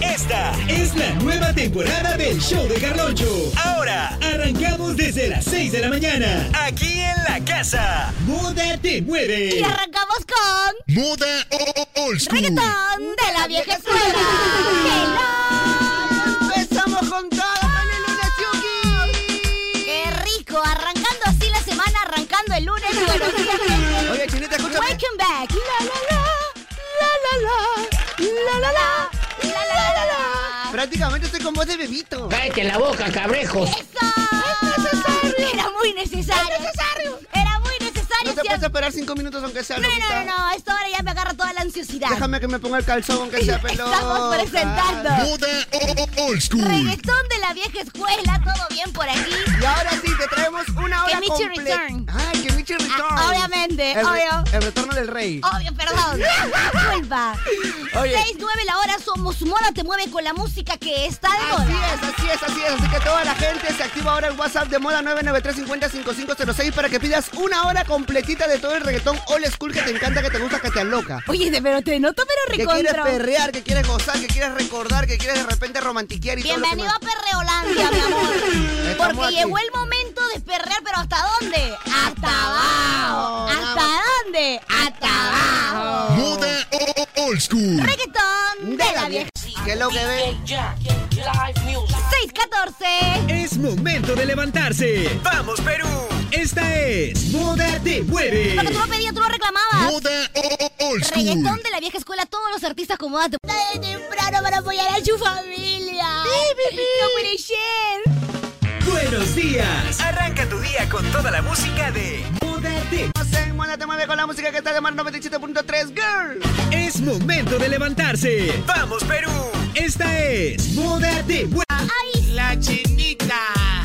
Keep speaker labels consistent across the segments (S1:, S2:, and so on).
S1: Esta es la nueva temporada del show de Carloncho. Ahora arrancamos desde las 6 de la mañana. Aquí en la casa. Moda te mueve.
S2: Y arrancamos con
S3: Moda o- o- old school.
S2: reggaetón de la vieja escuela.
S4: Empezamos con todo. ¡Dale, Luna Chucky!
S2: ¡Hello! ¡Qué rico! Arrancando así la semana, arrancando el lunes. Buenos días, gente.
S4: Oye, Chinita, escúchame.
S2: Welcome back. La la la, la la la, la la la, la la la la.
S4: Prácticamente estoy con voz de bebito.
S5: Cállate la boca, cabrejos.
S2: ¡Eso! Era muy necesario. Era muy necesario.
S4: No te
S2: si-
S4: puedes esperar cinco minutos aunque sea
S2: No, no,
S4: loquita?
S2: no, no. A esta hora ya me agarra toda la ansiosidad.
S4: Déjame que me ponga el calzón aunque sea Ah. pelota.
S2: Estamos presentando.
S3: Moda o- o- old school.
S2: Reggaetón de la vieja escuela, todo bien por aquí.
S4: Y ahora sí, te traemos una hora
S2: Kemichi
S4: completa.
S2: Return.
S4: Ay, Kemichi Return.
S2: Ah, obviamente,
S4: el, re-
S2: obvio.
S4: El retorno del rey.
S2: Obvio, perdón. Disculpa.
S4: Oye.
S2: 6-9 la hora, somos Moda Te Mueve con la música que está de
S4: Así
S2: moda.
S4: es, así es, así es. Así que toda la gente se activa ahora el WhatsApp de Moda 993505506 para que pidas una hora completita de todo el reggaetón old school que te encanta, que te gusta, que te aloca.
S2: Oye, de- pero te noto pero
S4: Que quieres
S2: recontro.
S4: perrear, que quieres gozar, que quieres recordar, que quieres de repente romantiquear y
S2: Bienvenido a
S4: todo
S2: Perreolandia, mi amor.
S4: Estamos
S2: Porque
S4: aquí.
S2: llegó el momento de perrear, pero ¿hasta dónde? Hasta abajo.
S4: abajo,
S2: ¿Hasta
S4: vamos.
S2: dónde? Hasta abajo.
S3: Moda o- o- old school.
S2: Reggaetón
S4: lo que me...
S2: de la vieja.
S4: Que lo que ve.
S2: 6-14.
S1: Es momento de levantarse. ¡Vamos, Perú! Esta es Moda te mueve.
S2: Porque tú lo pedías, tú lo reclamabas.
S3: Moda o- o- old school.
S2: Reggaetón de la vieja escuela, todos los artistas como Date. de temprano para apoyar a su familia. No puede ser.
S1: Buenos días. Arranca tu día con toda la música de Moda te
S4: Hacen Moda te mueve con la música que está de Mar 97.3, girl.
S1: Es momento de levantarse. ¡Vamos, Perú! Esta es Moda te mueve.
S2: Ay,
S6: La chinita.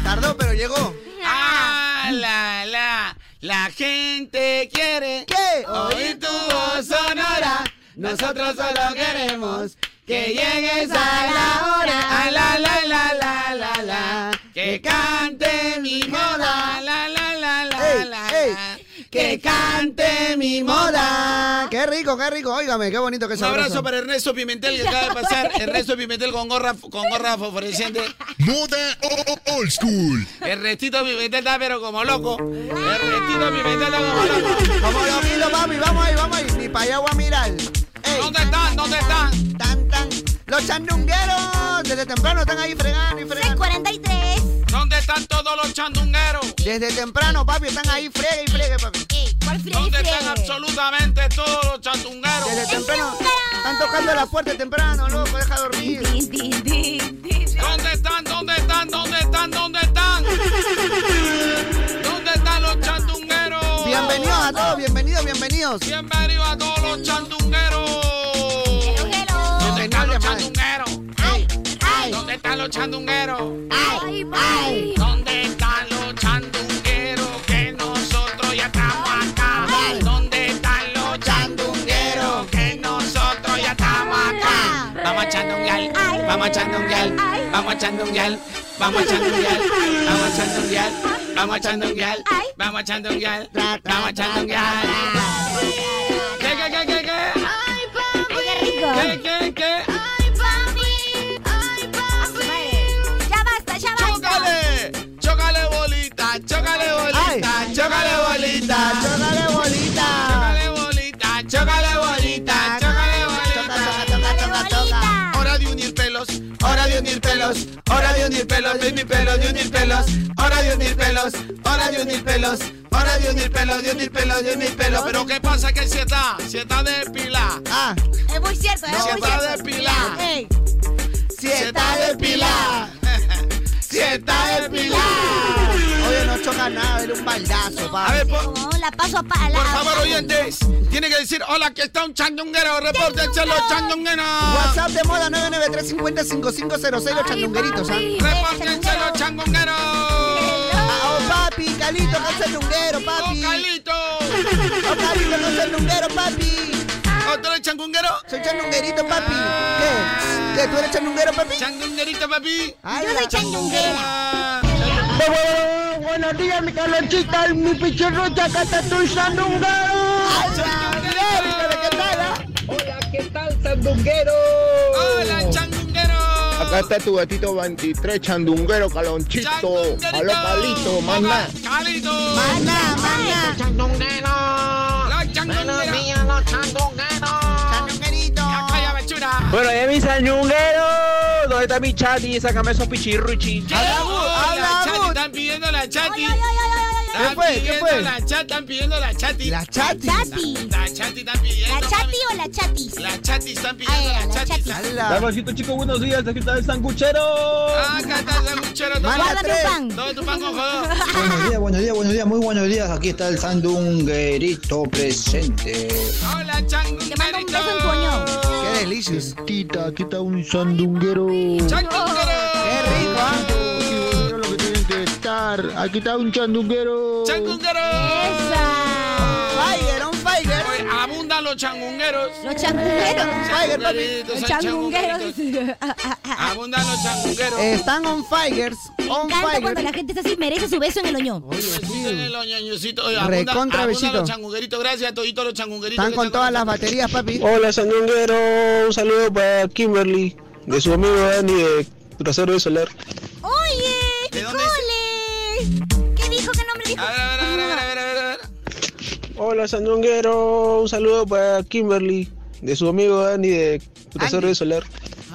S4: Tardó, pero llegó.
S6: Ah, la, la. La gente quiere
S4: ¿Qué?
S6: oír tu voz sonora. Nosotros solo queremos que llegues a la hora. Ah, la, la, la, la, la, la. Que cante mi moda. La, la, la, la,
S4: Ey,
S6: la,
S4: ey.
S6: la. Que cante mi moda.
S4: Qué rico, qué rico. Óigame, qué bonito que
S6: Un abrazo para Ernesto Pimentel que acaba de pasar. Ernesto Pimentel con gorra, con gorra fosforescente.
S3: Moda o- o- old school.
S6: El restito mi está pero como loco. El restito mi está como loco.
S4: Vamos, Lomilo, papi, vamos ahí, vamos ahí. Ni para allá voy a mirar. Ey,
S6: ¿Dónde están? ¿Dónde están?
S4: tan, tan. Los chandungueros desde temprano están ahí fregando y fregando.
S2: 643.
S6: ¿Dónde están todos los chandungueros?
S4: Desde temprano, papi, están ahí, frega y frega, papi.
S2: Ey, ¿Cuál frío
S6: ¿Dónde están absolutamente todos los chandungueros?
S4: Desde temprano,
S2: Chandungueros.
S4: están tocando la puerta temprano, loco, deja dormir.
S6: ¿Dónde están? ¿Dónde están? ¿Dónde están? ¿Dónde están? ¿Dónde están los chandungueros?
S4: Bienvenidos a todos, bienvenidos, bienvenidos.
S6: Bienvenidos a todos los chandungueros.
S2: Hello, hello.
S6: ¿Dónde están los
S4: Ay.
S6: chandungueros?
S2: Ay, ay,
S6: ¿Dónde están los chandungueros?
S2: ay, ay.
S6: ¿Dónde están los chandungueros que nosotros ya estamos acá? ¿Dónde están los chandungueros que nosotros ya estamos acá? Vamos a chandunguear,
S2: Ay.
S6: vamos a chandunguear,
S2: Ay.
S6: vamos a chandunguear, vamos a chandunguear, vamos a chandunguear, vamos a chandunguear,
S2: Ay.
S6: vamos a chandunguear, vamos a chandunguear. ¿Qué, qué, qué, qué, qué?
S2: Ay, qué rico.
S6: ¿Qué, qué, qué?
S2: Ya basta, ya basta.
S6: ¡Chócale! ¡Chócale bolita! ¡Chócale bolita!
S4: Ay.
S6: ¡Chócale bolita! Chócale bolita, chócale bolita, chócale
S4: Chócale bolita.
S6: bolita.
S2: Dale, bolita.
S6: Hora de unir pelos, hora de unir pelos, hora de unir pelos, de unir pelos, de unir pelos, hora de unir pelos, hora de unir pelos, hora de unir pelos, de unir pelos, de unir pelos. Pero qué pasa que si está, si está de pila,
S4: Ah,
S2: Es muy cierto, es
S6: No,
S2: muy
S6: va a
S2: cierto.
S6: depilar.
S2: Ey,
S4: si
S6: si
S4: está
S6: está de pila,
S4: despilada.
S6: si está de pila.
S4: Oye, no choca nada, era un baldazo,
S6: A
S4: papi.
S6: ver, por,
S2: no, la paso a pa- a la-
S6: por favor, oyentes, tiene que decir, hola, que está un chandonguero, repórtense los chandongueros.
S4: WhatsApp de moda 993505506 los chandungueritos, ¿ah?
S2: Ay,
S6: ¡Repórtense
S2: chandunguero.
S6: los changongueros!
S4: Ah, oh, papi, Oh, Calito, calza el lunguero, papi. chanunguero, papi.
S6: ¿Oh, tú eres changunguero?
S4: Soy chanunguerito, papi. ¿Qué? ¿Qué? ¿Tú eres chanunguero, papi?
S6: Changunguerito, papi.
S4: Ay,
S2: Yo
S4: la-
S2: soy changunguera.
S6: Ah,
S7: Buenos días, mi Carlonchita y mi pichirrucha, acá está tu sandunguero.
S6: changunguero.
S4: ah?
S7: Hola, ¿qué tal, sandunguero?
S6: Hola,
S7: Acá
S6: changunguero.
S7: está tu gatito 23, chandunguero, calonchito, aló palito, manda.
S6: Calito.
S4: Manda, manda.
S7: Chandunguero,
S6: La changunguera.
S7: los chandungueros.
S4: Chanunguerito.
S6: La calla bachura.
S1: Bueno, es mi sandunguero. ¿Dónde está mi chat? Y sácame esos pichirruchis.
S6: ¿Qué?
S4: Habla, Bu,
S6: Oh,
S4: habla,
S6: la
S4: Bu.
S6: chati, están pidiendo la
S2: Ay,
S6: chati.
S2: ay, ay, ay, ay, ay, ay.
S6: Están
S4: ¿Qué fue? ¿Qué
S6: pidiendo
S4: fue?
S6: la chat, están pidiendo la chati.
S4: La chati.
S2: Chati.
S6: La chati están pidiendo.
S2: ¿La chati
S6: mami.
S2: o la chatis?
S6: La chati están pidiendo
S2: Ay,
S6: la
S2: la
S6: chati.
S2: chati.
S4: Ala.
S1: chicos, buenos días. Aquí está el sanguchero.
S6: Ah, Acá está el sanguchero. toma.
S4: Mala
S2: Guárdame
S4: tres.
S2: un pan.
S6: Todo tu pan con jodón.
S8: Buenos días, buenos días, buenos días, muy buenos días. Aquí está el sandunguerito presente.
S6: Hola, changunguerito.
S2: Te mando un beso en coño.
S4: Eh. Qué delicious.
S8: Tita, aquí está un sandunguero.
S6: Changunguero.
S4: Qué rico,
S8: Yo lo que tienen que estar. Aquí está un sandunguero.
S6: Changunguero.
S2: Esa.
S4: Fire, on fire.
S6: Oye, Pues abundan los changungueros.
S2: Los changungueros.
S4: Fire, papi.
S6: Changungueritos,
S2: Los
S6: son
S2: changungueros.
S6: changungueritos.
S2: Ah,
S6: Abundan los changungueros.
S4: Están on fires. On
S2: Encanta cuando
S4: fire.
S2: la gente es así, merece su beso en el oñón.
S4: Oye,
S6: Besito en el oñoñocito. Oye,
S4: Recontra
S6: abundan- abundan
S4: besito.
S6: los changungueritos. Gracias a toditos los changungueritos.
S4: Están
S6: que
S4: con
S6: están
S4: todas las baterías, papi.
S1: Hola, sandunguero. Un saludo para Kimberly, de su amigo Dani, de Trasero de Solar.
S2: Oye,
S6: ¿De dónde
S2: ¡Cole! ¿Qué dijo? ¿Qué nombre dijo?
S6: A ver, a ver, a ver, a ver, a ver, a ver.
S1: Hola, sandunguero. Un saludo para Kimberly, de su amigo Dani, de Trasero de Solar.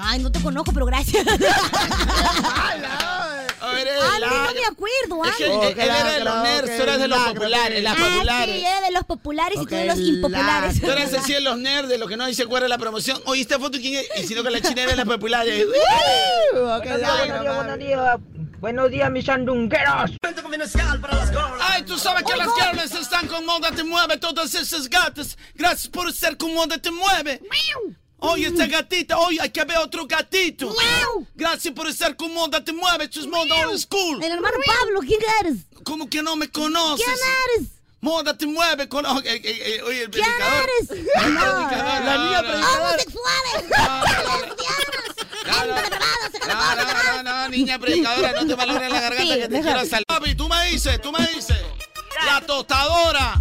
S2: Ay, no te conozco, pero gracias.
S6: A ver,
S2: Ah,
S6: el
S2: no, no me acuerdo,
S6: Es que
S2: ah.
S4: Oh,
S6: él era de los
S4: claro,
S6: nerds, tú eras de los
S4: claro,
S6: populares, las
S2: Ah, sí,
S6: populares.
S2: era de los populares y tú de
S4: Ok,
S2: los
S4: la-
S2: impopulares.
S6: Tú eras así de los nerds, de los que no dice cuál era la promoción. Oye, esta foto quién es, y sino que la eh. china era de las populares.
S4: Buenos
S7: días, buenos días, mis sandungueros.
S6: Ay, tú sabes que las girls están con Moda Te Mueve, todas esas gatas. Gracias por ser con Moda Te Mueve. Oye, esta gatita, oye, hay que ver otro gatito.
S2: Miau.
S6: Gracias por ser con Moda Te Mueve, tus Moda Old School.
S2: El hermano Pablo, ¿quién eres?
S6: ¿Cómo que no me
S2: ¿Quién
S6: conoces?
S2: eres?
S6: Moda Te Mueve con... Oye, eh, eh, eh, oye, el
S2: ¿Quién
S6: predicador.
S2: eres?
S6: El
S2: No.
S6: predicador,
S4: La
S6: no,
S4: niña
S6: no, no.
S2: ¡Homosexuales! ¡Lesbianas! ¡Gente depravada,
S6: No,
S2: sacerdote,
S6: no, no,
S2: depravada!
S6: no, niña predicadora, no te valores la garganta
S2: Sí,
S6: que te
S2: mejor.
S6: quiero salir. Papi, tú me dices, tú me dices. La tostadora.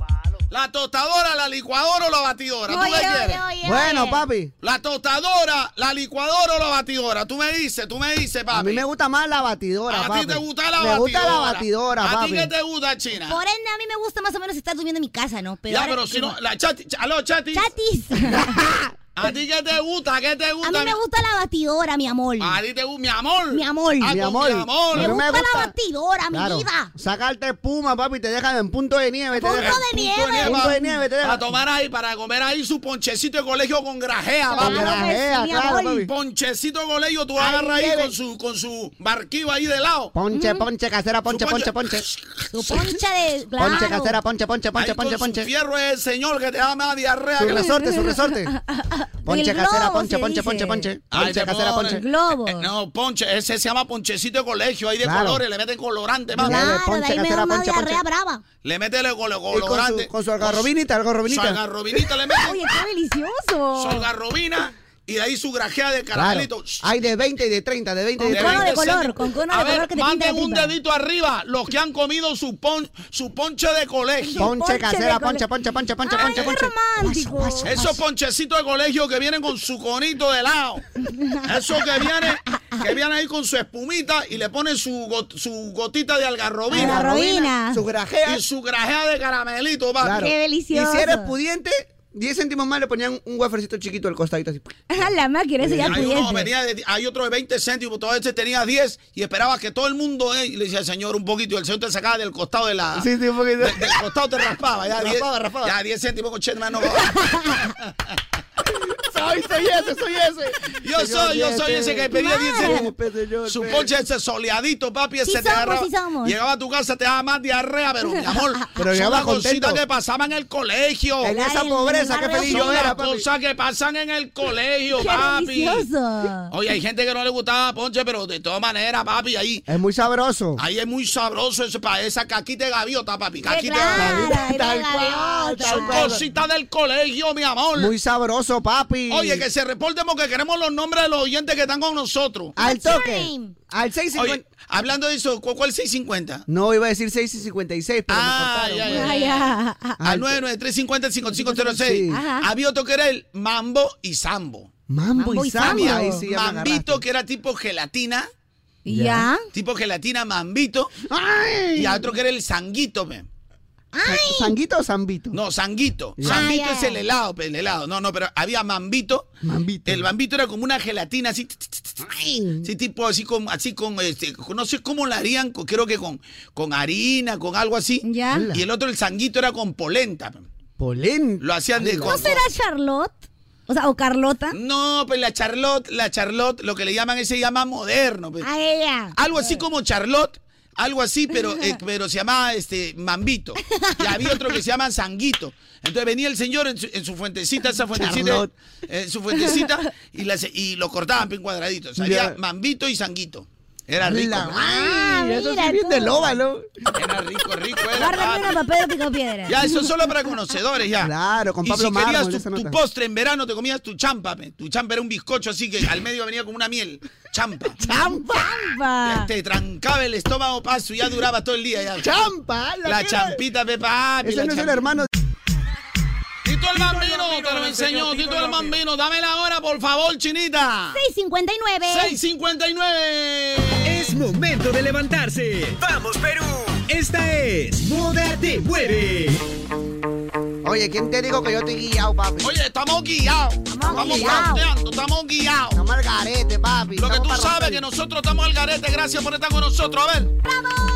S6: La tostadora, la licuadora o la batidora. ¿Tú
S2: Oye,
S6: qué
S2: oye,
S6: quieres?
S2: oye,
S4: Bueno,
S2: oye.
S4: papi.
S6: La tostadora, la licuadora o la batidora. Tú me dices, tú me dices, papi.
S4: A mí me gusta más la batidora,
S6: A
S4: papi.
S6: ti te gusta la batidora.
S4: Me gusta la batidora,
S6: ¿A ti
S4: papi.
S6: qué te gusta, China?
S2: Por ende, a mí me gusta más o menos estar durmiendo en mi casa, ¿no?
S6: ya,
S2: ahora-
S6: pero si no, la chati. ch- Aló, chati.
S2: ¡Chatis! a
S6: ¿A ti qué te gusta? ¿Qué te gusta?
S2: mí me gusta la batidora, mi amor.
S6: A ti te gusta, mi amor.
S2: Mi amor.
S6: Ah,
S4: Mi
S6: con
S4: amor.
S6: Mi amor.
S4: A
S2: Me
S4: mí
S2: gusta la batidora,
S4: Claro.
S2: mi vida.
S4: Sacarte espuma, papi, te dejan en punto de nieve. te
S2: Punto
S4: dejan.
S2: de
S6: Punto de
S2: nieve.
S4: Punto de nieve, te
S6: Para
S4: dejan.
S6: tomar ahí, para comer ahí su ponchecito de colegio con grajea,
S4: Para
S6: papi.
S4: que
S2: Claro
S4: la
S2: que sí,
S4: veas,
S2: mi
S4: claro,
S2: amor.
S4: papi.
S6: Ponchecito de colegio, tú agarras ahí
S4: lleve.
S6: con su, con su barquillo ahí de lado.
S4: Ponche, ponche, casera, ponche,
S6: Mm. Su ponche-
S4: ponche, ponche.
S2: Su poncha de... Claro.
S4: Ponche, casera, ponche, ponche, ponche,
S6: Ahí con
S4: ponche,
S6: su
S4: ponche.
S6: fierro es el señor que te da más diarrea
S4: Su
S6: que la...
S4: resorte, su resorte. Ponche,
S2: El
S4: casera,
S2: globo,
S4: ponche,
S2: se
S4: ponche,
S2: dice.
S4: ponche, ponche.
S6: Ay,
S4: Ponche,
S6: te
S4: casera,
S6: pones.
S4: ponche.
S2: Globo.
S6: Eh, no, ponche, ese se llama ponchecito de colegio, ahí de
S4: Claro.
S6: colores, le meten colorante, mami.
S4: Claro.
S2: Claro,
S4: ponche,
S2: de ahí me
S4: casera,
S2: da una
S4: ponche, ponche.
S2: diarrea brava.
S6: Le meten el colo-
S4: Y con
S6: colorante.
S4: su, con su algarrobinita,
S6: Su
S4: algarrobinita.
S6: algarrobinita le meten,
S2: Oye, qué
S6: su
S2: delicioso.
S6: algarrobina, y de ahí su grajea de
S4: Claro.
S6: caramelito.
S4: Hay de 20 y de 30, de 20 y de
S2: cono de
S6: 20
S2: color,
S6: céntimos.
S2: con cono
S6: A
S2: de
S6: ver,
S2: color que te pinta
S6: manden
S2: la
S6: un
S2: tripa.
S6: dedito arriba los que han comido su, pon, su ponche de colegio.
S4: Ponche,
S2: Ponche
S4: casera,
S2: de cole-
S4: ponche, ponche, ponche, ponche,
S2: Ay,
S4: ponche,
S2: qué
S4: ponche.
S2: romántico.
S6: Esos ponchecitos de colegio que vienen con su conito de lado. Esos que vienen que vienen ahí con su espumita y le ponen su, got- su gotita de algarrobina
S2: Algarrobina.
S4: Su grajea.
S6: y su grajea de caramelito, papi.
S4: Claro.
S2: Qué delicioso.
S4: Y si eres pudiente, 10 céntimos más le ponían un wafercito chiquito al costadito así.
S2: A la máquina, eso ya
S6: Hay, uno
S2: pudiente.
S6: venía de- hay otro de 20 céntimos, todo este tenía 10 y esperaba que todo el mundo eh, y le decía, señor, un poquito. Y el señor te sacaba del costado de la.
S4: Sí, sí, un poquito.
S6: de- del costado te raspaba. Ya
S4: Raspaba, raspaba.
S6: 10 céntimos con Chetman. No,
S4: Ay, soy ese, soy ese.
S6: Yo soy, yo soy ese que pedía 10 segundos.
S4: señor, pues.
S6: Su
S4: pe.
S6: coche ese soleadito, papi, ese
S2: Sí
S6: te
S2: somos,
S6: agarraba.
S2: sí somos. Ah,
S6: Llegaba a tu casa, te daba más diarrea, pero mi amor,
S4: Pero
S6: son
S4: llegaba
S6: las cositas
S4: contento.
S6: que pasaban en el colegio.
S4: En esa
S2: Ay,
S4: pobreza, qué
S2: barrio.
S4: feliz yo
S6: Son las
S4: era, papi.
S6: cosas que pasan en el colegio,
S2: ¡Qué
S6: papi.
S2: delicioso!
S6: Oye, hay gente que no le gustaba ponche, pero de todas maneras, papi, ahí,
S4: Es muy sabroso.
S6: ahí es muy sabroso ese, pa- esa caquita de gaviota, papi.
S2: ¡Qué
S6: Caquita de
S2: clara!
S4: Tal
S2: era la
S4: cual,
S2: gaviota.
S6: Son cositas del colegio, mi amor.
S4: Muy sabroso, papi.
S6: Oye, que se reporten porque queremos los nombres de los oyentes que están con nosotros.
S4: Al
S2: What's your
S4: toque.
S2: name?
S4: Al 650.
S6: Oye, hablando de eso, ¿cu- ¿cuál es 650?
S4: No, iba a decir 6 y 56, pero
S6: Ah, ya, ya, ya.
S2: Ay, ah, ah, ah.
S6: Al 993505506.
S4: Sí.
S2: Ajá.
S6: Había otro que era el mambo y sambo.
S4: Mambo,
S2: Mambo
S4: y
S2: y
S4: Sambo.
S2: Sambo.
S4: Ahí sí ya me
S6: Mambito que era tipo gelatina,
S2: ¿Ya?
S6: tipo gelatina mambito.
S4: agarraste.
S6: Y
S4: ¡Ay!
S6: a otro que era el sanguito, pe.
S4: ¿Sanguito o Zambito?
S6: No, sanguito.
S4: Ya.
S6: Sanguito
S2: Ah, ya.
S6: es el helado, pe, el helado. No, no, pero había mambito.
S4: Mambito.
S6: El mambito era como una gelatina así. tss, tss, tss,
S4: Ay.
S6: Sí, tipo así con, así con, este, con- no sé cómo la harían, con- creo que con, con harina, con algo así.
S2: ¿Ya?
S4: Hola.
S6: Y el otro, el sanguito, era con polenta.
S4: Polenta.
S6: Lo hacían de...
S2: ¿No
S6: con-
S2: será Charlotte? O sea, o Carlota.
S6: No, pues la Charlotte, la Charlotte, lo que le llaman, ese llama moderno. pues.
S2: A ella. Eh.
S6: Algo así como Charlotte, algo así, pero, eh, pero se llamaba este Mambito. Y había otro que se llama Sanguito. Entonces venía el señor en su, en su fuentecita, esa fuentecita,
S4: Charlotte.
S6: en su fuentecita, y, la se- y lo cortaban pues, en cuadraditos. Había
S4: Ya.
S6: Mambito y Sanguito. Era rico.
S4: La-
S6: man.
S2: Ah,
S4: Ay, eso
S2: mira
S4: sí bien
S2: tú.
S4: del óvalo.
S6: Era rico, rico, era.
S2: Guárdame
S6: papi.
S2: una papel de pico piedra.
S6: Ya, eso es solo para conocedores, ya.
S4: Claro, con
S6: Y
S4: Pablo
S6: si
S4: Mármol,
S6: querías
S4: esa
S6: tu,
S4: nota.
S6: tu postre en verano, te comías tu champa. pe. Tu champa era un bizcocho así que al medio venía como una miel. Champa.
S4: ¡Champa!
S2: Pa.
S6: Te trancaba el estómago paso y ya duraba todo el día. Ya.
S4: ¡Champa!
S6: La
S4: que-
S6: champita, Pepa.
S4: Ese no es el hermano.
S6: Tito el bambino, te lo enseñó. Tito el bambino, dame la hora, por favor, chinita.
S2: 659.
S6: 6.59.
S9: Es momento de levantarse. ¡Vamos, Perú! Esta es Moda Te Mueve.
S4: Oye, ¿quién te dijo que yo te he guiado, papi?
S6: Oye, estamos guiados. Estamos
S2: guiados.
S6: guiando, estamos guiados.
S4: No margarete, papi.
S6: Lo que
S4: Estamos
S6: tú
S4: para
S6: sabes
S4: romper.
S6: que nosotros estamos al garete, gracias por estar con nosotros. A ver.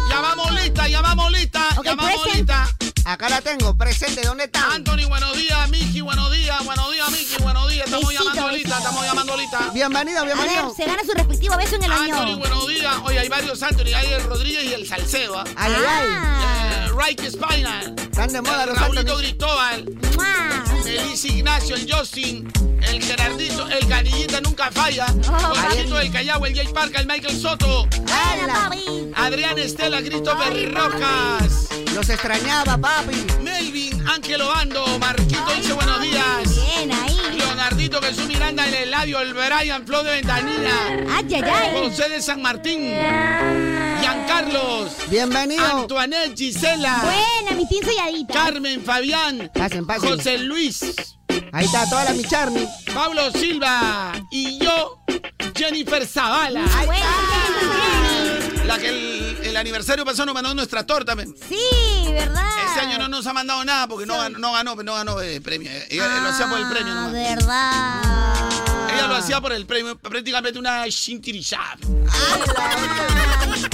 S6: Ya vamos lista, ya vamos lista,
S2: Ok,
S6: ya vamos
S2: present.
S6: lista.
S4: Acá la tengo, presente, ¿dónde está?
S6: Anthony, buenos días, Miki, buenos días, buenos días, Miki, buenos días. Estamos
S2: Besito,
S6: llamando
S2: besito.
S6: lista, estamos llamando lista.
S4: Bienvenido,
S2: A
S4: bienvenido.
S2: ver, se gana su respectivo beso en el
S6: Anthony,
S2: año.
S6: Ah, buenos días. Oye, hay varios Anthony, hay el Rodríguez y el Salcedo. ¿ah?
S4: Ay, ay, ay.
S6: Eh, Right Spinal.
S4: Están de moda
S6: el
S4: los
S6: Raulito
S4: Anthony.
S6: Cristóbal,
S2: ¡Mua!
S6: el Luis Ignacio, el Justin, el Gerardito, el Canillita nunca falla,
S2: Oh,
S6: el Patito del Callao, el Jay Parca, el Michael Soto,
S2: ¡Hola,
S4: ¡Hala!
S2: papi!
S6: Adrián Estela, Christopher
S2: Ay,
S6: Rojas.
S4: Los extrañaba, papi.
S6: Melvin, Ángelo Bando, Marquito dice buenos días.
S2: Bien, ahí.
S6: Leonardito Jesús Miranda, el Eladio, el Brian, Flo de Ventanilla,
S2: ¡Ay, ay, ay!
S6: José de San Martín, Giancarlos,
S4: Bienvenido.
S6: Antoinette Gisela,
S2: Buena, mi tin selladita.
S6: Carmen Fabián,
S4: Pasen, pasen.
S6: José Luis,
S4: Ahí está toda la mi Charmy.
S6: Pablo Silva y yo, Jennifer Zavala.
S2: Buena,
S6: La que el, el aniversario pasado nos mandó nuestra torta. men.
S2: Sí, ¿verdad?
S6: Este año no nos ha mandado nada porque no ganó, no ganó, no ganó eh, premio. Eh, eh, lo hacía por el premio
S2: Ah,
S6: nomás.
S2: verdad.
S6: Ella lo hacía por el premio, prácticamente una shintirishab.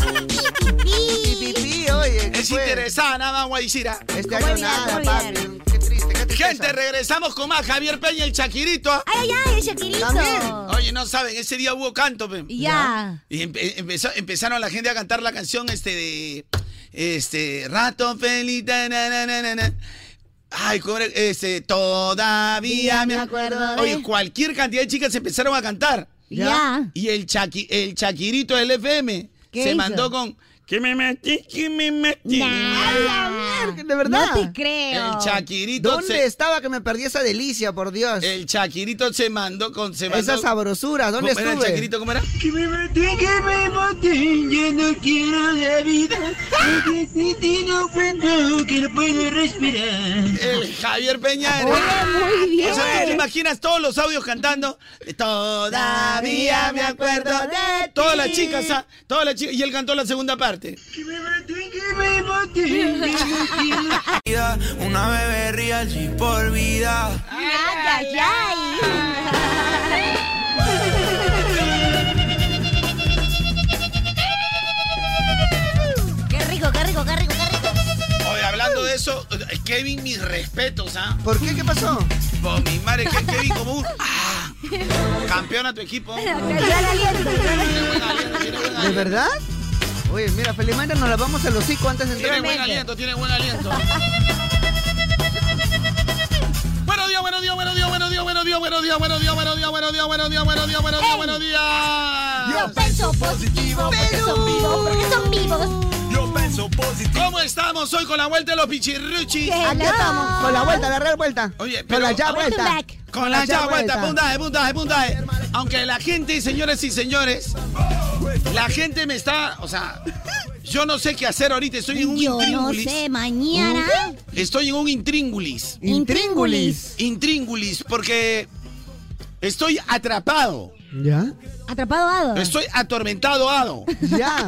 S4: Y
S2: Pipipí.
S4: pipí, oye. ¿qué
S6: Es
S4: fue?
S6: interesada, nada más guaycira.
S4: Este
S2: Muy
S4: año
S2: bien,
S4: nada,
S2: muy
S4: papi. Qué triste, qué tristeza.
S6: Gente, regresamos con más Javier Peña y el Chaquirito. ¿ah?
S2: Ay, ay, ay, el Shakirito.
S4: También.
S6: Oye, no saben, ese día hubo canto, pe.
S2: Ya.
S6: Y empe- empezó- empezaron la gente a cantar la canción este de este Rato feliz. na, na, na, na, na, na. Ay, cobre, este todavía me acuerdo.
S2: de-
S6: Oye, cualquier cantidad de chicas empezaron a cantar.
S2: Ya.
S6: Y el chaqui, el chaquirito del FM
S2: ¿Qué
S6: se
S2: hizo?
S6: mandó con que me metí, que me metí.
S2: Nah.
S4: mierda, de verdad.
S2: No te creo.
S6: El chaquirito
S4: ¿Dónde
S6: se,
S4: estaba que me perdí esa delicia, por Dios?
S6: el chaquirito se mandó con se mandó,
S4: Esa sabrosura, ¿dónde
S6: ¿Cómo era el
S4: estuve?
S6: chaquirito? ¿Cómo era?
S1: Que me metí, que me metí, yo no quiero la vida. Porque si ti no cuento que no puedo respirar.
S6: El Javier Peña. era-
S2: muy bien.
S6: O sea, tú te imaginas todos los audios cantando. Todavía me acuerdo de ti. Todas las chicas, ah, todas las chicas. Y él cantó la segunda parte.
S1: Que me metí, que me metí, yo no quiero
S10: Una bebé real sin por vida.
S2: Ay, ay, ay. Qué rico, qué rico, qué rico, qué rico.
S6: Oye, hablando de eso, Kevin, mis respetos, ¿ah?
S4: ¿Por qué? ¿Qué pasó?
S6: Por mi madre, que Kevin como un. ah, Campeona tu equipo.
S4: ¿De verdad? Oye, mira, felizmente nos lavamos el hocico antes de
S6: Tiene buen
S4: entrar.
S6: aliento, tiene buen aliento. Buenos días, buenos días, buenos días, buenos días, buenos días, buenos días, buenos días, buenos días, buenos días, buenos días, buenos días, buenos días, buenos días.
S2: Yo pienso positivo porque son vivos, porque son vivos.
S11: Yo pienso positivo.
S6: ¿Cómo estamos hoy con la vuelta de los pichirruchis?
S4: Aquí estamos. Con la vuelta, la real vuelta.
S6: Oye,
S4: con
S6: pero-
S4: la ya
S2: Welcome
S4: vuelta.
S2: back.
S6: Con la ya vuelta, puntaje, puntaje, puntaje. Aunque la gente, señores y señores, la gente me está, o sea, yo no sé qué hacer ahorita, estoy en un
S2: Yo no
S6: intríngulis. ¿Mm?
S2: sé, mañana.
S6: Estoy en un intríngulis.
S4: Intríngulis.
S6: Intríngulis, porque estoy atrapado,
S4: ¿Ya?
S2: Atrapado Ado.
S6: estoy atormentado, Ado.
S4: Ya.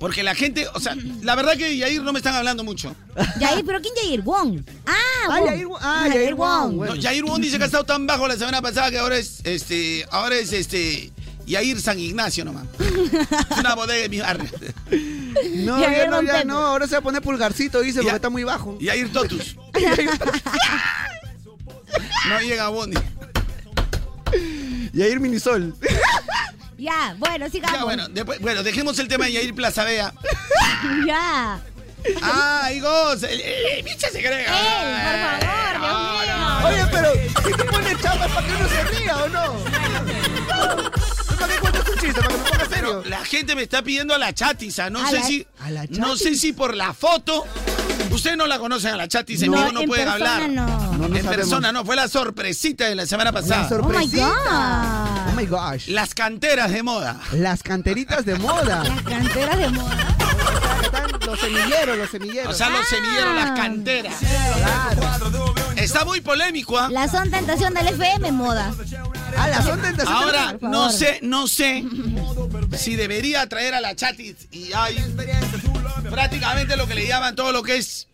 S6: Porque la gente, o sea, la verdad que Yair no me están hablando mucho.
S2: Yair, pero ¿quién Yair? Wong. Ah,
S4: Ah,
S2: Wong.
S4: Yair Wong. Ah, Yair Wong.
S6: No, Yair Wong dice que ha estado tan bajo la semana pasada que ahora es, este, ahora es, este, Yair San Ignacio nomás. Es una bodega de mi barrio.
S4: No,
S2: Ya
S4: ya no,
S2: vieron,
S4: ya
S2: Pepe.
S4: no. Ahora se va a poner pulgarcito, dice,
S6: Ya.
S4: porque está muy bajo.
S6: Yair Totus. No llega Bondi.
S4: Y ahí el minisol.
S2: Ya, bueno, sigamos.
S6: Ya, bueno, después- bueno, dejemos el tema de Yair Plazavea.
S2: Ya.
S6: ¡Ay, goza! ¡Eh, eh, ¡Picha se cree!
S2: Ey, por favor, Dios
S6: No,
S2: mío.
S6: no, no.
S4: Oye, pero ¿qué te pone chapas para que uno se ría o no? ¿Para qué cuentas un chiste? ¿Para que me ponga serio?
S6: La gente me está pidiendo a la chatiza. No
S2: A
S6: sé
S2: la-
S6: si.
S4: a la
S6: No sé
S4: Chatis.
S6: si por la foto. Ustedes no la conocen a la chatiza, en vivo no
S2: en
S6: pueden
S2: persona
S6: hablar.
S2: no.
S4: No, no
S6: en
S4: sabemos.
S6: persona no, fue la sorpresita de la semana
S4: La
S6: pasada.
S2: Oh my
S4: sorpresita. Oh
S2: God.
S4: my gosh.
S6: Las canteras de moda.
S4: Las canteritas de moda.
S2: Las canteras de moda.
S4: Están los semilleros, los semilleros.
S6: O sea, los
S2: Ah.
S6: semilleros, las canteras.
S4: Claro.
S6: Está muy polémico, ¿ah?
S2: La son tentación del FM moda.
S4: Ah, las son tentaciones.
S6: Ahora,
S2: por favor.
S6: no sé, no sé si debería traer a la chatis y hay prácticamente lo que le llaman todo lo que es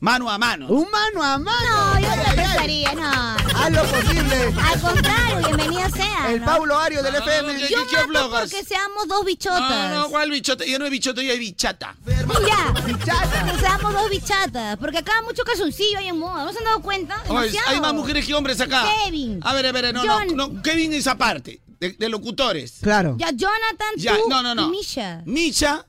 S6: mano a mano.
S4: Un mano a mano.
S2: No, yo
S4: Ay,
S2: no
S4: ay, ay.
S2: pensaría, no.
S4: Haz lo posible.
S2: Al contrario, bienvenida sea.
S4: El
S2: ¿no?
S4: Paulo Ario del
S6: No, no, no,
S4: FM.
S6: que-
S2: Yo
S6: Ah, ¿Qué
S2: mato
S6: blogas?
S2: porque seamos dos bichotas.
S6: No, no, ¿cuál bichota? Yo no he bichota, yo hay bichata.
S2: Ya.
S4: Bichata.
S2: Que seamos dos bichatas. Porque acá mucho calzoncillo hay en moda. ¿No se han dado cuenta?
S6: Oye,
S2: Demasiado.
S6: hay más mujeres que hombres acá.
S2: Kevin.
S6: A ver, a ver, no,
S2: John.
S6: no, no, Kevin es aparte, de, de locutores.
S4: Claro.
S2: Ya, Jonathan,
S6: Ya,
S2: tú
S6: no, no,
S2: y
S6: no.
S2: Misha.
S6: Misha,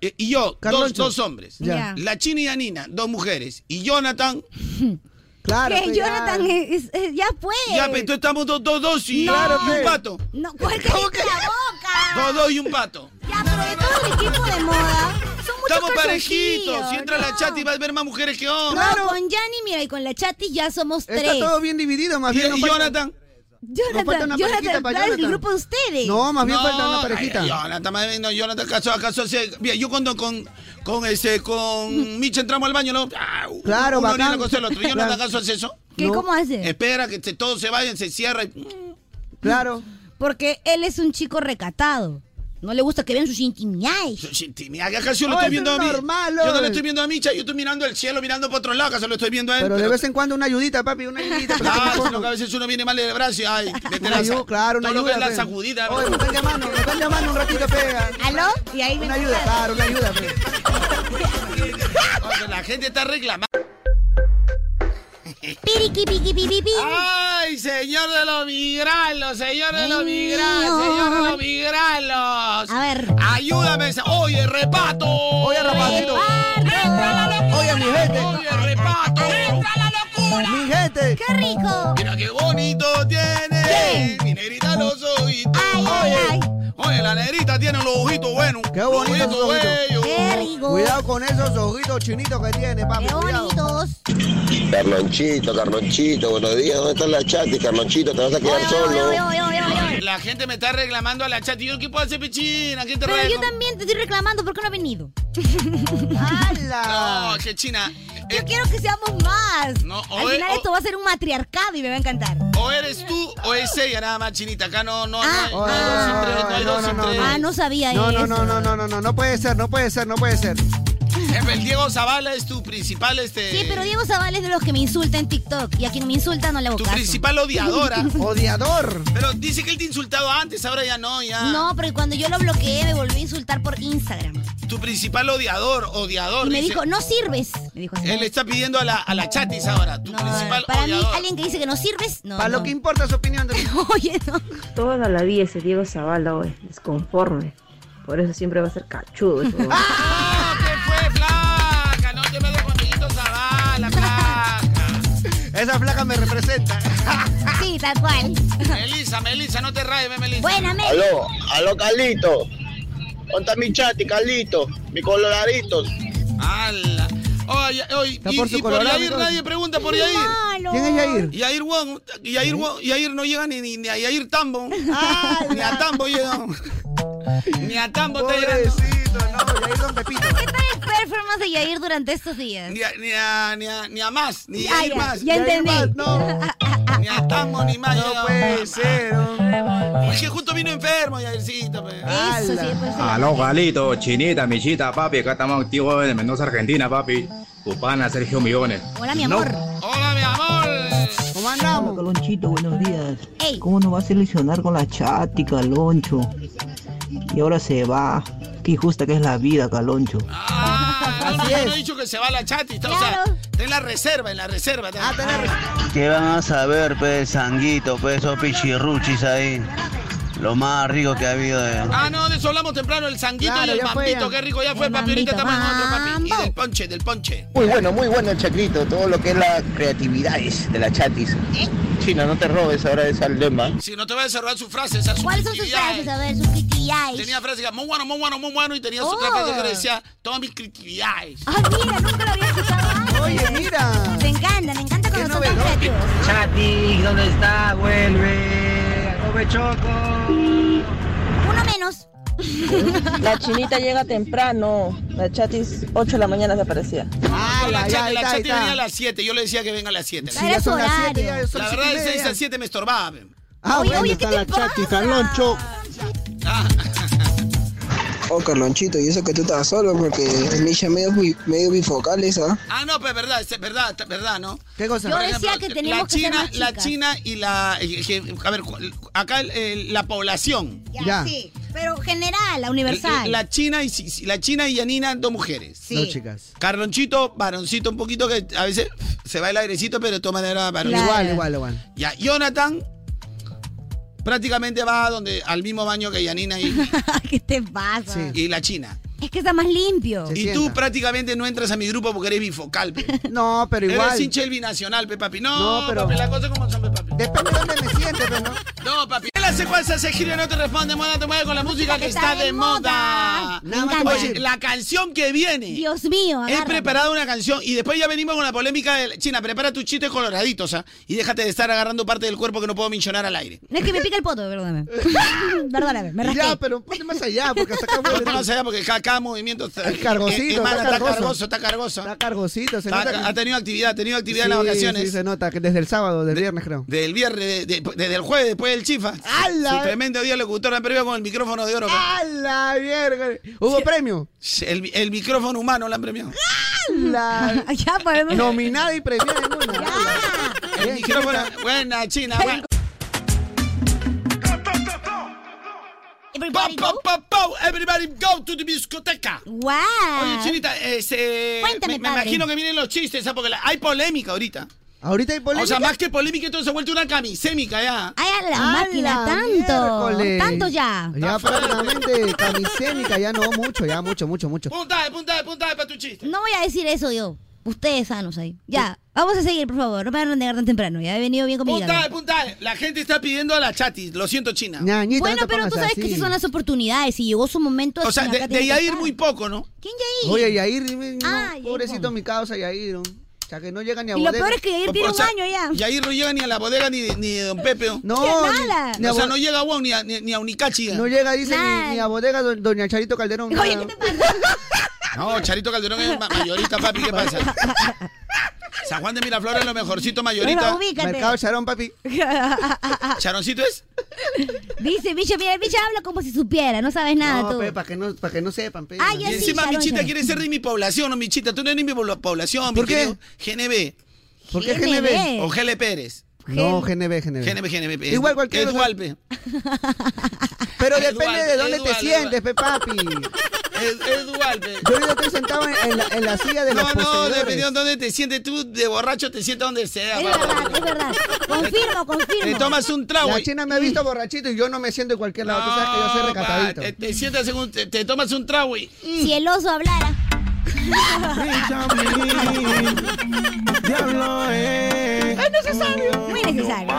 S6: eh, y yo, dos,
S4: Carloncho.
S6: dos hombres.
S2: Ya.
S6: La China y Anina, dos mujeres. Y Jonathan,
S4: Claro.
S2: que
S4: pues, ya.
S2: Jonathan es- es- ya pues.
S6: ya, pero estamos dos, dos, dos y,
S4: Claro,
S6: y un
S4: pues.
S6: pato.
S2: No, ¿cuál que
S4: ¿Cómo
S2: dice
S4: que-
S2: la boca?
S6: Dos, dos y un pato.
S2: Ya, pero de todo el equipo de moda. Son muchos
S6: Estamos parejitos.
S2: calzoncillos,
S6: Si entra
S2: no.
S6: la chat y vas a ver más mujeres que
S2: No,
S6: hombres.
S4: Claro.
S2: con Yanni, mira, y con la Chati ya somos
S4: Está
S2: tres.
S4: todo bien dividido, más
S6: Y,
S4: bien. nos
S6: y
S4: falta-
S6: Jonathan.
S4: Nos falta
S2: Jonathan,
S4: una parejita
S2: Jonathan,
S4: para
S2: ¿cuál es el
S4: Jonathan.
S2: grupo de ustedes?
S4: No, más bien
S6: no,
S4: falta una
S6: ay,
S4: parejita.
S6: Jonathan, más bien, no, Jonathan, acaso, acaso, hace- mira, yo cuando con, con este, con Micha entramos al baño, ¿no? Ah, u-
S4: Claro,
S6: uno
S4: bacán.
S6: ni una cosa del otro. Jonathan,
S4: Claro.
S6: ¿acaso hace eso?
S2: ¿Qué,
S4: No.
S2: ¿Cómo hace?
S6: Espera que se- todos se vayan, se cierra y...
S4: Claro.
S2: Porque él es un chico recatado. No le gusta que vean sus intimidades.
S6: Intimidad, que acaso yo lo
S4: Oh,
S6: estoy
S4: eso
S6: viendo
S4: es
S6: a mí.
S4: normal,
S6: Yo no
S4: oye.
S6: le estoy viendo a Micha, yo estoy mirando el cielo, mirando para otro lado, acaso lo estoy viendo a él.
S4: Pero de
S6: pero-
S4: vez en cuando una ayudita, papi, una ayudita. para que
S6: Ah,
S4: te
S6: sino
S4: pongas.
S6: que a veces uno viene mal de brazo y ay, mete
S4: Una
S6: la
S4: ayuda,
S6: sa-
S4: claro, una
S6: todo lo que
S4: ayuda.
S6: es la
S4: pe.
S6: sacudida.
S4: Oye, me están llamando, me están llamando un ratito, pega.
S2: ¿Aló? Y ahí me
S4: Una ayuda, claro, una ayuda, pe.
S6: Cuando la gente está reclamando.
S2: Piriqui, piqui, pipi, pi.
S6: ¡Ay, señor de los migralos! ¡Señor de los
S2: Ay,
S6: migralos!
S2: mío.
S6: ¡Señor de los migralos!
S2: A ver.
S6: ¡Ayúdame! esa- ¡Oye, repato! ¡Oye,
S4: rapacito.
S6: ¡Entra la locura!
S4: Oye, mi gente.
S6: ¡Oye, repato! ¡Entra la locura!
S4: Mi gente.
S2: ¡Qué rico!
S6: Mira qué bonito tiene mi negrita los ojitos.
S2: Ay, ay, ay.
S6: Oye, la negrita tiene los ojitos buenos.
S4: Qué bonito
S6: Los
S4: sus ojitos.
S6: bellos.
S2: ¡Qué rico!
S4: Cuidado con esos ojitos chinitos que tiene, papi.
S2: ¡Qué
S4: cuidado.
S2: bonitos!
S1: Carlonchito, Carlonchito, buenos días, ¿dónde está la chati? Carlonchito, te vas a quedar
S2: Oye, oye,
S1: solo.
S2: oye, oye, oye, oye.
S6: La gente me está reclamando a la chat. ¿Y yo qué puedo hacer, pichina? ¿Quién te
S2: Pero yo
S6: reclama?
S2: también te estoy reclamando porque no ha venido.
S6: No,
S4: ¡Hala!
S6: que China. eh,
S2: Yo quiero que seamos más.
S6: No,
S2: Al
S6: oye,
S2: final
S6: o- e-
S2: esto va a ser un matriarcado y me va a encantar.
S6: o eres tú o es ella, nada más, chinita. Acá no, no, no.
S2: Ah,
S6: hay- No hay dos sin tres, no hay
S4: no,
S6: dos
S4: no,
S6: sin
S4: no,
S6: tres.
S2: Ah, no sabía
S4: No, no,
S2: eso.
S4: no, no, no, no, no, no puede ser, no puede ser, no puede ser.
S6: Jefe, el Diego Zavala es tu principal, este...
S2: Sí, pero Diego Zavala es de los que me insulta en TikTok. Y a quien me insulta no le hago
S6: Tu
S2: caso.
S6: principal odiadora.
S4: Odiador.
S6: Pero dice que él te insultado antes, ahora ya no, ya.
S2: No, porque cuando yo lo bloqueé me volvió a insultar por Instagram.
S6: Tu principal odiador, odiador.
S2: Y me
S6: dice-
S2: dijo, no sirves. Me dijo así.
S6: Él le está pidiendo a la, a la chatis ahora. Tu principal
S2: Para mí,
S6: odiador.
S2: alguien que dice que no sirves, no.
S4: Para lo que importa su opinión. De...
S2: Oye, no.
S5: Toda la vida ese Diego Zavala, güey, desconforme. Por eso siempre va a ser cachudo ese güey.
S6: Flaca, no te me dejo con Dieguito Zavala, flaca.
S4: Esa flaca me representa.
S2: Sí, tal cual.
S6: Melissa, Melissa, no te rayes, ve, Melissa.
S2: Buena,
S12: Aló, aló, Carlito. ¿Dónde está mi chati, Carlito? Mi coloraditos.
S6: ¡Hala! Oye, oye,
S12: Está
S6: y,
S12: por su
S6: y por
S12: colorado,
S6: Yair
S12: entonces.
S6: nadie pregunta por
S12: Qué
S6: Yair.
S12: malo. ¿Quién es Yair?
S6: Yair ¿Eh? Wong. Yair, Wong- Yair no llega ni, ni, ni a Yair Tambo. Ah, ni a Tambo llega. ni a Tambo está llegando.
S2: ¿Qué tal el performance de Yair durante estos días?
S6: Ni a, ni a, ni a, ni a más, ni
S2: Ah,
S6: a Yair
S2: ya,
S6: más.
S2: ya
S6: Yair
S2: entendí.
S6: más, no. ni a Tambo ni más. No puede ser. Es que justo vino enfermo Yaircito. pe.
S2: Eso sí, pues.
S13: Aló, Galito, Chinita, Michita, papi, acá estamos activos en Mendoza, Argentina, papi. Tu pana, Sergio Millones.
S2: Hola, mi
S13: No.
S2: amor.
S6: Hola, mi amor.
S4: ¿Cómo andamos?
S14: Calonchito, buenos días. ¿Cómo nos va a seleccionar con la chati, Caloncho? Y ahora se va. Qué injusta que es la vida, Caloncho.
S6: Ah, no, no, yo no he dicho que se va a la chati. está, O sea, está en la reserva, en la reserva. Ah, está en la reserva.
S15: ¿Qué van a saber, pues, sanguito, pues, esos pichirruchis ahí? Lo más rico que ha habido de...
S6: Ah, no, de eso hablamos temprano, el sanguito
S15: Claro,
S6: y el
S15: ya fue,
S6: mambito,
S15: ya.
S6: qué rico, ya fue,
S15: El
S6: papi, ahorita
S15: mambito,
S6: estamos en otro, papi. Y del ponche, del ponche.
S12: Muy bueno, muy bueno el chaclito, todo lo que es la creatividad es de la chatis.
S6: ¿Eh?
S12: China, no te robes ahora de esa lema.
S6: Si no te voy a desarrollar su frase, esa su
S2: ¿Cuáles son sus frases? A ver, sus critiquillas.
S6: Tenía frase que muy bueno, muy bueno, muy bueno, y tenía su otra
S2: Oh.
S6: frase que decía, todas mis critiquidades.
S2: Ay, mira, nunca lo había escuchado antes. Oye, mira. Me encanta, me encanta cuando son tan creativos.
S16: Chati, ¿dónde está? Vuelve. Come choco.
S2: Uno menos.
S17: La chinita llega temprano. La chatis 8 de la mañana se aparecía.
S6: Yo
S17: ya,
S6: la chat-
S17: ahí está,
S6: la chat
S17: ahí está.
S6: venía a las 7, yo le decía que venga a las 7.
S17: Sí, ya son las siete, ya son
S6: La
S17: siete
S6: verdad,
S17: y
S6: de
S17: media.
S6: 6 a 7 me estorbaba. pe.
S17: Ah,
S6: Oye,
S17: bueno,
S6: oye,
S17: está
S6: ¿qué
S17: la
S6: te pasa?
S17: chati, Carloncho.
S6: Ah,
S18: Oh, Carlonchito, y eso que tú estás solo, porque Misha medio, bi- medio bifocal esa.
S6: Ah, no, pero verdad, es verdad, es verdad, ¿no? ¿Qué
S18: cosa?
S2: Yo decía que teníamos
S6: la
S2: que ser
S6: China,
S2: más
S6: La
S2: chicas.
S6: China y la... eh, que- a ver, cu- acá eh, la población.
S2: Ya, sí. Pero general, la universal.
S6: La, la China y si- si- la China y Yanina, dos mujeres.
S2: Sí. Dos chicas.
S6: Carlonchito, varoncito, un poquito que a veces se va el airecito, pero de todas maneras varoncito.
S4: Igual, igual, igual.
S6: Ya, Jonathan prácticamente va donde, al mismo baño que Yanina y,
S2: ¿Qué te pasa?
S6: y la China.
S2: Es que está más limpio.
S6: y tú prácticamente no entras a mi grupo porque eres bifocal, pe.
S4: No, pero igual.
S6: Eres hincha del binacional, pe, papi. No,
S4: No, pero-
S6: papi, las cosas como son, pe, papi.
S4: Depende de dónde me sientes, pero no.
S6: No, papi. La secuencia se gira, no te responde, moda, te mueve con la música que está de moda.
S2: Me encanta.
S6: Oye, la canción que viene. Dios
S2: mío,
S6: He preparado una canción y después ya venimos con la polémica de China. Prepara tus chistes coloraditos, ¿ah? Y déjate de estar agarrando parte del cuerpo que no puedo mencionar al aire.
S2: No es que me pica el poto, perdóname. perdóname, me rasqué.
S4: Ya, pero ponte más allá, porque hasta acá
S6: No, no sé, porque cada, cada movimiento está
S4: Es cargosito,
S6: eh,
S4: está
S6: emana, está
S4: cargoso.
S6: cargoso, está cargoso. Está
S4: cargosito, se nota que-
S6: Ha tenido actividad, ha tenido actividad en las
S4: Sí,
S6: vacaciones.
S4: Sí, se nota que desde el sábado, del viernes creo.
S6: Del viernes, de- de- desde el jueves, después del chifa.
S4: ¡Hala!
S6: Su tremendo día locutor en previo con el micrófono de oro.
S4: ¡A la mierda! ¿Hubo premio?
S6: El, el micrófono humano la han premiado.
S4: La...
S2: ya,
S4: Nominada y premiada en una.
S6: El micrófono. Buena, China. buena.
S2: Everybody
S6: go. Everybody go to the discoteca.
S2: Wow.
S6: Oye, Chinita, este,
S4: Cuéntame,
S6: me, me
S4: padre.
S6: imagino que vienen los chistes, ¿ah? porque la- hay polémica ahorita.
S4: Ahorita hay polémica.
S6: O sea, más que polémica, entonces se ha vuelto una camisémica ya.
S2: Ay, a la
S4: ¡A
S2: máquina,
S4: la
S2: tanto.
S4: miércoles!
S2: Tanto ya.
S4: Ya prácticamente camisémica, ya no, mucho, ya mucho, mucho, mucho.
S6: Punta, punta, punta para tu chiste.
S2: No voy a decir eso yo. Ustedes sanos ahí. Ya, vamos a seguir, por favor. No me van a negar tan temprano. Ya he venido bien conmigo.
S6: Punta, punta. La gente está pidiendo a la chatis. Lo siento, China.
S2: Bueno, pero tú sabes que esas son las oportunidades y llegó su momento.
S6: O sea,
S2: acá
S6: de,
S2: tiene
S6: de
S2: que
S6: Yair
S2: estar.
S6: muy poco, ¿no?
S2: ¿Quién Yair?
S4: Oye, Yair, dime, no,
S2: Ah, Yair,
S4: pobrecito mi causa Yair. ¿no? O sea, que no llega ni a
S2: Y lo
S4: bodega.
S2: peor es que
S6: Pues,
S2: Yair tiene un año ya.
S6: Yair no llega ni a la bodega ni, ni de Don Pepe. No,
S4: Que nada.
S6: Ni, o sea, no llega a Wong ni a, ni, ni a Unicachi. ya.
S4: No llega, dice, ni, ni a bodega do- doña Charito Calderón. nada.
S6: No, Charito Calderón es ma- mayorita, papi, ¿qué pasa? San Juan de Miraflores es lo mejorcito mayorita.
S2: Bueno, ubícate. Ah,
S4: Mercado Charón, papi.
S6: ¿Charoncito es?
S2: Dice, Micha, mira, Micha habla como si supiera, no sabes nada Ah, tú.
S4: para que, no, pa' que no sepan, pe.
S2: Ah,
S6: Y
S2: yo sí,
S6: encima
S2: Charón,
S6: Michita
S2: Charón.
S6: quiere ser de mi población, no Michita, tú no eres de mi pobl- población, ¿Por qué? GNB.
S4: ¿Por qué GNB?
S6: O GL Pérez.
S4: No, E GNB, GNB.
S6: GNB, GNB. es-
S4: Igual cualquier
S6: eh, Es
S4: otra-
S6: igual, pe.
S4: Pero
S6: Es
S4: depende
S6: dual,
S4: de
S6: es
S4: dónde te
S6: dual, es
S4: sientes, pe, papi.
S6: Es, es dual, pe.
S4: Yo ahorita estoy sentado en, en la, en la silla de
S6: No,
S4: los
S6: no,
S4: poseedores.
S6: dependiendo de dónde te sientes tú, de borracho te sientes donde sea.
S2: Es
S6: papá.
S2: verdad, es verdad. Confirmo, confirmo.
S6: Te tomas un trago.
S4: La
S6: y- Mm.
S4: china me ha visto borrachito y yo no me siento en cualquier lado. Tú sabes que yo soy
S6: No, pa,
S4: recatadito.
S6: te, te sientas en un- te, te tomas un trago y... Mm.
S2: Si el oso hablara. Ay, necesario. Muy necesario.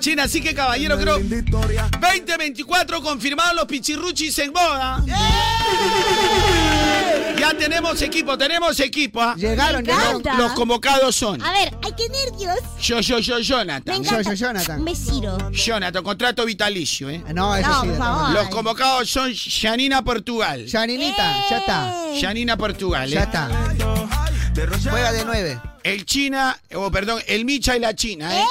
S6: China, así que caballero, creo. 2024 confirmados los pichirruchis en boda.
S2: ¡Eh!
S6: Ya tenemos equipo, tenemos equipo. ¿ah?
S4: Llegaron,
S2: Me llegaron. encanta.
S6: Los convocados son.
S2: A ver, ay, qué nervios.
S6: Yo, yo, yo,
S2: Me
S6: Jonathan.
S2: encanta. Me ciro.
S6: Jonathan, contrato vitalicio, ¿eh?
S4: No, eso sí.
S2: No, por
S4: de todas
S2: favor.
S4: maneras.
S6: Los convocados son Janina Portugal.
S4: Yaninita, ya está.
S6: Janina Portugal, ¿eh?
S4: Ya está. Juega de nueve.
S6: El China, o perdón, el Micha y la China, ¿eh?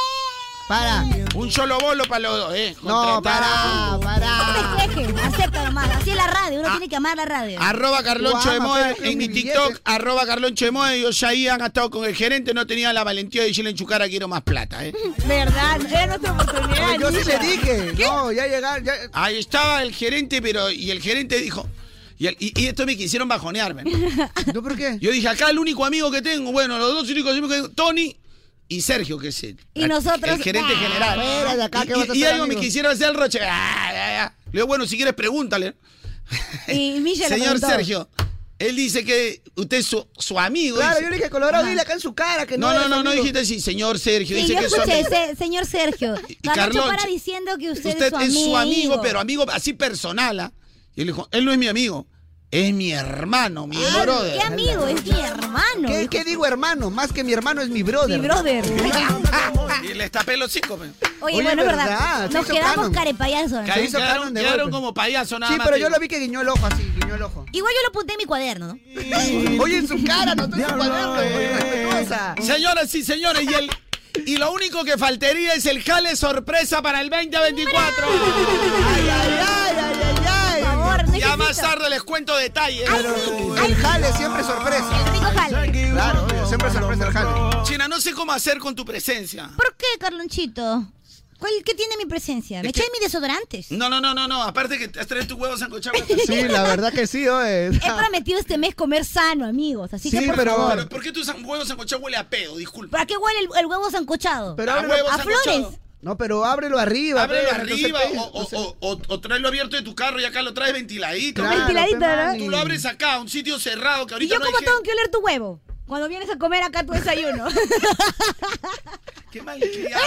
S4: Para.
S6: Un solo bolo para los dos, ¿eh?
S4: No, para, para.
S2: No te quejes, acepta nomás. Así es la radio, uno tiene que amar la radio.
S6: Ah. Arroba Carloncho
S4: Guau,
S6: de Moda
S4: pero
S6: en mi
S4: mi
S6: TikTok,
S4: billete.
S6: arroba Carloncho de Moda. Ellos ahí han estado con el gerente, no tenían la valentía de decirle en su cara quiero más plata, ¿eh?
S2: Verdad, era nuestra oportunidad.
S4: Yo sí
S2: Misha.
S4: le dije. No, ya llegaron. ya-
S6: Ahí estaba el gerente, pero. Y el gerente dijo. Y, el- y- y esto me quisieron bajonearme.
S4: ¿No por qué?
S6: Yo dije, acá el único amigo que tengo, bueno, los dos únicos amigos que tengo, Tony y Sergio, que es el,
S2: Y nosotros-
S6: el gerente
S2: Ah,
S6: general.
S4: fuera de acá, ¿qué
S6: y
S4: vas a
S6: y- y
S4: hacer,
S6: algo me
S4: amigo?
S6: quisieron hacer el roche. Ah, ya, ya. Le digo, bueno, si quieres, pregúntale.
S2: Y Misha le
S6: Señor
S2: preguntó.
S6: Sergio, él dice que usted es su, su amigo.
S4: Claro,
S6: dice.
S4: yo le dije, Colorado, dile acá en su cara que no.
S6: No, no,
S4: eres
S6: no, no
S4: amigo.
S6: dijiste así, señor Sergio.
S2: Sí,
S6: dice
S2: yo
S6: que es su
S2: escuché,
S6: amigo.
S2: se- señor Sergio. Carlos
S6: Carloncho,
S2: para diciendo que usted,
S6: Usted
S2: es su amigo.
S6: pero amigo así personal. ¿ah? Y él dijo, él no es mi amigo, es mi hermano, mi
S2: Ay,
S6: brother.
S2: ¿Qué Ah, amigo? Es mi hermano.
S4: ¿Qué, qué digo, hermano? Más que mi hermano es mi brother.
S2: Mi brother.
S6: Y le tapé los cinco. pe.
S2: Oye,
S4: Oye,
S2: bueno, es
S4: verdad,
S2: verdad.
S4: se
S2: Nos
S4: hizo
S2: quedamos
S4: canon.
S2: carepayasos.
S6: Caí-
S4: hizo canon
S6: Quedaron,
S4: de
S6: quedaron
S4: golpe.
S6: como payaso nada
S4: Sí,
S6: más.
S4: pero
S6: te
S4: yo
S6: digo.
S4: lo vi que guiñó el ojo así, guiñó el ojo.
S2: Igual yo lo apunté en mi cuaderno, ¿no?
S4: Oye, en su cara, no estoy en su cuaderno, oye, cosa.
S6: eh. Señoras y señores, y, el, y lo único que faltaría es el jale sorpresa para el 2024.
S4: Ay, ay, ay, ay, ay, ay.
S2: Por favor, necesito.
S6: ya más tarde les cuento detalles.
S4: El jale siempre sorpresa.
S2: El rico jale.
S4: Claro, obvio, siempre sorpresa el jale.
S6: China, no sé cómo hacer con tu presencia.
S2: ¿Por qué, Carlonchito? ¿Cuál, ¿Qué tiene mi presencia? Me
S6: Es que-
S2: eché mis desodorantes.
S6: No, no, no, no, no. Aparte que te has traído tus huevos sancochados.
S4: Sí, la verdad que sí, oye.
S2: He prometido este mes comer sano, amigos. Así que
S4: Sí,
S2: por
S4: pero-
S2: favor.
S6: Pero ¿por qué tu san- huevo sancochado huele a pedo? Disculpa.
S2: ¿Para qué huele el, el huevo sancochado?
S4: Pero
S6: A
S4: ábrelo,
S6: huevo
S2: a
S6: sancochado.
S2: flores.
S4: no, pero ábrelo arriba.
S6: Ábrelo
S4: pe, entonces,
S6: arriba pues,
S4: pe,
S6: o, o,
S4: entonces-
S6: o, o- o traerlo abierto de tu carro y acá lo traes ventiladito.
S4: Claro,
S2: Ventiladito,
S4: pe,
S2: ¿no?
S4: mani.
S6: Tú lo abres acá, un sitio cerrado que
S2: ¿Y
S6: ahorita
S2: yo
S6: no
S2: cómo
S6: hay
S2: tengo que oler tu huevo? Cuando vienes a comer acá tu desayuno.
S6: gente. Qué malcriada.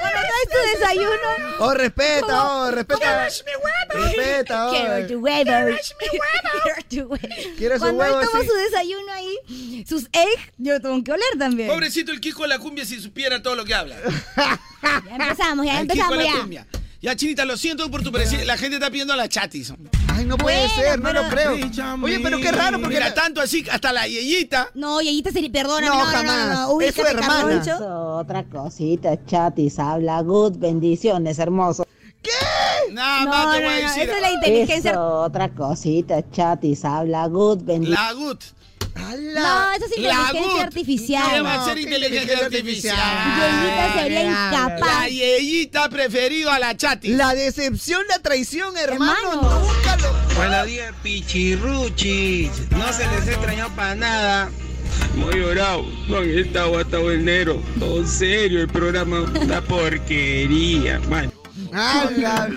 S2: Cuando traes tu desayuno.
S4: Oh, respeta,
S2: ¿Cómo?
S4: oh, respeta.
S2: ¿Cómo?
S4: Respeta, oh.
S2: Quiero tu huevo. Quiero tu huevo.
S4: Quiero su
S2: Cuando
S4: huevo,
S2: él toma
S4: sí.
S2: su desayuno ahí, sus eggs, yo tengo que oler también.
S6: Pobrecito el Kiko de la cumbia si supiera todo lo que habla.
S2: Ya empezamos, ya
S6: El Kiko
S2: empezamos
S6: de la
S2: ya.
S6: cumbia. Ya, Chinita, lo siento por tu presencia. La gente está pidiendo a la chatis.
S4: Ay, no puede
S2: Bueno,
S4: ser, no
S2: pero-
S4: lo creo. Oye, pero qué raro porque
S6: Mira,
S4: la-
S6: tanto así, hasta la yeyita.
S2: No, Yeyita, se... perdóname.
S4: No,
S2: No, no,
S4: jamás.
S2: No, no,
S4: Es
S2: ubícate,
S4: su hermana.
S2: Carloncho.
S19: Otra cosita, chatis, habla good, bendiciones, hermoso.
S6: Nada
S2: No,
S6: más
S2: no,
S6: te voy a
S2: no,
S6: decir.
S2: esa es la inteligencia.
S19: Eso, otra cosita, chatis, habla good, bendiciones.
S6: La gut.
S2: No, eso es
S6: La gut.
S2: inteligencia
S6: ¿Qué
S2: artificial.
S6: va a ser inteligencia artificial?
S2: Yeyita sería
S6: La
S2: incapaz.
S6: yeyita preferido a la chatis.
S4: La decepción, la traición, hermano.
S2: Hermano.
S4: Nunca lo.
S16: Buenos días, pichirruchis. No se les extrañó para nada.
S20: Muy bravo, con esta guata enero. Todo serio, el programa una porquería, man.
S4: Ah, la-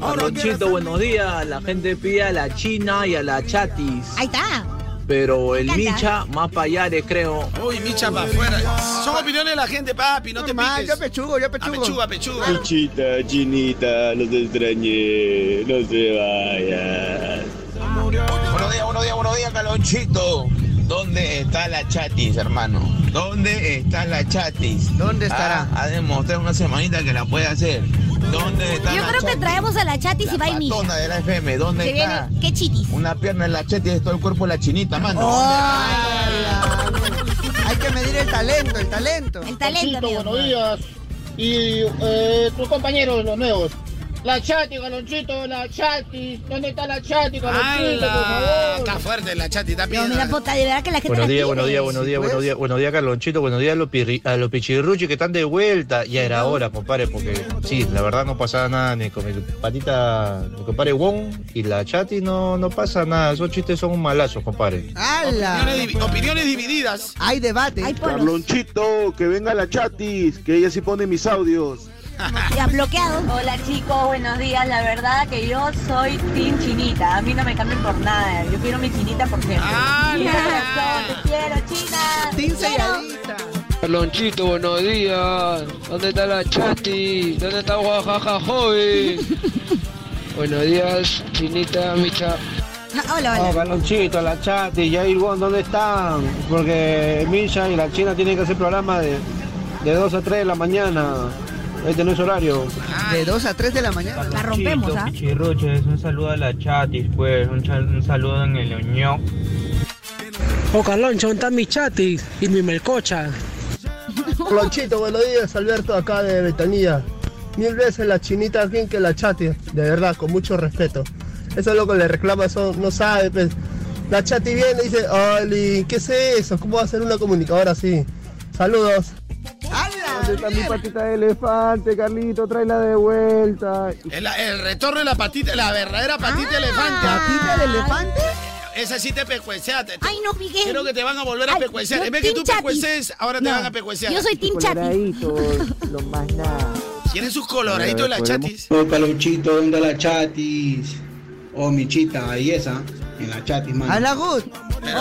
S21: Carlonchito, buenos días. La gente pide a la China y a la Chatis.
S2: Ahí está.
S21: Pero el
S2: Me encanta.
S21: Micha más payares, creo.
S6: Uy, micha para afuera. Son opiniones de la gente, papi, no te
S4: Normal, yo
S6: piques.
S4: pechugo, yo
S6: A
S4: pechugo.
S6: pechuga, pechuga.
S22: Chita, chinita, los extrañé, no se vayan.
S12: Buenos días, buenos días, buenos días, Calonchito. ¿Dónde está la chatis, hermano? ¿Dónde está la chatis?
S4: ¿Dónde estará?
S12: Ah, Ha, demostrado una semanita que la puede hacer. ¿Dónde está
S2: Yo
S12: la
S2: creo que
S12: Chatis?
S2: traemos a la chatis y va y milla.
S12: Patona de la FM, ¿dónde
S2: Se
S12: está?
S2: viene, ¿qué chitis?
S12: Una pierna en la chetis y todo el cuerpo en la chinita, mano.
S4: Hay que medir el talento, el talento. El
S2: talento, amigo.
S1: buenos días. Y eh, tus compañeros, los nuevos. La chati, galonchito, la chati. ¿Dónde está la chati, galonchito, por
S6: ¡Hala!
S1: favor?
S6: Está fuerte la chati, está
S2: Dios,
S6: pidiendo.
S2: mira, puta, de verdad que la gente
S23: Buenos
S2: la
S23: días,
S2: quiere.
S23: buenos días, buenos días, buenos días, buenos días, Carlonchito, buenos días a los, pirri- a los pichirruchis que están de vuelta. Ya era hora, compadre, porque sí, la verdad no pasa nada ni con mi patita, mi compadre Wong y la chati no, no pasa nada. Esos chistes son un malazo, compadre.
S4: ¡Hala!
S6: Opiniones divididas.
S4: Hay debate. Hay
S24: Carlonchito, que venga la chatis, que ella sí pone mis audios.
S2: Ya bloqueado.
S25: Hola chicos, buenos días. La verdad que yo soy Team Chinita. A mí no me cambian por nada. Yo quiero mi chinita por siempre. Te quiero, China.
S4: Team
S26: Carlonchito, buenos días. ¿Dónde está la chati? ¿Dónde está Guajaja joven? buenos días, chinita, micha.
S2: Ah, Hola, hola.
S26: Oh, Carlonchito, la chati, Jair Won, ¿dónde están? Porque Misha y la China tienen que hacer programa de, de 2 a 3 de la mañana. Este no es horario.
S6: ah.
S4: De 2 a 3 de la mañana. La ¿ah?
S27: Chito,
S2: ¿ah?
S27: Pichirruches, un saludo a la chatis, pues, un, chal- un saludo en el oñó.
S7: O Carloncho, ¿dónde están mis chatis y mi melcocha?
S28: Lonchito, buenos días, Alberto, acá de Betanía. Mil veces la chinita aquí que la chati, de verdad, con mucho respeto. Eso loco le reclama, eso no sabe, pues. La chati viene y dice, Oli, ¿qué es eso? ¿Cómo va a ser una comunicadora así? Saludos.
S12: ¿Dónde está mi patita de elefante, Carlito? Tráela de vuelta.
S6: El, el retorno de la patita, la verdadera patita
S2: Ah.
S6: elefante.
S4: ¿Patita de elefante?
S6: Esa sí te pecuecea. te- te-
S2: Ay, no, Miguel.
S6: Creo que te van a volver a
S2: Ay,
S6: pecuecear.
S2: yo
S6: En vez que
S2: team
S6: tú
S2: chatis.
S6: pecuecees, ahora te
S2: No,
S6: van a pecuecear.
S2: Yo soy Team Chatis.
S26: Lo más nada.
S6: Tienen sus coloraditos la chatis.
S26: Oh, Carlonchito, ¿dónde la chatis? Oh, michita, ahí esa, en la chatis, mano.
S4: Habla
S26: good.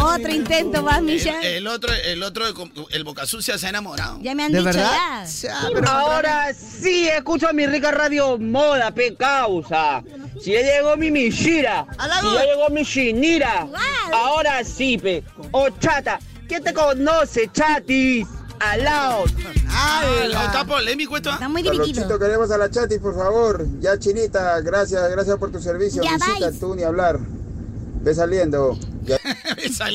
S2: Otro intento más, Misha.
S6: El otro, el otro, el boca sucia se ha enamorado.
S2: Ya me han
S6: ¿De
S2: dicho
S6: verdad?
S2: ya.
S27: Ahora sí,
S28: eh.
S27: escucho a mi rica radio moda, pe causa. Si ya llegó mi Mishira, si ya llegó mi Shinira. Ahora sí, pe. Oh, chata, ¿quién te conoce, chatis? Alao.
S6: Ah, Está polémico esto. Está
S2: muy
S7: Carlonchito, queremos a la chatis, por favor. Ya, chinita, gracias, gracias por tu servicio.
S4: Ya
S7: Visita
S4: vais.
S7: tú ni hablar. Ve saliendo. Ya.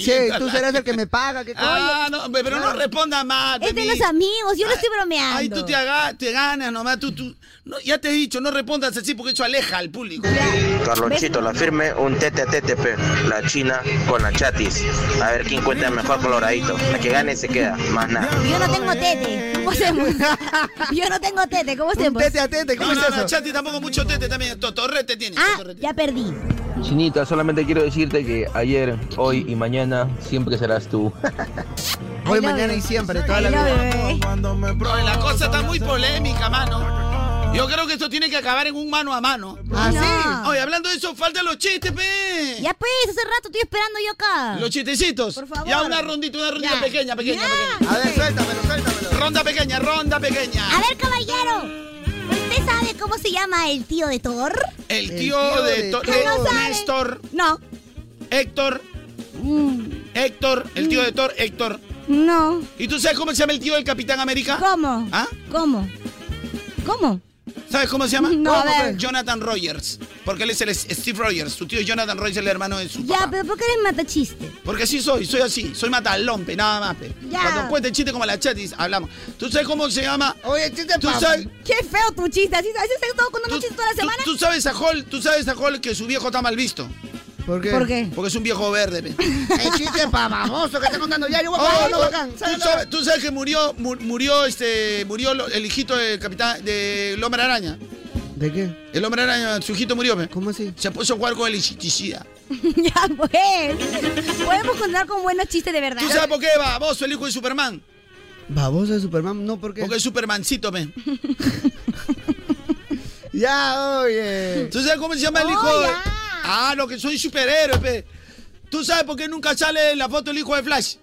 S4: Che, tú serás el que me paga, ¿qué
S6: Ah,
S4: coño?
S6: no, pero no responda más.
S2: Es de
S6: Temis.
S2: los amigos, yo lo estoy bromeando.
S6: Ay, tú te, haga- te ganas nomás, tú, tú. No, ya te he dicho, no respondas así porque eso aleja al público.
S12: Carlonchito, la firme, un tete a tete, pe. La china con la chatis. A ver quién cuenta mejor coloradito. La que gane se queda, más nada.
S2: Yo no tengo tete. ¿Cómo hacemos? Yo no tengo tete. ¿Cómo hacemos? Tete
S4: a tete.
S6: No, no, no, Chati, tampoco mucho tete también. Totorrete tiene.
S2: Ah, ya perdí.
S7: Chinita, solamente quiero decirte que ayer, hoy y mañana siempre serás tú.
S4: Hoy, mañana y siempre, toda la vida.
S6: Bro, la cosa está muy polémica, mano. Yo creo que esto tiene que acabar en un mano a mano.
S2: ¿Ah, sí?
S6: Oye, hablando de eso, faltan los chistes, pe.
S2: Ya pues, hace rato estoy esperando yo acá.
S6: Los chistecitos.
S2: Por favor.
S6: Ya una rondita, una rondita
S2: Ya.
S6: pequeña, pequeña,
S2: Ya.
S6: pequeña. A ver, suéltamelo, suéltamelo. Ronda pequeña, ronda pequeña.
S2: A ver, caballero. ¿Usted sabe cómo se llama el tío de Thor?
S6: El tío, de, to-
S2: ¿Tú
S6: de
S2: no sabes?
S6: Néstor.
S2: No.
S6: Héctor. Héctor, el tío de Thor, Héctor.
S2: Mm. No.
S6: ¿Y tú sabes cómo se llama el tío del Capitán América?
S2: ¿Cómo?
S6: ¿Ah?
S2: ¿Cómo? ¿Cómo?
S6: ¿Sabes cómo se llama?
S2: No, a
S6: ¿Cómo?
S2: ver.
S6: Jonathan Rogers. Porque él es el S- Steve Rogers. Su tío es Jonathan Rogers, el hermano de su
S2: Ya,
S6: papá.
S2: pero ¿por qué eres matachiste?
S6: Porque así soy, soy así. Soy matalompe, nada más. pe.
S2: Ya.
S6: Cuando cuente el chiste como la chatis, hablamos. ¿Tú sabes cómo se llama?
S4: Oye, chiste,
S6: ¿Tú sabes,
S2: Qué feo tu chiste. Así así estás todo contando chistes toda la semana.
S6: tú sabes a Hall, tú sabes a Hall que su viejo está mal visto.
S4: ¿Por qué?
S2: ¿Por qué?
S6: Porque es un viejo verde. pe.
S4: El chiste pa' mamoso que está contando ya, yo voy a
S6: Oh,
S4: pagar,
S6: no,
S4: no, bacán.
S6: ¿tú,
S4: Sácalo.
S6: sabes, tú sabes que murió, mu- murió, este, murió lo- el hijito del capitán, del hombre araña.
S4: ¿De qué?
S6: El hombre araña, su hijito murió. pe.
S4: ¿Cómo así?
S6: Se puso a jugar con el insecticida.
S2: ya pues. Podemos contar con buenos chistes de verdad.
S6: ¿Tú sabes por qué va? Vos, el hijo de Superman.
S4: Babosa de Superman, no, porque.
S6: Porque es Supermancito, pe.
S4: Ya, oye.
S6: ¿Tú sabes cómo se
S4: Oh,
S6: llama el hijo? de- Ah, lo que soy superhéroe, pe. ¿Tú sabes por qué nunca sale en la foto el hijo de Flash?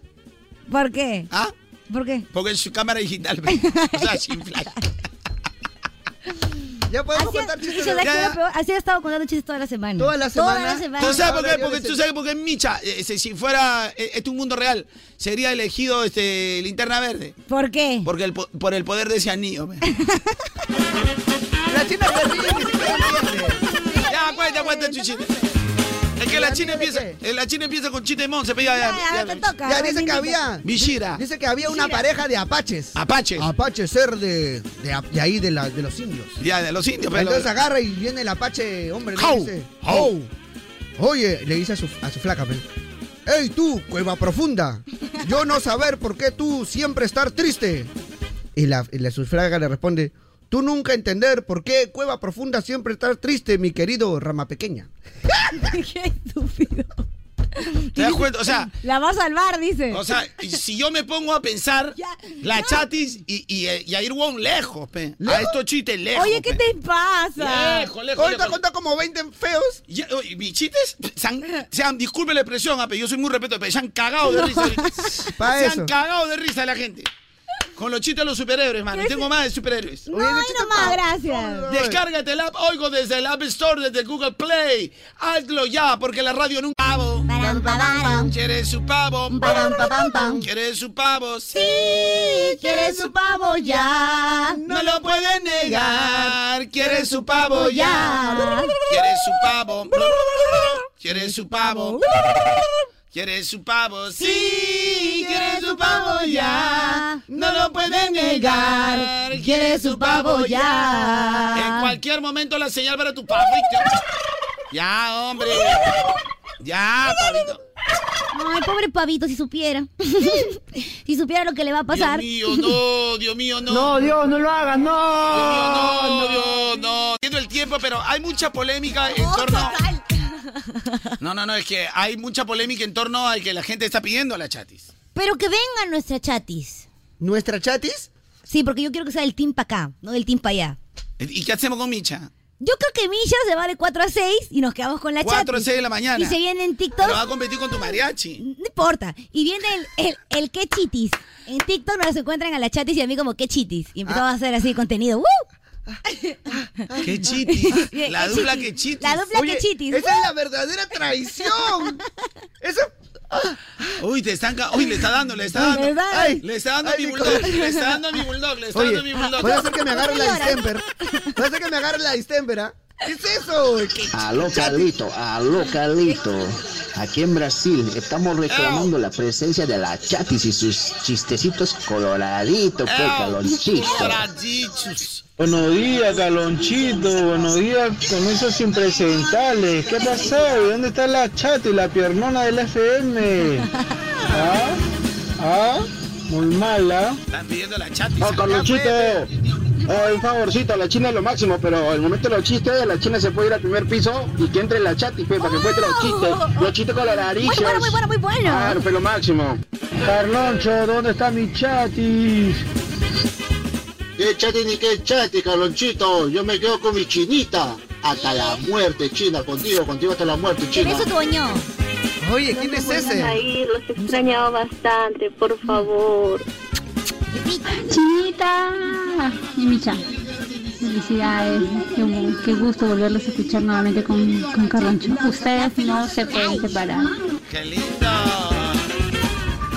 S2: ¿Por qué?
S6: ¿Ah?
S2: ¿Por qué?
S6: Porque es su cámara digital, pe. O sea, sin Flash.
S4: Ya podemos
S2: Así-
S4: contar chistes.
S2: y se da
S4: de-
S2: que lo peor, Así he estado contando chistes toda la semana. Toda la Toda la semana.
S6: ¿Tú sabes por qué? Porque tú sabes por qué, Micha, eh, si si fuera eh, este un mundo real, sería elegido este linterna verde.
S2: ¿Por qué?
S6: Porque el, po- por el poder de ese anillo. pe.
S4: La china se ríe, ni siquiera ríe.
S6: Ya, cuenta, cuenta tu chiste. Es que la china empieza, eh, la china empieza con chiste Monse, pe, ya, ya, ya, ya.
S4: Ya dice que había.
S6: Vishira.
S4: Dice que había una pareja de apaches.
S6: Apaches.
S4: Apaches, ser de, de, de ahí, de, la, de los indios.
S6: Ya, de los indios, pe,
S4: Entonces
S6: lo-
S4: agarra y viene el apache, hombre, le
S6: How,
S4: dice,
S6: how.
S4: "Oh". Oye, le dice a su, a su flaca, pe, ¡Ey tú, cueva profunda! Yo no saber por qué tú siempre estar triste. Y la, y la su flaca le responde, tú nunca entender por qué cueva profunda siempre estar triste, mi querido rama pequeña.
S6: ¿Te das cuenta? O sea,
S2: La va a salvar, dice.
S6: o sea, y si yo me pongo a pensar, la chatis y, y, eh, Yair Wong lejos, pe. A estos chistes lejos.
S2: Oye, ¿qué
S6: pe.
S2: te pasa?
S6: Lejos, lejos.
S2: Ahorita
S6: contó
S4: como 20 feos.
S6: ¿Mis chistes? Se han, se han- disculpe la expresión, ah, pero yo soy muy respeto, pero se han cagado de
S4: No.
S6: risa.
S4: Pa'
S6: se
S4: eso.
S6: han cagado de risa la gente. Con los chistes de los superhéroes, mano. Tengo más de superhéroes.
S2: No, hay nomás, gracias.
S6: Descárgate el app Oigo desde el App Store, desde el Google Play. Hazlo ya, porque la radio nunca... Pavo. ¿Quieres su pavo? ¿Quieres su pavo? Sí.
S2: ¿Quieres su pavo ya?
S6: No lo puedes negar. ¿Quieres su pavo ya? ¿Quieres su pavo? ¿Quieres su pavo? ¿Quieres su pavo? Sí. ¿Quieres su pavo ya? No lo puedes negar. ¿Quieres su pavo ya? En cualquier momento la señal para tu pavo. Ya, hombre. Ya, pavito.
S2: Ay, pobre pavito, si supiera. si supiera lo que le va a pasar.
S6: Dios mío, no, Dios mío, no.
S2: Dios, no lo hagas,
S6: No, no, Dios, no. Entiendo el tiempo, pero hay mucha polémica en torno. No, no, no, es que hay mucha polémica en torno al que la gente está pidiendo a la chatis.
S2: Pero que vengan nuestra chatis.
S4: ¿Nuestra chatis?
S2: Sí, porque yo quiero que sea el team para acá, no del team para allá.
S6: ¿Y qué hacemos con Micha?
S2: Yo creo que Milla se va de 4 a 6 y nos quedamos con la chatis.
S6: 4 a 6 de la mañana.
S2: Y se viene en TikTok.
S6: Pero va a competir con tu mariachi.
S2: No importa. Y viene el, el, el qué chitis. En TikTok nos encuentran a la chatis y a mí como qué chitis. Y
S4: Ah.
S2: empezamos a hacer así contenido. ¡Woo!
S6: Qué chitis.
S2: Bien,
S6: La
S2: qué
S6: dupla
S2: chitis.
S6: que chitis.
S2: La dupla que chitis.
S4: Esa es la verdadera traición.
S6: Ah. Uy, te están. ca- Uy, le está dando, le está
S4: Ay,
S6: dando.
S4: me da. Ay.
S6: le está dando a
S4: Ay,
S6: mi
S4: mi
S6: bulldog.
S4: corazón.
S6: Le está dando a mi bulldog. Le está
S4: Oye,
S6: dando a mi bulldog.
S4: puede ser que me agarre la distemper. Puede ser que me agarre la distemper, ¿ah? ¿Qué es eso?
S29: Aló Carlito, aló Carlito. Aquí en Brasil estamos reclamando la presencia de la chatis y sus chistecitos coloraditos, pues,
S6: Ah,
S29: Carlonchito.
S6: Coloraditos.
S7: Buenos días, Galonchito. Buenos días con esos impresentables. ¿Qué pasó? ¿Y ¿Dónde está la chata y la piernona del FM? ¿Ah? ¿Ah? Muy mala.
S6: Están pidiendo la chatis.
S29: Oh, Carlonchito,
S6: pues.
S29: eh, un favorcito, la china es lo máximo, pero al momento de los chistes, la china se puede ir al primer piso y que entre la chatis, pues, para que encuentre los chistes. Los chistes coloraditos.
S2: Muy bueno, muy bueno, muy bueno.
S29: Claro, Ah, fue lo máximo.
S7: Carloncho, ¿dónde está mi chatis?
S30: ¿Qué chati ni qué chati, Carlonchito? Yo me quedo con mi chinita. Hasta la muerte, China. Contigo, contigo hasta la muerte, China.
S4: Oye, ¿quién es ese?
S31: los he extrañado bastante, por favor. Chinita y Micha. Felicidades, qué, bu- qué gusto volverlos a escuchar nuevamente con, con Carloncho. Ustedes no se pueden separar.
S6: Qué lindo.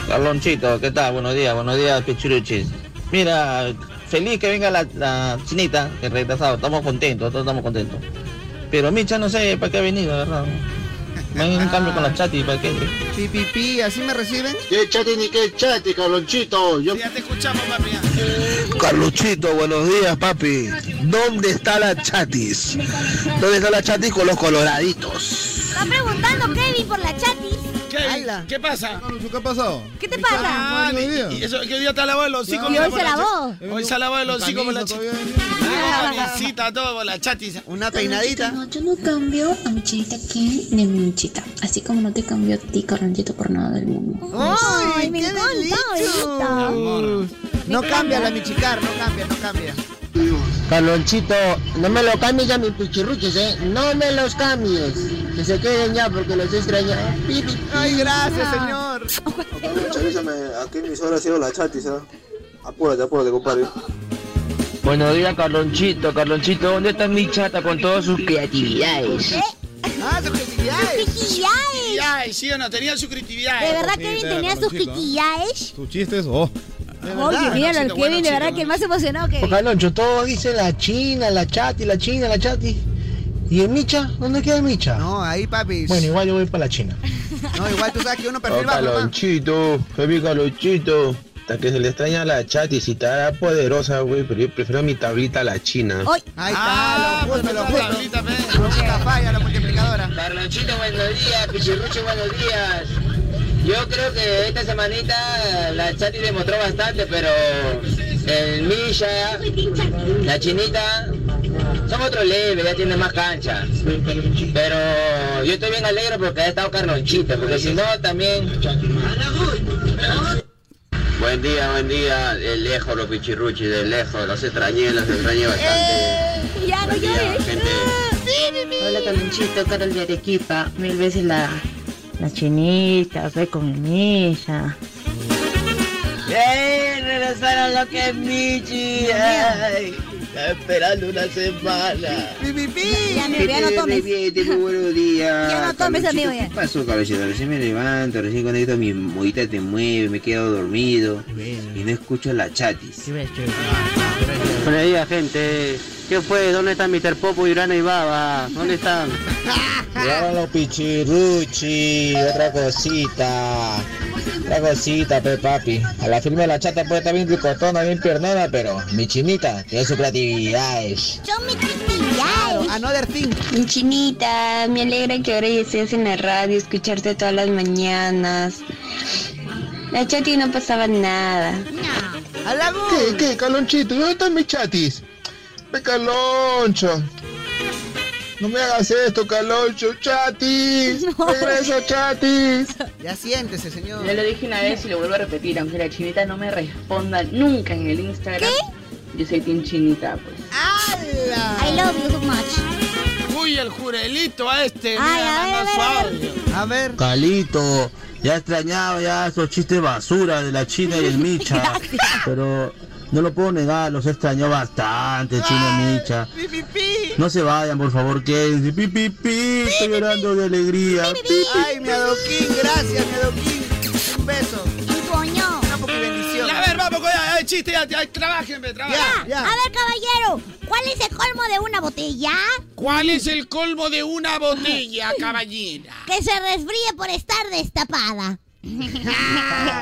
S15: Carlonchito, ¿qué tal? Buenos días, buenos días, Pichuruchis. Mira, feliz que venga la, la chinita, el retrasado, estamos contentos, todos estamos contentos. Pero Micha no sé para qué ha venido, la ¿verdad? Ven en cambio con la chati, ¿para qué?
S4: Pi, pi, pi, ¿así me reciben?
S30: ¿Qué chati ni qué chati, Carlonchito? Yo...
S6: Ya te escuchamos, papi.
S29: Carluchito, buenos días, papi. ¿Dónde está la chatis? ¿Dónde está la chatis con los coloraditos?
S2: Está preguntando Kevin por la chatis.
S6: ¿Qué, ¿Qué pasa?
S32: ¿Qué pasó?
S2: ¿Qué te pasa?
S6: Ah, y- y eso, que hoy día te ha lavado el hocico.
S2: Y hoy
S6: como
S2: se
S6: la
S2: lavó.
S6: cha- Hoy se ha lavado el hocico por la chatis. camisita, todo por la chatis.
S4: Una
S31: No, yo no cambio a mi chinita aquí ni a mi michita. Así como no te cambio a ti, Carlonchito, por nada del mundo.
S2: ¡Ay, mi
S4: qué delito! No cambia la michicar, no cambia, no cambia.
S30: Carlonchito, no me lo cambies ya mis pichirruches, ¿eh? No me los cambies. Que se queden ya porque los extraño.
S4: Ay, gracias,
S30: Ah.
S4: señor.
S30: Avísame, ¿a qué emisora ha sido la chatis, ah? Apúrate, apúrate, compadre.
S1: Buenos días, Carlonchito. Carlonchito, ¿dónde está mi chata con todas sus creatividades?
S2: Eh.
S6: Ah, sus creatividades. Creatividades, sí o no, tenía sus creatividades.
S2: De verdad, Kevin tenía sus piquilláis.
S33: Tus chistes, oh.
S6: Ah,
S2: Oye, mira, el Kevin, de verdad que el más emocionado que.
S1: Carloncho, todos dicen la China, la Chati, la China, la Chati. ¿Y el Micha? ¿Dónde queda el Micha?
S4: No, ahí, papi.
S1: Bueno, igual yo voy para la China.
S4: No, igual tú sabes que uno
S1: Oh,
S4: perfil bajo, ¿no?
S1: Calonchito, Fabi Calonchito. Hasta que se le extraña la chat y si está poderosa, güey, pero yo prefiero mi tablita a la china.
S4: Ahí está, lo justo, lo justo. Nunca falla la multiplicadora.
S34: Carlonchito, buenos días. Pichirrucho, buenos días. Yo creo que esta semanita la Chati demostró bastante, pero el Misha, la Chinita, son otro leve, ya tiene más cancha. Pero yo estoy bien alegre porque ha estado Carlonchito, porque si no también...
S5: Buen día, buen día, de lejos los pichirruchis, de lejos, los extrañé, los extrañé bastante.
S2: Ya
S5: Buen día, gente.
S23: Hola, Calonchito, Carol de Arequipa. Mil veces la, la chinita, fue con el Misha.
S34: ¡Ey! Regresaron lo que es Michi. Ay, estaba esperando una semana.
S2: Ya, mi, ya no tomes.
S5: Buenos días.
S2: Ya no tomes,
S5: Carlonchito,
S2: amigo, ya.
S5: ¿Qué pasó, caballero? Recién me levanto, recién conecto mi mollita te mueve, me quedo dormido y no escucho la chatis.
S23: Buenos días, gente. ¿Qué fue? ¿Dónde están Mr. Popo, Urana y Baba? ¿Dónde están?
S1: Ya los pichiruchi, otra cosita. Otra cosita, pe papi. A la firma de la chata puede estar bien tricotona, bien piernona, pero mi chinita tiene sus creatividades.
S4: Another thing.
S23: Mi chinita, me alegra que ahora ya estés en la radio, escucharte todas las mañanas. La chati no pasaba nada.
S35: ¿Qué, qué, Calonchito? ¿Dónde están mis chatis? Ve, Caloncho. No me hagas esto, Caloncho. Chatis. Regresa, chatis.
S4: Ya siéntese, señor.
S23: Ya lo dije una vez y lo vuelvo a repetir, aunque la chinita no me responda nunca en el Instagram. Yo soy team chinita, pues.
S6: Ah,
S2: I love you so much.
S6: Uy, el jurelito a este.
S2: Ay,
S6: mira,
S2: a ver,
S6: manda su
S2: a ver,
S6: audio.
S4: A ver.
S1: Calito, ya extrañaba ya esos chistes basura de la China y el Micha. pero no lo puedo negar, los extrañó bastante, China y Micha. No se vayan, por favor, quédense. Pi, pi, pi, estoy llorando de alegría. Pi, pi,
S4: Ay, mi adoquín, gracias, mi adoquín. Un beso.
S2: Coño.
S6: Y a ver, vamos, ya, ya, chiste, ya, ya, trabajen, ve, trabajen.
S2: A ver, caballero, ¿cuál es el colmo de una botella?
S6: ¿Cuál es el colmo de una botella, caballera?
S2: Que se resfríe por estar destapada.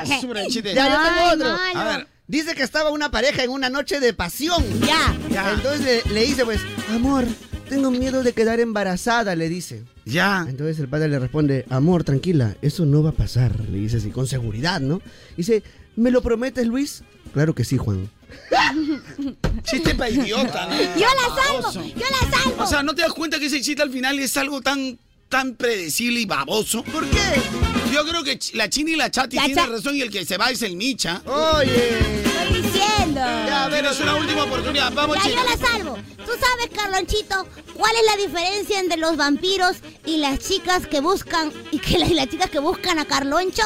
S6: Basura, el chiste.
S4: Ya, yo tengo
S6: Ay,
S4: otro.
S6: malo. este. A ver.
S4: Dice que estaba una pareja en una noche de pasión. Ya. Entonces le, le dice, pues, amor, tengo miedo de quedar embarazada, le dice.
S6: Ya.
S4: Entonces el padre le responde, amor, tranquila, eso no va a pasar. Le dice así, con seguridad, ¿no? Dice, ¿me lo prometes, Luis? Claro que sí, Juan.
S6: Chiste para idiota, ¿no?
S2: Yo la salvo, yo la salvo.
S6: O sea, ¿no te das cuenta que ese chiste al final es algo tan, tan predecible y baboso? ¿Por qué? Yo creo que ch- la China y la Chati
S2: La
S6: tienen
S2: cha-
S6: razón y el que se va es el Micha.
S4: Oye.
S2: Estoy diciendo.
S6: Ya, a ver, es una última oportunidad. Vamos,
S2: Ya,
S6: China.
S2: yo la salvo. Tú sabes, Carlonchito, cuál es la diferencia entre los vampiros y las chicas que buscan y que la- y las chicas que buscan a Carloncho?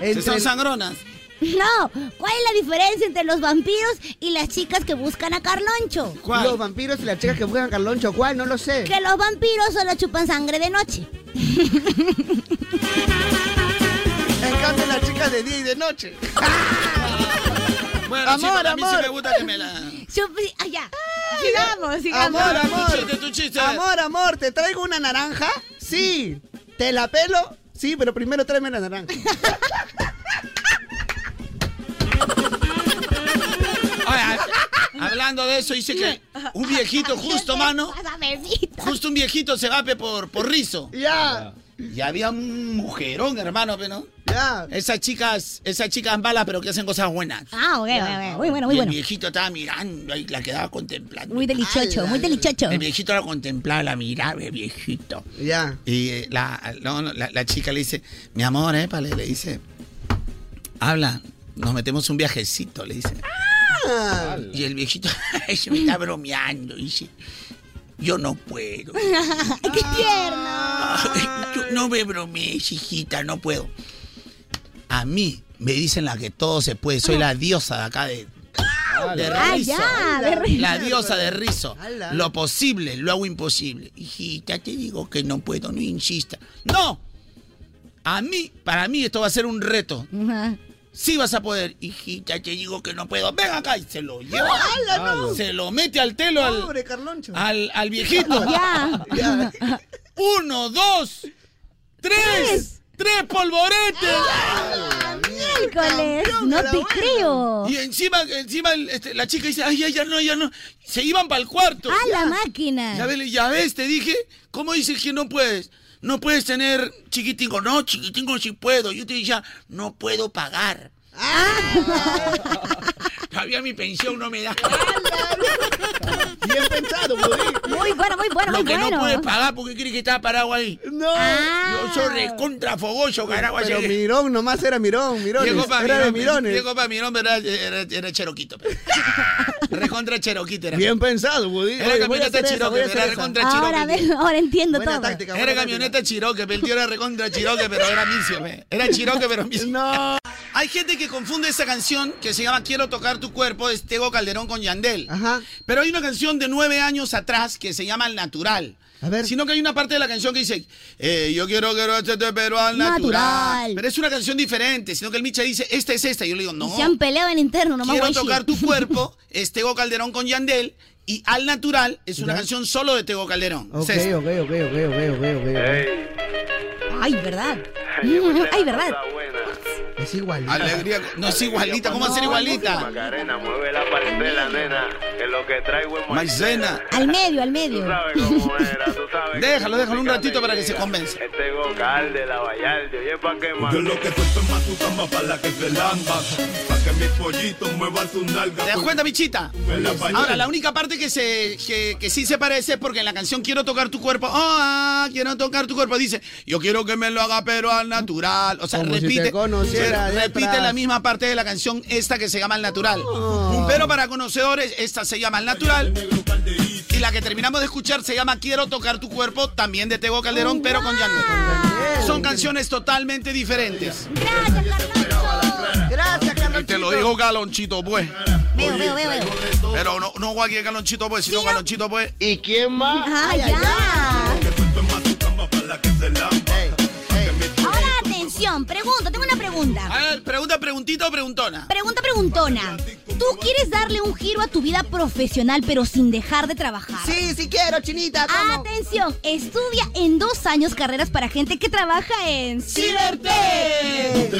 S6: Se son sangronas.
S2: No, ¿cuál es la diferencia entre los vampiros y las chicas que buscan a Carloncho?
S4: Los vampiros y las chicas que buscan a Carloncho, ¿cuál? No lo sé.
S2: Que los vampiros solo chupan sangre de noche.
S4: Me encantan las chicas de día y de noche.
S6: Bueno,
S4: Amor,
S6: sí, para mí sí
S4: amor.
S6: me gusta que me la...
S2: Chupi- ah, ya. Sigamos, sigamos.
S4: Amor,
S6: Tu
S4: amor.
S6: chiste, tu chiste.
S4: Amor, amor, ¿te traigo una naranja? Sí. ¿Te la pelo? Sí, pero primero tráeme la naranja.
S6: Oye, ha- hablando de eso, dice que un viejito justo, mano, justo un viejito se va pe, por, por rizo.
S4: Ya.
S6: Y había un mujerón, hermano, pe, ¿no?
S4: Ya.
S6: Esas chicas, esas chicas malas, pero que hacen cosas buenas.
S2: Ah, ok, ok, ok. Muy
S6: Y
S2: bueno, muy
S6: El
S2: bueno.
S6: viejito estaba mirando y la quedaba contemplando.
S2: Muy delichocho, muy delichocho.
S6: El viejito la contemplaba, la miraba, el viejito.
S4: Ya.
S6: Y eh, la, no, no, la, la chica le dice, mi amor, épale, le dice, habla, nos metemos un viajecito, le dice. Y el viejito se me está bromeando, dice, yo no puedo.
S2: ¡Qué tierno!
S6: Yo- no me bromees, hijita, no puedo. A mí me dicen la que todo se puede, soy la diosa de acá de... De
S2: Ah,
S6: rizo.
S2: ya, de rizo.
S6: La diosa de rizo.
S2: Ala.
S6: Lo posible, lo hago imposible. Hijita, te digo que no puedo, no insista. ¡No! A mí, para mí esto va a ser un reto. Sí vas a poder. Hijita, te digo que no puedo. Ven acá y se lo lleva.
S4: Ala, no.
S6: Se lo mete al telo al,
S4: Pobre Carloncho.
S6: al, al viejito.
S4: Ya.
S6: Uno, dos, tres. Tres polvoretes.
S2: Miércoles, no te creo.
S6: Y encima, encima el- este, la chica dice, ay, ya, ya no, ya no. Se iban para el cuarto.
S2: A la
S6: Ya.
S2: máquina.
S6: Ya ves, ya ves, te dije. ¿Cómo dices que no puedes? No puedes tener chiquitingo. No, chiquitingo sí puedo. Yo te decía, no puedo pagar. Todavía mi pensión no me da.
S2: Bien pensado, muy bueno, muy bueno,
S6: Lo
S2: muy
S6: que
S2: bueno. Ah.
S6: no puedes pagar, porque crees que estaba parado ahí? No. Yo soy recontrafogoso, carajo.
S4: Pero
S6: así que-
S4: Mirón nomás era Mirón, Mirones.
S6: pues Llegó para
S4: era de
S6: Mirón,
S4: Mirones.
S6: Llegó para Mirón, pero era, era, era Cheroquito. pe. recontra Cheroquito era.
S4: Bien pensado, Woody.
S6: Era
S4: Oye, voy a
S6: camioneta
S4: hacer esa, voy
S6: Chiroque, era
S4: a hacer esa.
S6: recontra
S2: Ahora,
S6: Chiroque.
S2: ves, ahora entiendo todo.
S6: Era camioneta Chiroque, pe, el tío era recontra Chiroque, pero era misio, pe. Era Chiroque, pero misio. No. Hay gente que confunde esa canción que se llama Quiero tocar tu cuerpo de Tego Calderón con Yandel. Pero hay una canción de nueve años atrás que se llama El Natural. A ver. Sino que hay una parte de la canción que dice, eh, yo quiero que este pero al natural.
S2: Natural.
S6: Pero es una canción diferente, sino que el Micha dice, esta es esta. Y yo le digo, no.
S2: Y se han peleado en interno, nomás
S6: Quiero
S2: guaychi.
S6: tocar tu cuerpo, es Tego Calderón con Yandel. Y Al Natural es una canción solo de Tego Calderón.
S4: Ok,
S6: César.
S4: ok, ok, ok, ok, ok, ok.
S2: Ay, verdad.
S4: Ay,
S2: verdad.
S4: Es igual.
S6: Alegría, no es igualita, ¿cómo va a ser igualita?
S33: Macarena, mueve la parcela, nena, que lo que traigo es
S6: Maicena.
S2: Al medio, al medio.
S6: Déjalo, déjalo un ratito para que se convenza.
S33: Este vocal de la Vallarde, oye, pa' que más. Yo lo que suelto es más tu cama pa' la que se lamba, pa' que mis pollitos muevan su nalga.
S6: ¿Te das cuenta, Michita? Ahora, Pues la única parte que, se, que, que sí se parece es porque en la canción Quiero tocar tu cuerpo, ah, quiero tocar tu cuerpo, dice, yo quiero que me lo haga pero al natural. O sea,
S4: Como si
S6: repite,
S4: te conociera
S6: se-
S4: de
S6: repite
S4: atrás. Oh.
S6: la misma parte de la canción esta que se llama al natural. Pero para conocedores, esta se llama al natural. Y la que terminamos de escuchar se llama Quiero tocar tu cuerpo, también de Tego Calderón, pero con Yandel. Son canciones totalmente diferentes.
S4: Gracias,
S6: Y te lo digo Galonchito, pues.
S2: Veo, veo, veo, veo.
S6: Pero no, no aquí Galonchito, pues, sino Galonchito, pues.
S33: ¿Y quién más?
S2: Ay, ay, ay. Ahora, atención, pregunta, tengo una pregunta.
S6: A ver, pregunta, preguntita o preguntona.
S2: Pregunta preguntona. ¿Tú quieres darle un giro a tu vida profesional pero sin dejar de trabajar? Sí, sí quiero, chinita. Atención, estudia en dos años carreras para gente que trabaja en Cibertech.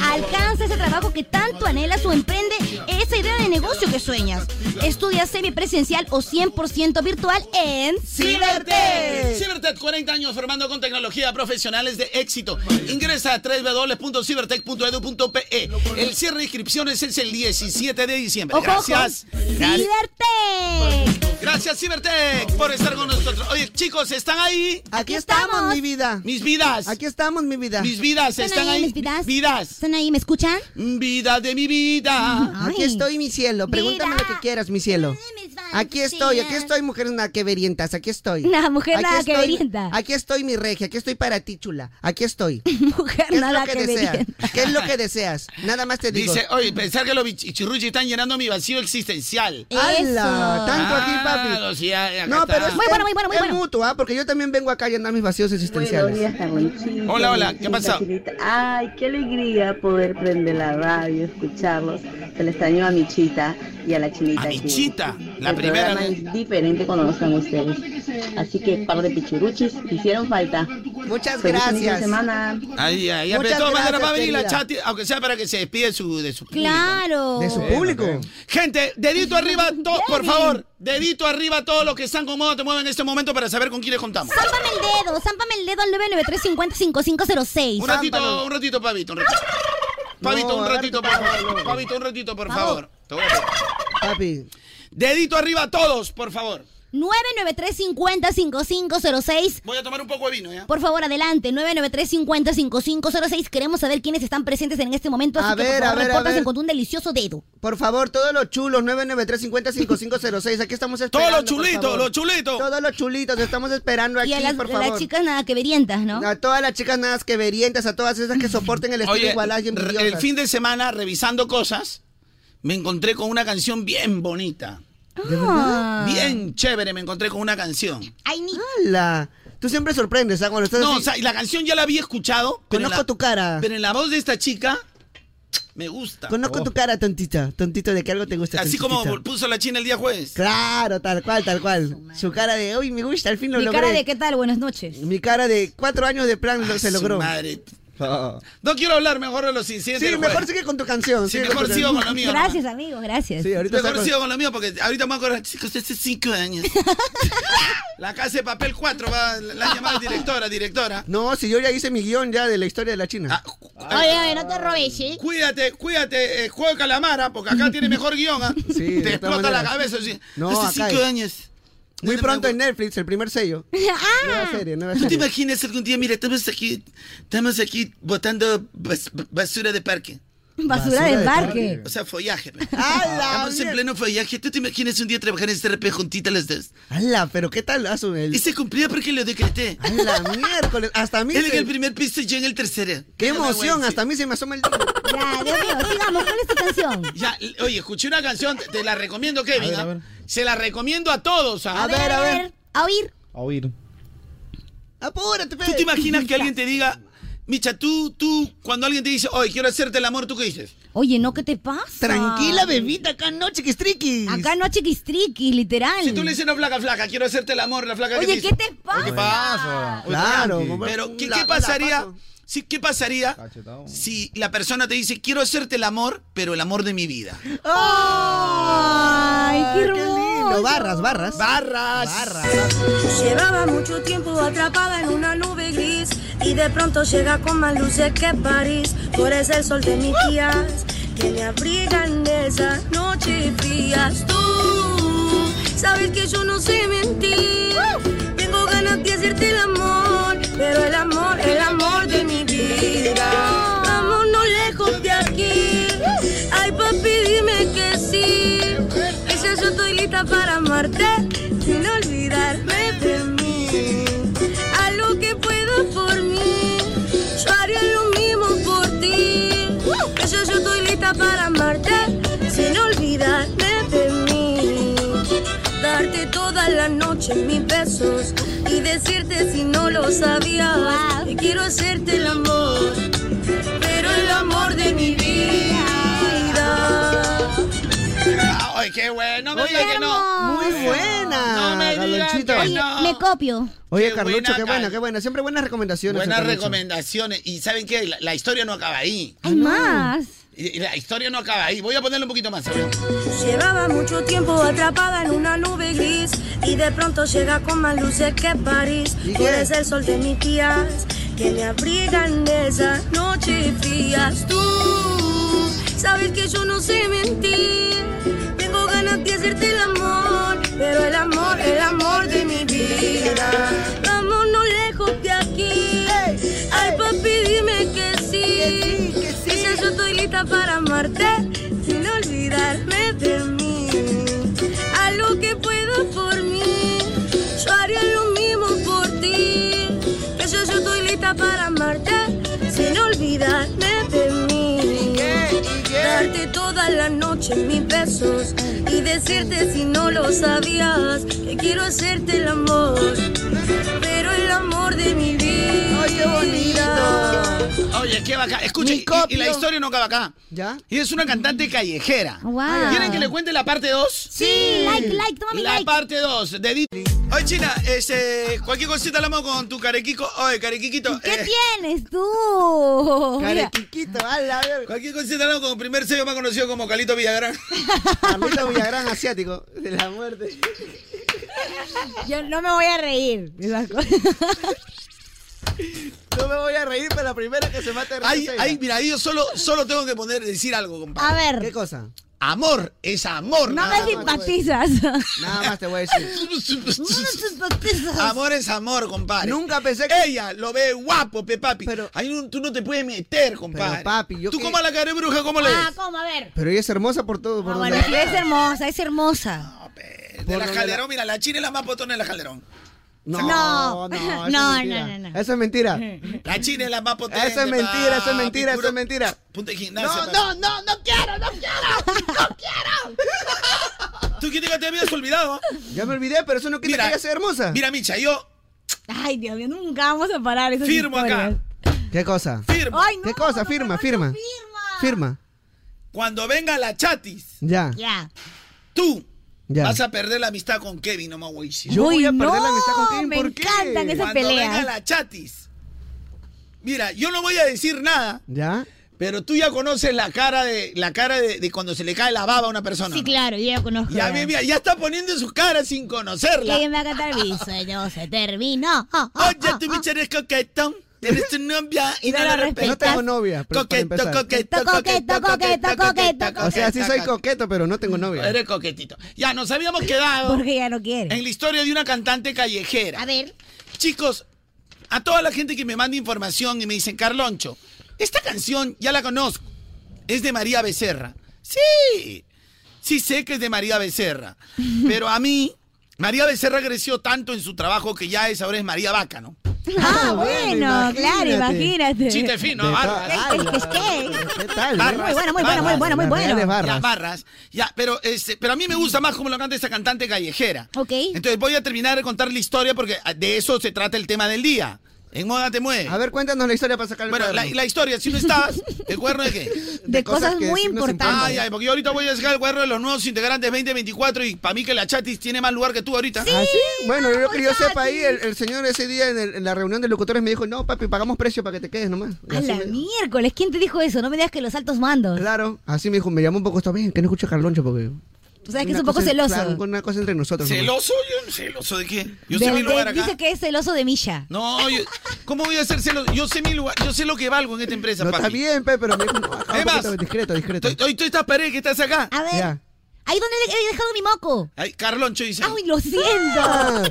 S2: Alcanza ese trabajo que tanto anhelas o emprende esa idea de negocio que sueñas. Estudia semipresencial o 100% virtual en
S6: Cibertech.
S2: Cibertech.
S6: Cibertech, 40 años formando con tecnología profesionales de éxito. Ingresa a www.cibertech.edu.pe. El cierre de inscripciones es el 17 de diciembre.
S2: Ojo, ojo.
S6: Gracias. Gra-
S2: Cibertech.
S6: Gracias, Cibertech, por estar con nosotros. Oye, chicos, ¿están ahí?
S4: Aquí estamos, mi vida.
S6: Mis vidas.
S4: Aquí estamos, mi vida.
S6: Mis vidas, ¿están ahí?
S2: mis vidas? ¿Están ahí? ¿Me escuchan?
S6: Vida de mi vida.
S4: Aquí estoy, mi cielo. Pregúntame lo que quieras, mi cielo. Aquí estoy, aquí estoy, mujeres nada que verientas, aquí estoy.
S2: Nah, mujer
S4: Aquí
S2: nada que
S4: estoy-
S2: verienta.
S4: Aquí estoy, mi regia, aquí estoy para ti, chula. Aquí estoy.
S2: Mujer
S4: ¿Qué es
S2: nada
S4: lo que,
S2: que
S4: deseas?
S2: verienta.
S4: ¿Qué es lo que deseas? Nada más te digo. mm.
S6: Dice, oye, pensar que los bichirruchi están llenando mi vacío existencial.
S4: ¡Hala! Tanto aquí, papi.
S6: Claro, sí, acá
S4: no, pero
S6: está.
S4: es, es mutuo, ¿ah? porque yo también vengo acá a llenar mis vacíos existenciales.
S16: Buenos días, Agüichito,
S6: Hola, hola, ¿qué
S16: Agüichita,
S6: pasó?
S16: Chinita. Ay, qué alegría poder prender la radio, escucharlos. Se le extrañó a Michita y a la chinita. aquí.
S6: Michita, la
S16: El
S6: primera
S16: programa
S6: vez.
S16: es diferente cuando no están ustedes. Así que, par de pichiruchis, hicieron falta.
S4: Muchas
S16: Feliz inicio de
S4: gracias.
S16: semana.
S6: Ahí, ahí.
S16: Muchas
S6: De todas maneras
S16: gracias,
S6: va a venir la
S16: querida.
S6: chat, aunque sea para que se despide de su, de su público.
S2: Claro.
S4: De su público.
S6: Gente, dedito arriba, to- por favor, dedito arriba a todos los que están con modo te mueven en este momento para saber con quiénes contamos.
S2: Zámpame el dedo, zámpame el dedo al 993-50-5506.
S6: Un ratito, un ratito, Pavito, un ratito. Pavito, un ratito, por favor. Pavito, un ratito, por favor. Te voy a hacer.
S4: Papi.
S6: Dedito arriba a todos, por favor.
S2: 993-50-5506.
S6: Voy a tomar un poco de vino, ¿ya?
S2: Por favor, adelante, 993-50-5506. Queremos saber quiénes están presentes en este momento. Así
S4: A
S2: que,
S4: ver,
S2: por
S4: a
S2: favor,
S4: ver, a
S2: repórtense
S4: ver.
S2: con un delicioso dedo.
S4: Por favor, todos los chulos, 993-50-5506. Aquí estamos esperando.
S6: los chulitos, los chulitos.
S4: Todos los chulitos, estamos esperando aquí,
S2: y a las,
S4: por
S2: a las
S4: favor.
S2: chicas nada que verientas, ¿no?
S4: A todas las chicas nada que verientas, a todas esas que soporten el estilo
S6: Oye,
S4: igual y
S6: re- el
S4: envidiosas.
S6: fin de semana revisando cosas, me encontré con una canción bien bonita.
S4: verdad?
S6: Bien chévere, me encontré con una canción.
S4: Ah. ¡Ay, ni! ¡Hala! Ah. Tú siempre sorprendes, ¿sabes? Cuando estás
S6: No,
S4: así-
S6: o sea, y la canción ya la había escuchado. pero en
S4: Conozco
S6: la-
S4: tu cara.
S6: Pero en la voz de esta chica, me gusta.
S4: Conozco
S6: Oh.
S4: tu cara, tontita. Tontito de que algo te gusta.
S6: Así como
S4: tontitita.
S6: puso la china el día jueves.
S4: Claro, tal cual, tal cual. Su cara de, uy, me gusta, al fin lo
S2: Mi
S4: logré.
S2: cara de qué tal, buenas noches.
S4: Mi cara de cuatro años de plan lo-
S6: Ay,
S4: se
S6: Ah, su
S4: logró. Ah.
S6: madre. No quiero hablar mejor de los incidentes.
S4: Sí,
S6: del
S4: mejor
S6: jueves.
S4: sigue con tu canción.
S6: Sí,
S4: sigue
S6: mejor
S4: tu
S6: sigo
S4: canción.
S6: con la mía.
S2: Gracias, amigos, gracias.
S4: Sí, ahorita
S6: Mejor
S4: saco-
S6: sigo con lo mío porque ahorita me acuerdo, chicos, hace cinco años. la casa de papel 4 va, la- la llamada directora, directora.
S4: No, si yo ya hice mi guión ya de la historia de la China.
S6: Oye,
S2: oye, no te robes, ¿sí?
S6: Cuídate, cuídate, eh, juego de calamara, porque acá tiene mejor guión. ¿ah?
S4: Sí,
S6: Te
S4: de todas
S6: explota la
S4: maneras.
S6: cabeza. sí.
S4: No,
S6: Hace
S4: acá
S6: cinco
S4: es.
S6: años.
S4: Muy pronto en Netflix, el primer sello.
S2: Ah.
S4: Nueva serie, nueva
S6: ¿Tú te
S4: serie.
S6: imaginas algún día, mira, estamos aquí, estamos aquí botando bas- basura de parque?
S2: Basura de parque.
S6: O sea, follaje. pe.
S4: Ah,
S6: Estamos en pleno follaje. ¿Tú te imaginas un día trabajar en este RP juntitas las dos?
S4: ¡Hala! Pero qué tal, Asu. El...
S6: Y se cumplía porque lo decreté.
S4: ¡Hala, Ah, miércoles! Hasta a mí.
S6: Él
S4: se-
S6: en el primer piso y yo en el tercero.
S4: ¡Qué
S6: Ya,
S4: emoción!
S6: güey, sí.
S4: Hasta a mí se me asoma el.
S2: Ya, Dios mío, sigamos. ¿Cuál es tu canción?
S6: Ya, l- oye, escuché una canción, te, te la recomiendo, Kevin. ¿ah? Se la recomiendo a todos. ¿ah?
S2: A oír.
S1: A oír.
S4: Apúrate,
S6: ¿Tú te imaginas que alguien te diga, Micha, tú, tú, cuando alguien te dice, oye, quiero hacerte el amor, ¿tú qué dices?
S2: Oye, no, ¿qué te pasa?
S6: Tranquila,
S4: bebita, acá no chiquistriquis.
S2: Acá no chiquistriquis, literal.
S6: Si tú le dices, no, flaca, flaca, quiero hacerte el amor, la flaca
S2: Oye, ¿qué te
S6: pasa? ¿Qué pasa?
S4: Claro,
S6: Pero, ¿qué,
S4: la-
S6: qué
S4: la
S6: pasaría? si- ¿Qué pasaría si la persona te dice, quiero hacerte el amor, pero el amor de mi vida?
S2: ¡Ay,
S4: qué lindo! Barras, barras.
S6: Barras.
S23: Llevaba mucho tiempo atrapada en una nube gris y de pronto llega con más luces que París. Tú eres el sol de mis días que me abrigan esas noches frías. Tú sabes que yo no sé mentir. Tengo ganas de hacerte el amor, pero el amor, el amor de mi vida. Vámonos lejos de aquí. Ay, papi, dime que sí. Que si yo estoy lista para amarte, sin olvidarme de mí. A lo que puedo por mí, yo haría lo mismo por ti. Que si yo estoy lista para amarte, sin olvidarme de mí. Darte toda la noche mis besos y decirte si no lo sabías. Que quiero hacerte el amor, pero el amor de mi vida.
S6: ¡Ay, qué bueno! me
S23: Oye,
S6: digan que no!
S4: Muy buena.
S6: No me digas
S4: Carlonchito.
S6: que
S4: Oye,
S6: no.
S2: Me copio.
S4: Oye,
S6: Qué
S4: Carlucho,
S6: buena
S4: qué buena,
S6: can-
S4: qué buena. Siempre buenas recomendaciones.
S6: Buenas
S4: Carlucho.
S6: recomendaciones. Y ¿saben qué? La, la historia no acaba ahí.
S2: Hay más.
S6: Y- y La historia no acaba ahí. Voy a ponerle un poquito más. a ver.
S23: Llevaba mucho tiempo atrapada en una nube gris y de pronto llega con más luces que París. Tú eres el sol de mis días que me abrigan esas noches frías. Tú sabes que yo no sé mentir. Tengo ganas de hacerte el amor, pero el amor, el amor de mi vida. Vámonos lejos de aquí. Ay, papi, dime que sí. Que si yo estoy lista para amarte sin olvidarme de mí. A lo que puedo por mí, yo haría lo mismo por ti. Que yo, yo estoy lista para amarte, sin olvidarme de mí. Darte toda la noche mis besos y decirte si no lo sabías que quiero hacerte el amor, pero el amor de mi vida. ¡Ay, qué bonito!
S6: Oye, qué bacán. Escucha, y, y la historia no acaba acá.
S4: ¿Ya?
S6: Y es una cantante callejera. Ah.
S2: Wow.
S6: ¿Quieren que le cuente la parte 2? Sí,
S2: Ah, like, like, toma mi
S6: la
S2: like.
S6: parte 2 de Di- Oye, China, este, cualquier cosita hablamos con tu carequico. Oye, carequiquito.
S2: ¿Qué
S6: eh,
S2: tienes tú? Mira.
S4: Carequiquito, a la ver.
S6: Cualquier cosita hablamos con primer sello más conocido como Calito Villagrán.
S4: Carlito Villagrán asiático, de la muerte.
S2: Yo no me voy a reír. de esas cosas.
S4: No me voy a reír, pero la primera que se mate a reír
S6: Ay,
S4: es ella.
S6: ay, mira, yo solo, solo tengo que poner, decir algo, compadre.
S2: A ver.
S4: ¿Qué cosa?
S6: Amor es amor.
S2: No
S6: nada
S2: me
S6: más.
S2: simpatizas.
S4: Nada más te voy a decir.
S6: Amor es amor, compadre.
S4: Nunca pensé
S6: que. Ella lo ve guapo, pe papi. Pero. Ahí no- tú no te puedes meter, compadre.
S4: Pero, papi, yo
S6: ¿Tú
S4: qué-
S6: cómo a la cara de bruja? ¿Cómo le
S2: Ah,
S6: ves?
S2: ¿cómo? A ver.
S4: Pero ella es hermosa por todo. Por
S2: Ah,
S4: donde la-
S2: bueno, sí, es hermosa, es hermosa.
S6: De la Calderón, mira, la china es la más potona de la Calderón.
S4: No,
S2: No.
S4: no,
S2: No,
S4: no, eso
S2: no,
S4: es mentira.
S2: no,
S4: Eso es mentira.
S6: La china es la más potente.
S4: Mm. Eso es mentira, eso es mentira, eso es
S6: mentira. Punto de gimnasia.
S4: No,
S6: papi.
S4: no, no, no quiero, no quiero, no quiero.
S6: Tú que te habías olvidado.
S4: Ya me olvidé, pero eso no quita que ella sea hermosa.
S6: Mira, Micha, yo
S2: Ay, Dios mío, nunca vamos a parar. Esas
S6: Firmo
S2: historias.
S4: ¿Qué cosa?
S6: Firma.
S4: ¿Qué cosa? Firma, firma. Firma.
S6: cuando venga la chatis,
S4: Ya,
S2: Ya.
S6: tú
S4: Ah. ya.
S6: vas a perder la amistad con Kevin, no me voy a decir.
S4: Yo Uy, voy a perder la no, amistad con Kevin,
S2: me ¿por qué? encantan esas
S6: cuando
S2: peleas.
S6: venga la chatis. Mira, yo no voy a decir nada,
S4: ¿Ya?
S6: pero tú ya conoces la cara de la cara de, de cuando se le cae la baba a una persona.
S2: Sí, claro, yo ya conozco.
S6: Ya, mira, mira, ya está poniendo su cara sin conocerla.
S2: Que me va a cantar mi sueño se terminó. Oh, oh,
S6: Oye, tú, Micha, eres coquetón. Tienes tu novia y no, la
S4: No
S6: respetas.
S4: tengo novia. pero para
S6: Coqueto,
S4: empezar.
S6: coqueto, coqueto, coqueto, coqueto,
S4: O sea, sí
S6: coqueto,
S4: soy
S6: coqueto.
S4: coqueto, pero no tengo novia.
S6: Mm, Eres coquetito. Ya, nos habíamos quedado.
S2: Porque ya no quiere.
S6: En la historia de una cantante callejera.
S2: A ver.
S6: Chicos, a toda la gente que me manda información y me dicen, Carloncho, esta canción ya la conozco. Es de María Becerra. Sí, sí sé que es de María Becerra. Pero a mí, María Becerra creció tanto en su trabajo que ya es ahora es María Vaca, ¿no?
S2: Ah, bueno, claro, imagínate.
S6: Chiste fino, barras.
S2: Es que, es que.
S6: Barras,
S2: Muy bueno, muy bueno, muy bueno,
S6: barras.
S2: muy bueno.
S6: Ya, barras. Ya, pero, este, pero a mí me gusta más como lo canta esta cantante callejera.
S2: Ok.
S6: Entonces voy a terminar de contar la historia porque ah, de eso se trata el tema del día. En moda te mueve. A
S4: ver, cuéntanos la historia para sacar el
S6: Bueno, la,
S4: cuerno.
S6: la historia, si no estabas, ¿el cuerno de qué?
S2: De cosas cosas que muy sí nos importantes. importan.
S6: Ay, ay, porque yo ahorita voy a sacar el cuerno de los nuevos integrantes 2024 y para mí que la chatis tiene más lugar que tú ahorita.
S4: ¿Ah, sí? Bueno, yo que yo sepa ahí, el, el señor ese día en, el- en la reunión de locutores me dijo, no, papi, pagamos precio para que te quedes nomás. Y
S2: A
S4: así
S2: la
S4: me-
S2: miércoles, ¿quién te dijo eso? No me digas que los altos mandos.
S4: Claro. Así Ah, me dijo, me llamó un poco, está bien, que no escucho a Carloncho porque...
S2: Tú sabes que es
S4: una
S2: un poco
S4: cosa-
S2: celoso.
S4: claro, una cosa entre nosotros. nomás.
S6: ¿Celoso? Yo, ¿Celoso de qué? Yo
S2: De-
S6: sé mi
S2: de-
S6: lugar acá.
S2: dice que es celoso de Misha.
S6: No, yo- ¿cómo voy a ser celoso? Yo sé mi lugar, yo sé lo que valgo en esta empresa,
S4: No,
S6: papi.
S4: está bien, pe, pero me dijo, no, acá un
S6: Es más,
S4: poquito, discreto, discreto.
S6: Hoy tú estás pared que estás acá.
S2: A ver.
S4: Ya.
S2: Ahí donde he- he dejado mi moco.
S6: Ay, Carloncho dice.
S2: Ay, lo siento.
S4: Ah,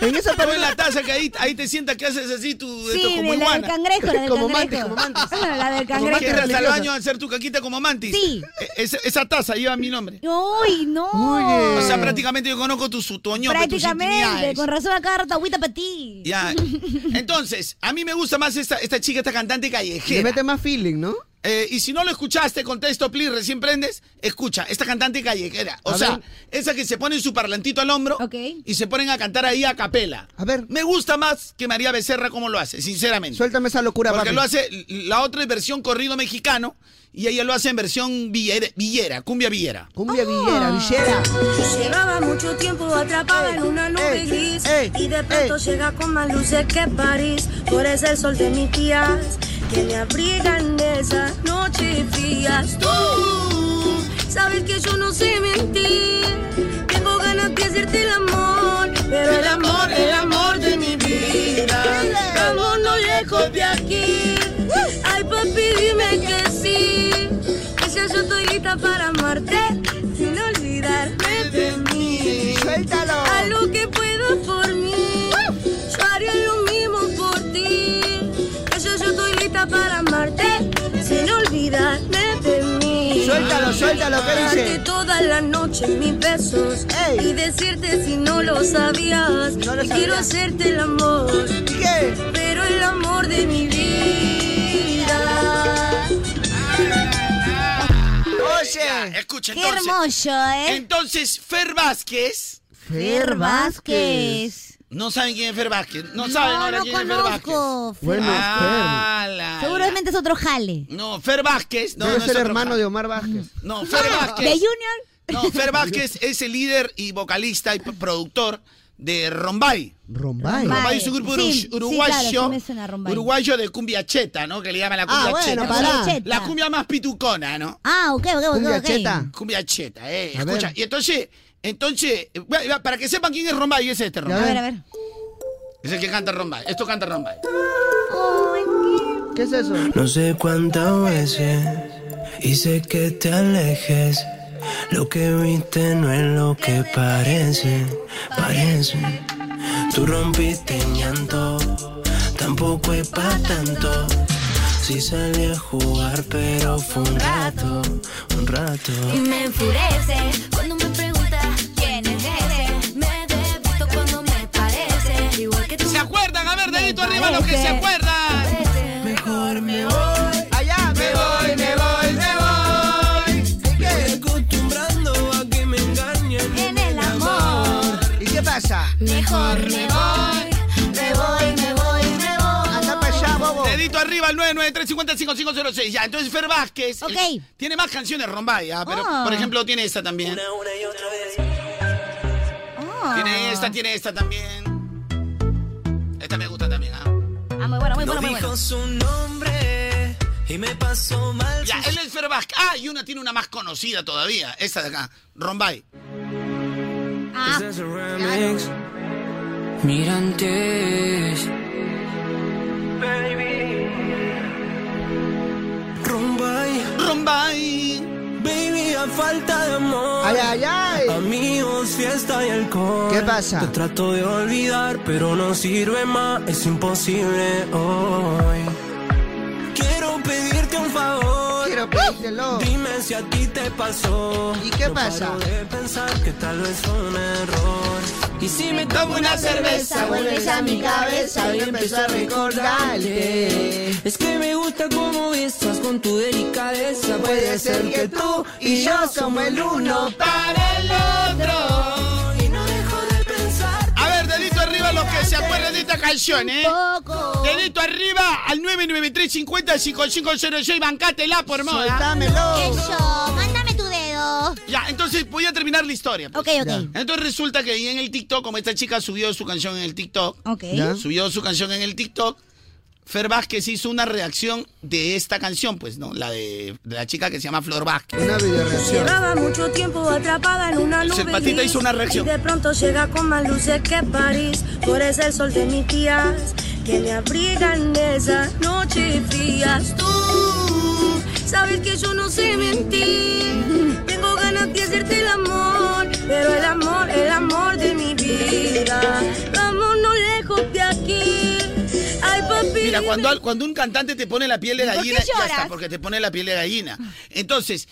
S4: En esa
S6: pared. en la taza que ahí, ahí te sientas que haces así tu esto
S2: Sí,
S6: como
S2: de la del
S6: iguana.
S2: cangrejo, la del
S4: Como
S2: cangrejo. La del
S6: Como que entras al
S2: cangrejo.
S6: baño a hacer tu caquita como mantis. Sí. Esa, esa taza lleva mi nombre.
S2: Uy, no.
S6: O sea, prácticamente yo conozco tu sutoño.
S2: Prácticamente, con razón acá harta agüita para ti.
S6: Ya. Entonces, a mí me gusta más esta, esta chica, esta cantante
S4: Le
S6: callejera.
S4: mete más feeling, ¿no?
S6: Eh, y si no lo escuchaste, contesto, please, recién prendes, escucha, esta cantante callejera. O
S4: A
S6: sea,
S4: ver.
S6: esa que se pone su parlantito al hombro y se ponen a cantar ahí a capela.
S4: A ver.
S6: Me gusta más que María Becerra como lo hace, sinceramente.
S4: Suéltame esa locura,
S6: Porque
S4: papi.
S6: lo hace, la otra es versión corrido mexicano y ella lo hace en versión villera, villera cumbia villera.
S4: Cumbia villera, villera.
S23: Ah. Llevaba mucho tiempo atrapada en una nube gris y de pronto llega con más luces que París. Tú eres el sol de mis días que me abrigan esas noches frías. Tú sabes que yo no sé mentir. Tengo ganas de hacerte el amor, pero el amor, el amor de mi vida. Vámonos lejos de aquí. Ay, papi, dime que sí. Que ya yo estoy lista para amarte sin olvidarme de mí. Suéltalo. A lo que puedo por mí. Yo haría lo mismo por ti. Que yo, yo estoy lista para amarte sin olvidarme de mí.
S4: Suéltalo, suéltalo, ¿qué dice?
S23: Darte toda la noche mis besos y decirte si no lo sabías. y quiero hacerte el amor. Pero el amor de mi vida.
S6: Oye, escucha
S2: Qué
S6: entonces.
S2: hermoso, ¿eh?
S6: Entonces, Fer Vázquez.
S2: Fer Vázquez.
S6: No saben quién es Fer Vázquez. No,
S2: No,
S6: saben ahora
S2: no
S6: quién es Fer
S2: conozco,
S6: Vázquez.
S2: Fer. Bueno,
S6: Ah, la-
S2: Seguramente es otro jale.
S6: No, Fer Vázquez. No,
S4: Debe
S6: no
S4: ser
S6: es otro
S4: hermano de Omar Vázquez.
S6: No, Fer Vázquez.
S2: Ah, ¿De Junior?
S6: No, Fer Vázquez es el líder y vocalista y p- productor de Rombay.
S4: Rombay.
S6: Rombay es un grupo
S2: Sí,
S6: urugu-
S2: sí, claro,
S6: uruguayo,
S2: sí me suena Rombay.
S6: uruguayo de cumbia cheta, ¿no? Que le llaman la cumbia
S2: Ah, bueno,
S6: cheta.
S2: pará. Cumbia cheta.
S6: La cumbia más pitucona, ¿no?
S2: Ah, ok, ok, ok. ok.
S6: Cumbia cheta, eh.
S4: A
S6: Escucha,
S4: ver.
S6: y entonces, entonces, eh, bueno, para que sepan quién es Rombay, es este Rombay.
S4: A ver, a
S2: ver.
S6: Es el que canta Rombay. Esto canta Rombay.
S4: ¿Qué es eso?
S1: No sé cuántas veces hice que te alejes. Lo que viste no es lo que parece, parece. Tú rompiste en llanto, tampoco es para tanto. Si salí a jugar, pero fue un rato, un rato.
S24: Y me enfurece cuando me pregunta quién es ese. Me debuto cuando me parece.
S1: Ah,
S6: dedito arriba los que se acuerdan. Mejor me voy. Allá me voy, me voy, me voy.
S1: Estoy acostumbrando a que me engañen en el amor.
S24: ¿Y qué pasa?
S1: Mejor me voy, me voy, me voy, me voy.
S6: Anda para allá, bobo. Dedito arriba al 993 Ya, entonces Fer Vázquez. el- tiene más canciones, Rombay, ah, pero
S1: Ah.
S6: por ejemplo tiene esta también.
S2: Ah.
S6: Tiene esta, tiene esta también. Esta me gusta también, ah.
S2: Ah, muy bueno, muy
S6: No
S2: bueno, muy
S6: dijo
S2: bueno.
S6: su nombre y me pasó mal. Ya, él es Fer Vázquez. Ah, y una tiene una más conocida todavía. Esta de acá, Rombay.
S2: Ah.
S1: This is a remix. Mira antes. Rombay.
S6: Rombay.
S1: Baby, a falta de amor.
S4: Ay, ay, ay.
S1: Amigos, fiesta y alcohol.
S4: ¿Qué pasa?
S1: Te trato de olvidar, pero no sirve más. Es imposible hoy. Quiero pedirte un favor.
S4: Quiero pedírtelo.
S1: Dime si a ti te pasó. ¿Y
S4: qué pasa?
S1: de pensar que tal vez fue un error. Y si me tomo una cerveza, vuelves a mi cabeza y empiezo a recordarte. Es que me gusta cómo estás con tu delicadeza. Puede ser que tú y yo somos el uno para el otro. Y no dejo de pensar.
S6: A ver, dedito arriba los que se acuerdan de esta canción, ¿eh? Dedito arriba al 993-50-5506. Bancátela, por moda.
S2: Eso, mándame tu dedo.
S6: Ya, entonces voy a terminar la historia. pues.
S2: Ok, ok. Ya.
S6: Entonces resulta que ahí en el TikTok, como esta chica subió su canción en el TikTok,
S2: Ok. Ya.
S6: subió su canción en el TikTok, Fer Vázquez hizo una reacción de esta canción, pues, ¿no? La de, de la chica que se llama Flor Vázquez. Una videoreacción.
S23: Llevaba mucho tiempo atrapada en una
S6: El
S23: nube
S6: patita
S23: gris,
S6: hizo una reacción.
S23: Y de pronto llega con más luces que París Tú eres el sol de mis días Que me abrigan esas noches frías Tú sabes que yo no sé mentir Tengo ganas de hacerte el amor Pero el amor, el amor de mi vida Vámonos lejos de aquí Ay papi
S6: Mira, cuando, al- cuando un cantante te pone la piel de
S23: ¿Por qué
S6: gallina, ya
S23: lloras? Ah. Eh.
S6: está, porque te pone la piel de gallina. Entonces,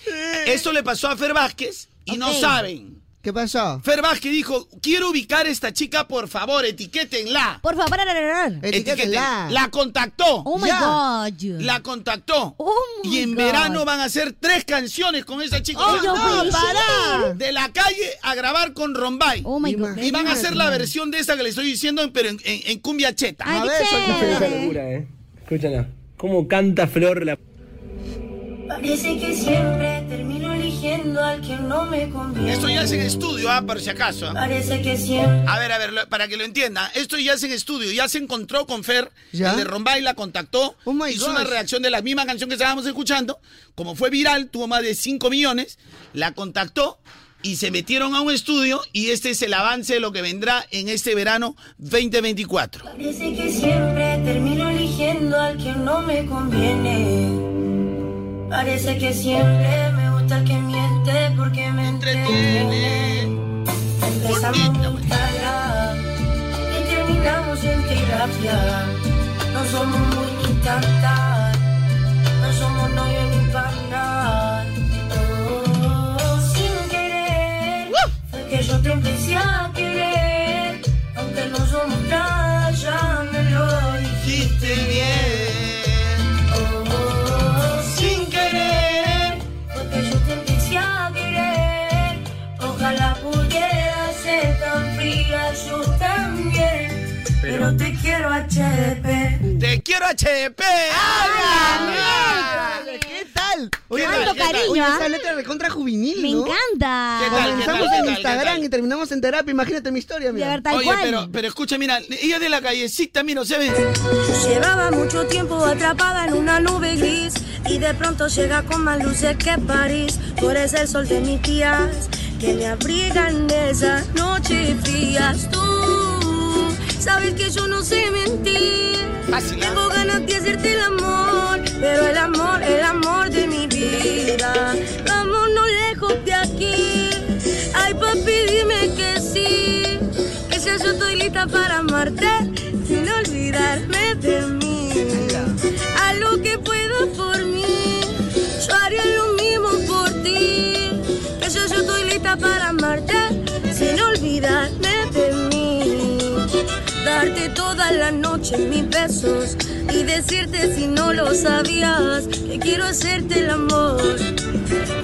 S6: esto le pasó a Fer Vázquez y no
S4: Ok.
S6: saben.
S4: ¿Qué pasó?
S6: Fer Vázquez dijo, quiero ubicar a esta chica, por favor, etiquétenla.
S2: Por favor, etiquétenla.
S6: Etiquétenla. La contactó.
S2: Oh my God. Oh
S6: La contactó.
S2: my
S6: y en
S2: God.
S6: verano van a hacer tres canciones con esa chica.
S2: Oh, yo
S6: Ah,
S2: pensé.
S6: pará. De la calle a grabar con Rombay.
S2: Oh
S6: Y van a hacer la versión de esa que le estoy diciendo, pero en, en- en cumbia cheta.
S2: Ay, A qué ver, suelta. chévere.
S17: Esa locura, ¿eh? Escúchala. ¿Cómo canta Flor la...
S23: Parece que siempre termino eligiendo al que no me conviene.
S6: Esto ya es en estudio, ah, por si acaso.
S23: Parece que siempre.
S6: A ver, a ver, lo- para que lo entienda. Esto ya es en estudio, ya se encontró con Fer, el de Rombay la contactó, hizo una
S4: gosh.
S6: reacción de la misma canción que estábamos escuchando. Como fue viral, tuvo más de 5 millones, la contactó y se metieron a un estudio y este es el avance de lo que vendrá en este verano 2024.
S23: Parece que siempre termino eligiendo al que no me conviene. Parece que siempre me gusta el que miente porque me entretiene. Empezamos a gustarla y terminamos en terapia. No somos muy ni tan, tan. No somos novio ni pana. Oh, sin querer, fue que yo te empecé a querer. Aunque no somos nada, ya me lo dijiste bien. Oh, oh, oh, sin querer, fue que yo te empecé a querer. Ojalá pudiera ser tan fría yo también. Pero te quiero HDP.
S6: Te quiero HP.
S4: ¿Qué tal?
S2: Tanto
S4: ¿qué tal?
S2: cariño,
S4: Oye,
S2: ¿ah?
S4: esa letra recontra juvenil,
S2: Me
S4: ¿no?
S2: encanta. ¿Qué tal, qué
S4: Comenzamos
S6: tal, qué tal,
S4: en
S6: qué
S4: Instagram y terminamos en terapia. Imagínate mi historia, mira.
S6: Oye, pero, pero escucha, mira, ella de la callecita, mira, se ve.
S23: Llevaba mucho tiempo atrapada en una nube gris y de pronto llega con más luces que París. Tú eres el sol de mis días que me abrigan esas noches frías. Tú sabes que yo no sé mentir. Tengo ganas de hacerte el amor, pero el amor, el amor de mi vida. Vámonos lejos de aquí. Ay papi, dime que sí. Que si yo estoy lista para amarte sin olvidarme de mí. A lo que pueda por mí, yo haría lo mismo por ti. Que yo, yo estoy lista para amarte sin olvidarme de mí. Da, Darte toda la noche mis besos y decirte si no lo sabías que quiero hacerte el amor,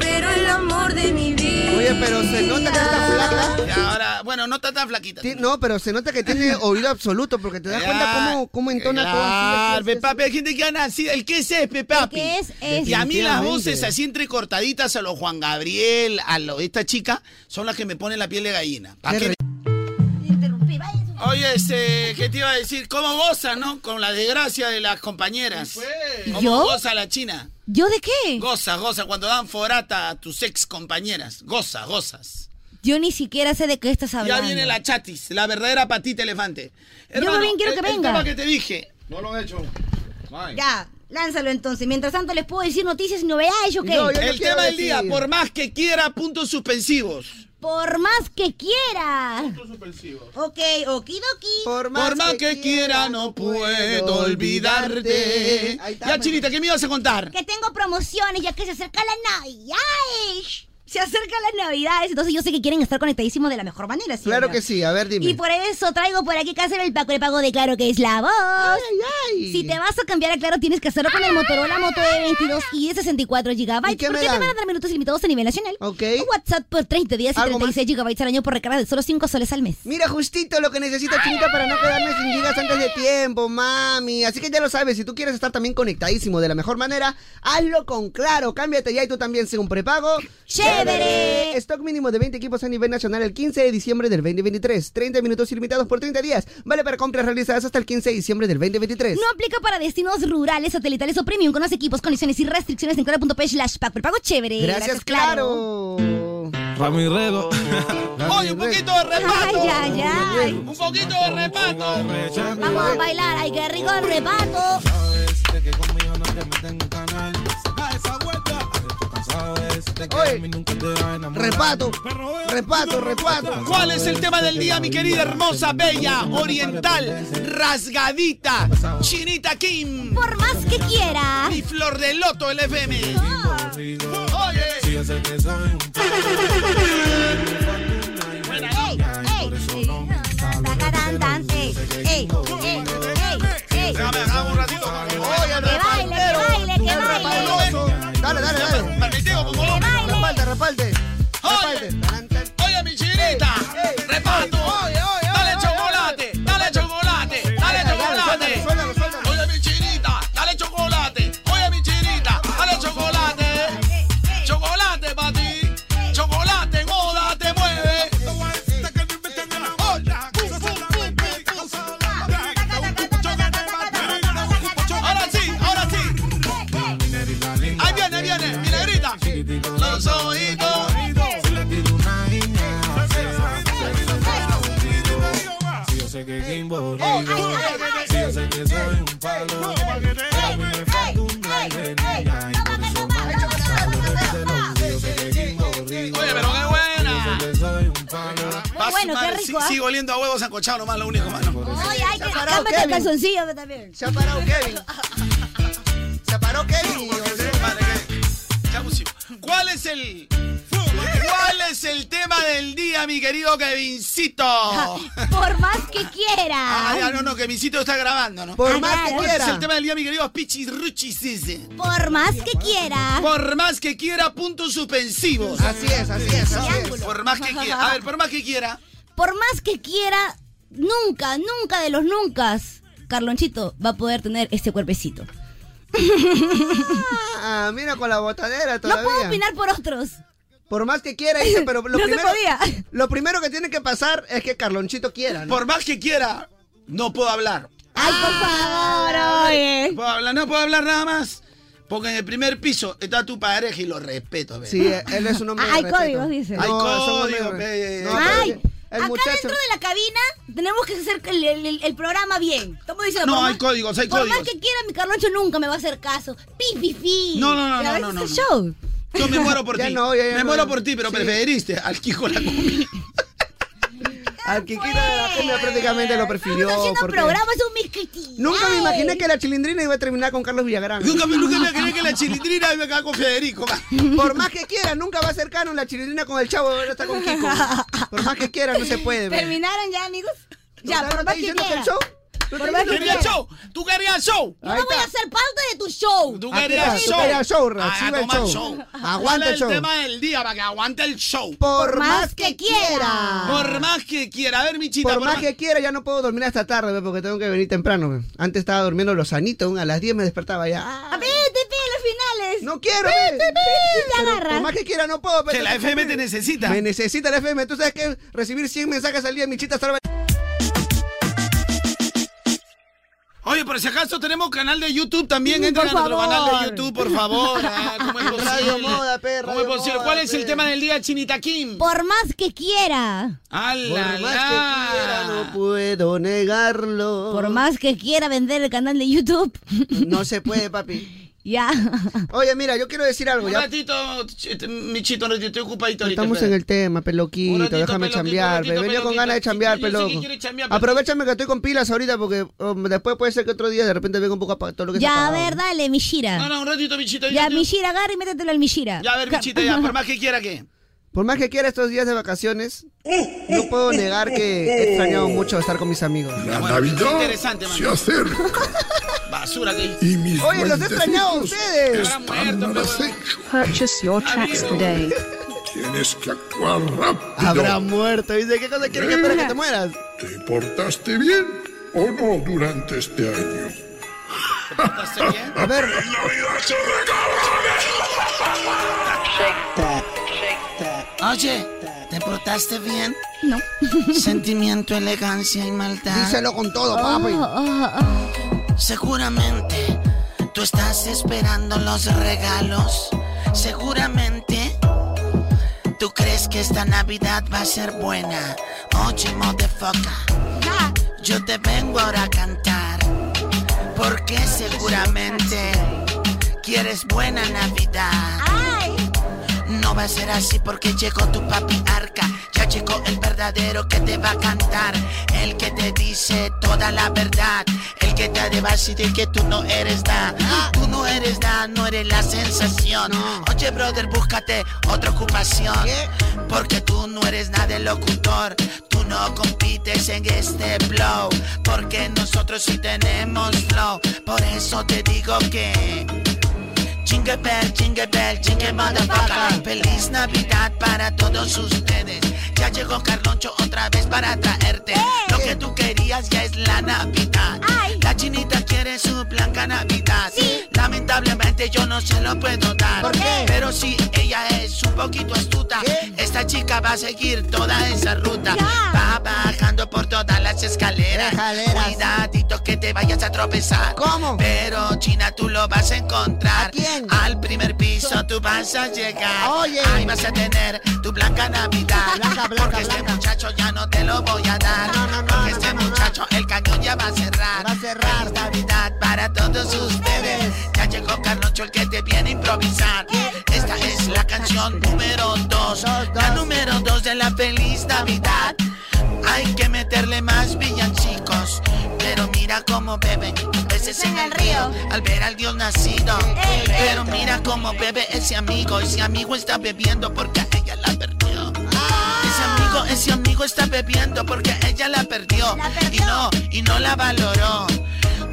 S23: pero el amor de mi vida.
S4: Oye, pero se nota que está flaca.
S6: Ya, ahora, bueno, no está tan flaquita.
S4: Ah. Ti- No, pero se nota que tiene oído absoluto porque te das
S6: Ya.
S4: cuenta cómo, cómo entona todo.
S6: Claro, pe, papi, hay gente que ha nacido. ¿El qué es, es, pe, papi?
S4: es.
S6: Y a mí las
S4: Definitivamente.
S6: voces así entrecortaditas a lo Juan Gabriel, a lo esta chica, son las que me ponen la piel de gallina. ¿Pa' qué? Oye, este, ¿qué te iba a decir? ¿Cómo goza, no? Con la desgracia de las compañeras. ¿Cómo
S2: ¿Yo?
S6: goza la china?
S2: ¿Yo de qué?
S6: Goza, goza. Cuando dan forata a tus ex compañeras. Goza, gozas.
S2: Yo ni siquiera sé de qué estás hablando.
S6: Ya viene la chatis, la verdadera patita elefante.
S2: más bien quiero que
S6: el-
S2: venga.
S6: El tema que te dije. No lo he hecho.
S2: Ya, lánzalo entonces. Mientras tanto, les puedo decir noticias y novedades, ¿o qué?
S6: el tema del día, por más que quiera, puntos suspensivos.
S2: Por más que quiera. Ok, okidoki.
S4: Por
S6: más, que, quiera, no puedo olvidarte.
S2: Ahí está,
S6: Ya,
S2: pues.
S6: Chinita, ¿qué me ibas a contar?
S2: Que tengo promociones ya que se acerca la Navidad. Se acerca la Navidad, entonces yo sé que quieren estar conectadísimos de la mejor manera. ¿sí o
S4: Claro
S2: no?
S4: que sí, a ver, dime.
S2: Y por eso traigo por aquí que hacer el pago el pago de Claro que es la voz. Si te vas a cambiar a Claro tienes que hacerlo con el Motorola Moto E22 y de 64 GB.
S4: Ah. qué me
S2: porque te
S4: dan?
S2: van a dar minutos ilimitados a nivel nacional.
S4: Ok.
S2: WhatsApp por 30 días y
S4: ¿Algo
S2: 36 GB al año por recarga de solo 5 soles al mes.
S4: Mira, justito lo que necesito, chinita, para no quedarme sin gigas antes de tiempo, mami. Así que ya lo sabes, si tú quieres estar también conectadísimo de la mejor manera, hazlo con Claro. Cámbiate ya y tú también sea un prepago.
S2: ¡Chévere!
S4: Stock mínimo de 20 equipos a nivel nacional el 15 de diciembre del 2023. 30 minutos ilimitados por 30 días. Vale para compras realizadas hasta el 15 de diciembre del 2023.
S2: No aplica para destinos rurales, satelitales o premium con los equipos, condiciones y restricciones en claro.p slash pack. Prepago chévere.
S4: Gracias, Claro.
S24: Ramirredo.
S6: Oye, un poquito de repato.
S2: Ay, ay, ay.
S6: Un poquito de repato.
S2: Vamos a bailar, ay, qué rico el repato.
S4: Repato, repato, repato.
S6: ¿Cuál es el tema del día, mi querida hermosa, bella, oriental, rasgadita, chinita Kim?
S2: Por más que quiera.
S6: Mi flor de loto, el FM.
S2: Ey, ey, ey, tacarán, tan, ey, ey, ey, ey, ey.
S4: Oye,
S2: Que baile, que baile, que baile.
S4: Dale, dale, dale. Repalte, repalte. Repalte.
S6: Oye, mi chinita, reparto. Dale chocolate, dale chocolate, dale chocolate. Oye, mi chinita, dale chocolate. Oye, mi chinita, dale chocolate. Chocolate para ti. Chocolate en moda te mueve. Ahora sí, ahora sí. Ahí viene, ahí viene, milagrita. Los ojitos.
S24: Si yo sé que Kimbo rico, si yo sé que soy un palo, pero me falta un aire, niña, y por eso me desalo, desalo. Si yo sé que Kimbo rico,
S6: Oye, pero qué buena.
S24: si yo sé que soy un palo.
S6: Paso,
S2: bueno, qué
S6: madre,
S2: rico,
S6: sí-
S2: ¿ah?
S6: Sigo oliendo a huevos ancochados nomás, lo único, mano.
S2: Ay, ay, que
S4: parado
S2: cámbiate el
S4: Kevin.
S2: calzoncillo que también.
S4: Se ha parado Kevin. Se paró Kevin.
S6: ¿Cuál es el... ¿Cuál es el tema del día, mi querido Kevincito?
S2: Por más que quiera.
S6: Ah, ya, no, no, Kevincito está grabando, ¿no?
S2: Por Ah, más que claro.
S6: ¿Cuál es
S2: quiera.
S6: el tema del día, mi querido Pichirruchis? ese?
S2: Por más que quiera.
S6: Por más que quiera, puntos suspensivos.
S4: Así es, así es, así es.
S6: Por más que quiera. A ver, por más que quiera.
S2: Por más que quiera, nunca, nunca de los nunca, Carlonchito va a poder tener este cuerpecito.
S4: Ah, mira con la botadera
S2: No
S4: todavía.
S2: puedo opinar por otros.
S4: Por más que quiera, dice, pero lo
S2: No se
S4: primero.
S2: podía.
S4: Lo primero que tiene que pasar es que Carlonchito quiera. ¿no?
S6: Por más que quiera, no puedo hablar.
S2: Ay, por favor, oye.
S6: ¿Puedo hablar? No puedo hablar nada más. Porque en el primer piso está tu pareja y lo respeto. ve.
S4: Sí, él es un hombre. de
S2: Ah, Hay
S4: respeto.
S2: códigos, dice.
S6: Hay eh,
S4: No, es un hombre de
S6: código,
S4: respeto.
S6: ve.
S4: No, pero
S2: Ay,
S4: el
S2: acá
S4: muchacho-
S2: dentro de la cabina tenemos que hacer el, el- el programa bien. Estamos diciendo,
S6: No,
S2: por
S6: hay
S2: más-
S6: códigos, hay
S2: por
S6: códigos.
S2: más que quiera, mi Carloncho nunca me va a hacer caso. Pi, pi, pi.
S6: No, no, no,
S2: Pero
S6: no,
S2: a veces
S6: no, no,
S2: es
S6: no.
S2: show.
S6: Yo me muero por
S4: Ya
S6: ti.
S4: no, ya, ya
S6: me
S4: no,
S6: muero
S4: ya.
S6: por ti, pero
S4: Sí.
S6: preferiste al Kiko la comida.
S4: Al Kikito de la cumbia prácticamente lo prefirió.
S2: Estamos haciendo
S4: porque-
S2: programas, un misquitito.
S4: Nunca me imaginé que la chilindrina iba a terminar con Carlos Villagrán.
S6: Nunca me nunca me creí que la chilindrina iba a quedar con Federico. va.
S4: Por más que quiera, nunca va a ser canon la chilindrina con el chavo, ahora está con Kiko. Por más que quiera, no se puede. ve.
S2: ¿Terminaron ya, amigos? Ya, por más que quiera. Por más que
S31: Quería
S2: quiera.
S31: show, tú querías show.
S2: Yo no voy a ser parte de tu show.
S31: Tú
S4: Aquí
S31: querías
S4: está,
S31: show.
S4: tú querías show,
S31: Ah,
S4: recibe
S31: a
S4: el
S31: tomar
S4: show. Aguanta
S31: ¿Cuál es
S4: el show.
S31: el tema del día para que aguante el show?
S4: Por más más que que quiera. quiera.
S31: Por más que quiera. A ver, Michita.
S4: Por más que quiera, ya no puedo dormir hasta tarde, ve, porque tengo que venir temprano. ve. Antes estaba durmiendo los sanitos, a las 10 me despertaba ya.
S2: A ver, te Ah, los finales.
S4: No quiero. ve. Pero Por más que quiera, no puedo. ve,
S31: Que la
S4: tengo
S31: FM te
S4: dormir.
S31: necesita.
S4: Me necesita la FM. ¿Tú sabes que recibir 100 mensajes al día, Michita Sarva-
S31: Oye, por si acaso tenemos canal de YouTube también. Entra a
S4: Por
S31: nuestro
S4: favor.
S31: canal de YouTube, por favor. Ah, ¿Cómo es posible?
S4: Radio Moda, pe,
S31: ¿Cómo es posible? ¿Cuál es el tema del día, Chinita Kim?
S2: Por más que quiera.
S31: ¡Ala,
S4: Por más que quiera, no puedo negarlo.
S2: Por más que quiera vender el canal de YouTube.
S4: No se puede, papi.
S2: Ya.
S4: Oye, mira, yo quiero decir algo.
S31: Un
S4: Ya
S31: ratito, ch- Michito, un ratito, estoy ocupadito ahorita.
S4: Estamos en
S31: espera.
S4: el tema, peloquito,
S31: Un ratito,
S4: déjame
S31: peloquito,
S4: chambear.
S31: un ratito,
S4: pe. Venía con
S31: peloquito.
S4: ganas de chambear,
S31: Sí, yo sé que
S4: peloco.
S31: quieres chambear, pero-
S4: Aprovechame que estoy con pilas ahorita porque um, después puede ser que otro día de repente venga un poco apagado todo lo que se
S2: Ya, a
S4: apagado.
S2: ver, dale, Mishira.
S31: No, no, un ratito, Michito.
S2: Ya, Mishira, agarra y métetelo al Mishira.
S31: Ya, a ver, Michita, ya, por más que quiera, ¿qué?
S4: Por más que quiera estos días de vacaciones, no puedo negar que he extrañado mucho estar con mis amigos.
S31: La Navidad interesante, se acerca. Basura que
S4: Y mis Oye, los he extrañado a ustedes.
S1: Purchase your tracks today.
S33: Tienes que actuar rápido.
S4: Habrá muerto. Dice, ¿qué cosa quieres que espera que te mueras?
S33: ¿Te portaste bien o no durante este año?
S4: A ver.
S31: Oye, ¿te portaste bien? No. Sentimiento, elegancia y maldad. Oh,
S4: Díselo con todo, papi.
S31: Seguramente tú estás esperando los regalos. Seguramente tú crees que esta Navidad va a ser buena. Oye, motherfucker, yo te vengo ahora a cantar. Porque seguramente quieres buena Navidad. No va a ser así porque llegó tu papi arca. Ya llegó el verdadero que te va a cantar. El que te dice toda la verdad. El que te ha de decir que tú no eres nada. Tú no eres nada, no eres la sensación. Oye, brother, búscate otra ocupación. Porque tú no eres nada el locutor. Tú no compites en este flow. Porque nosotros sí tenemos flow. Por eso te digo que. Jingle bell, jingle bell, jingle motherfucker. Feliz Navidad para todos ustedes. Ya llegó Carloncho otra vez para traerte. Lo que tú querías ya es la Navidad. La chinita quiere su blanca Navidad. Lamentablemente yo no se lo puedo dar. Pero si ella es un poquito astuta, esta chica va a seguir toda esa ruta. Va bajando por todas las escaleras. Cuidadito que te vayas a tropezar. ¿Cómo? Pero China tú lo vas a encontrar. Al primer piso tú vas a llegar. Oye. Ahí vas a tener tu blanca Navidad. porque este muchacho ya no te lo voy a dar. porque este muchacho el cañón ya va a cerrar. Va a cerrar. Navidad para todos ustedes. Ya llegó Carloncho el que te viene a improvisar. Esta es la canción número dos. La número dos de la feliz Navidad. Hay que meterle más villancicos. Pero mira cómo beben peces en el río al ver al Dios nacido. Pero mira cómo bebe ese amigo. Ese amigo está bebiendo porque a ella la perdió. Ese amigo, ese amigo está bebiendo porque ella la perdió. Y no, y no la valoró.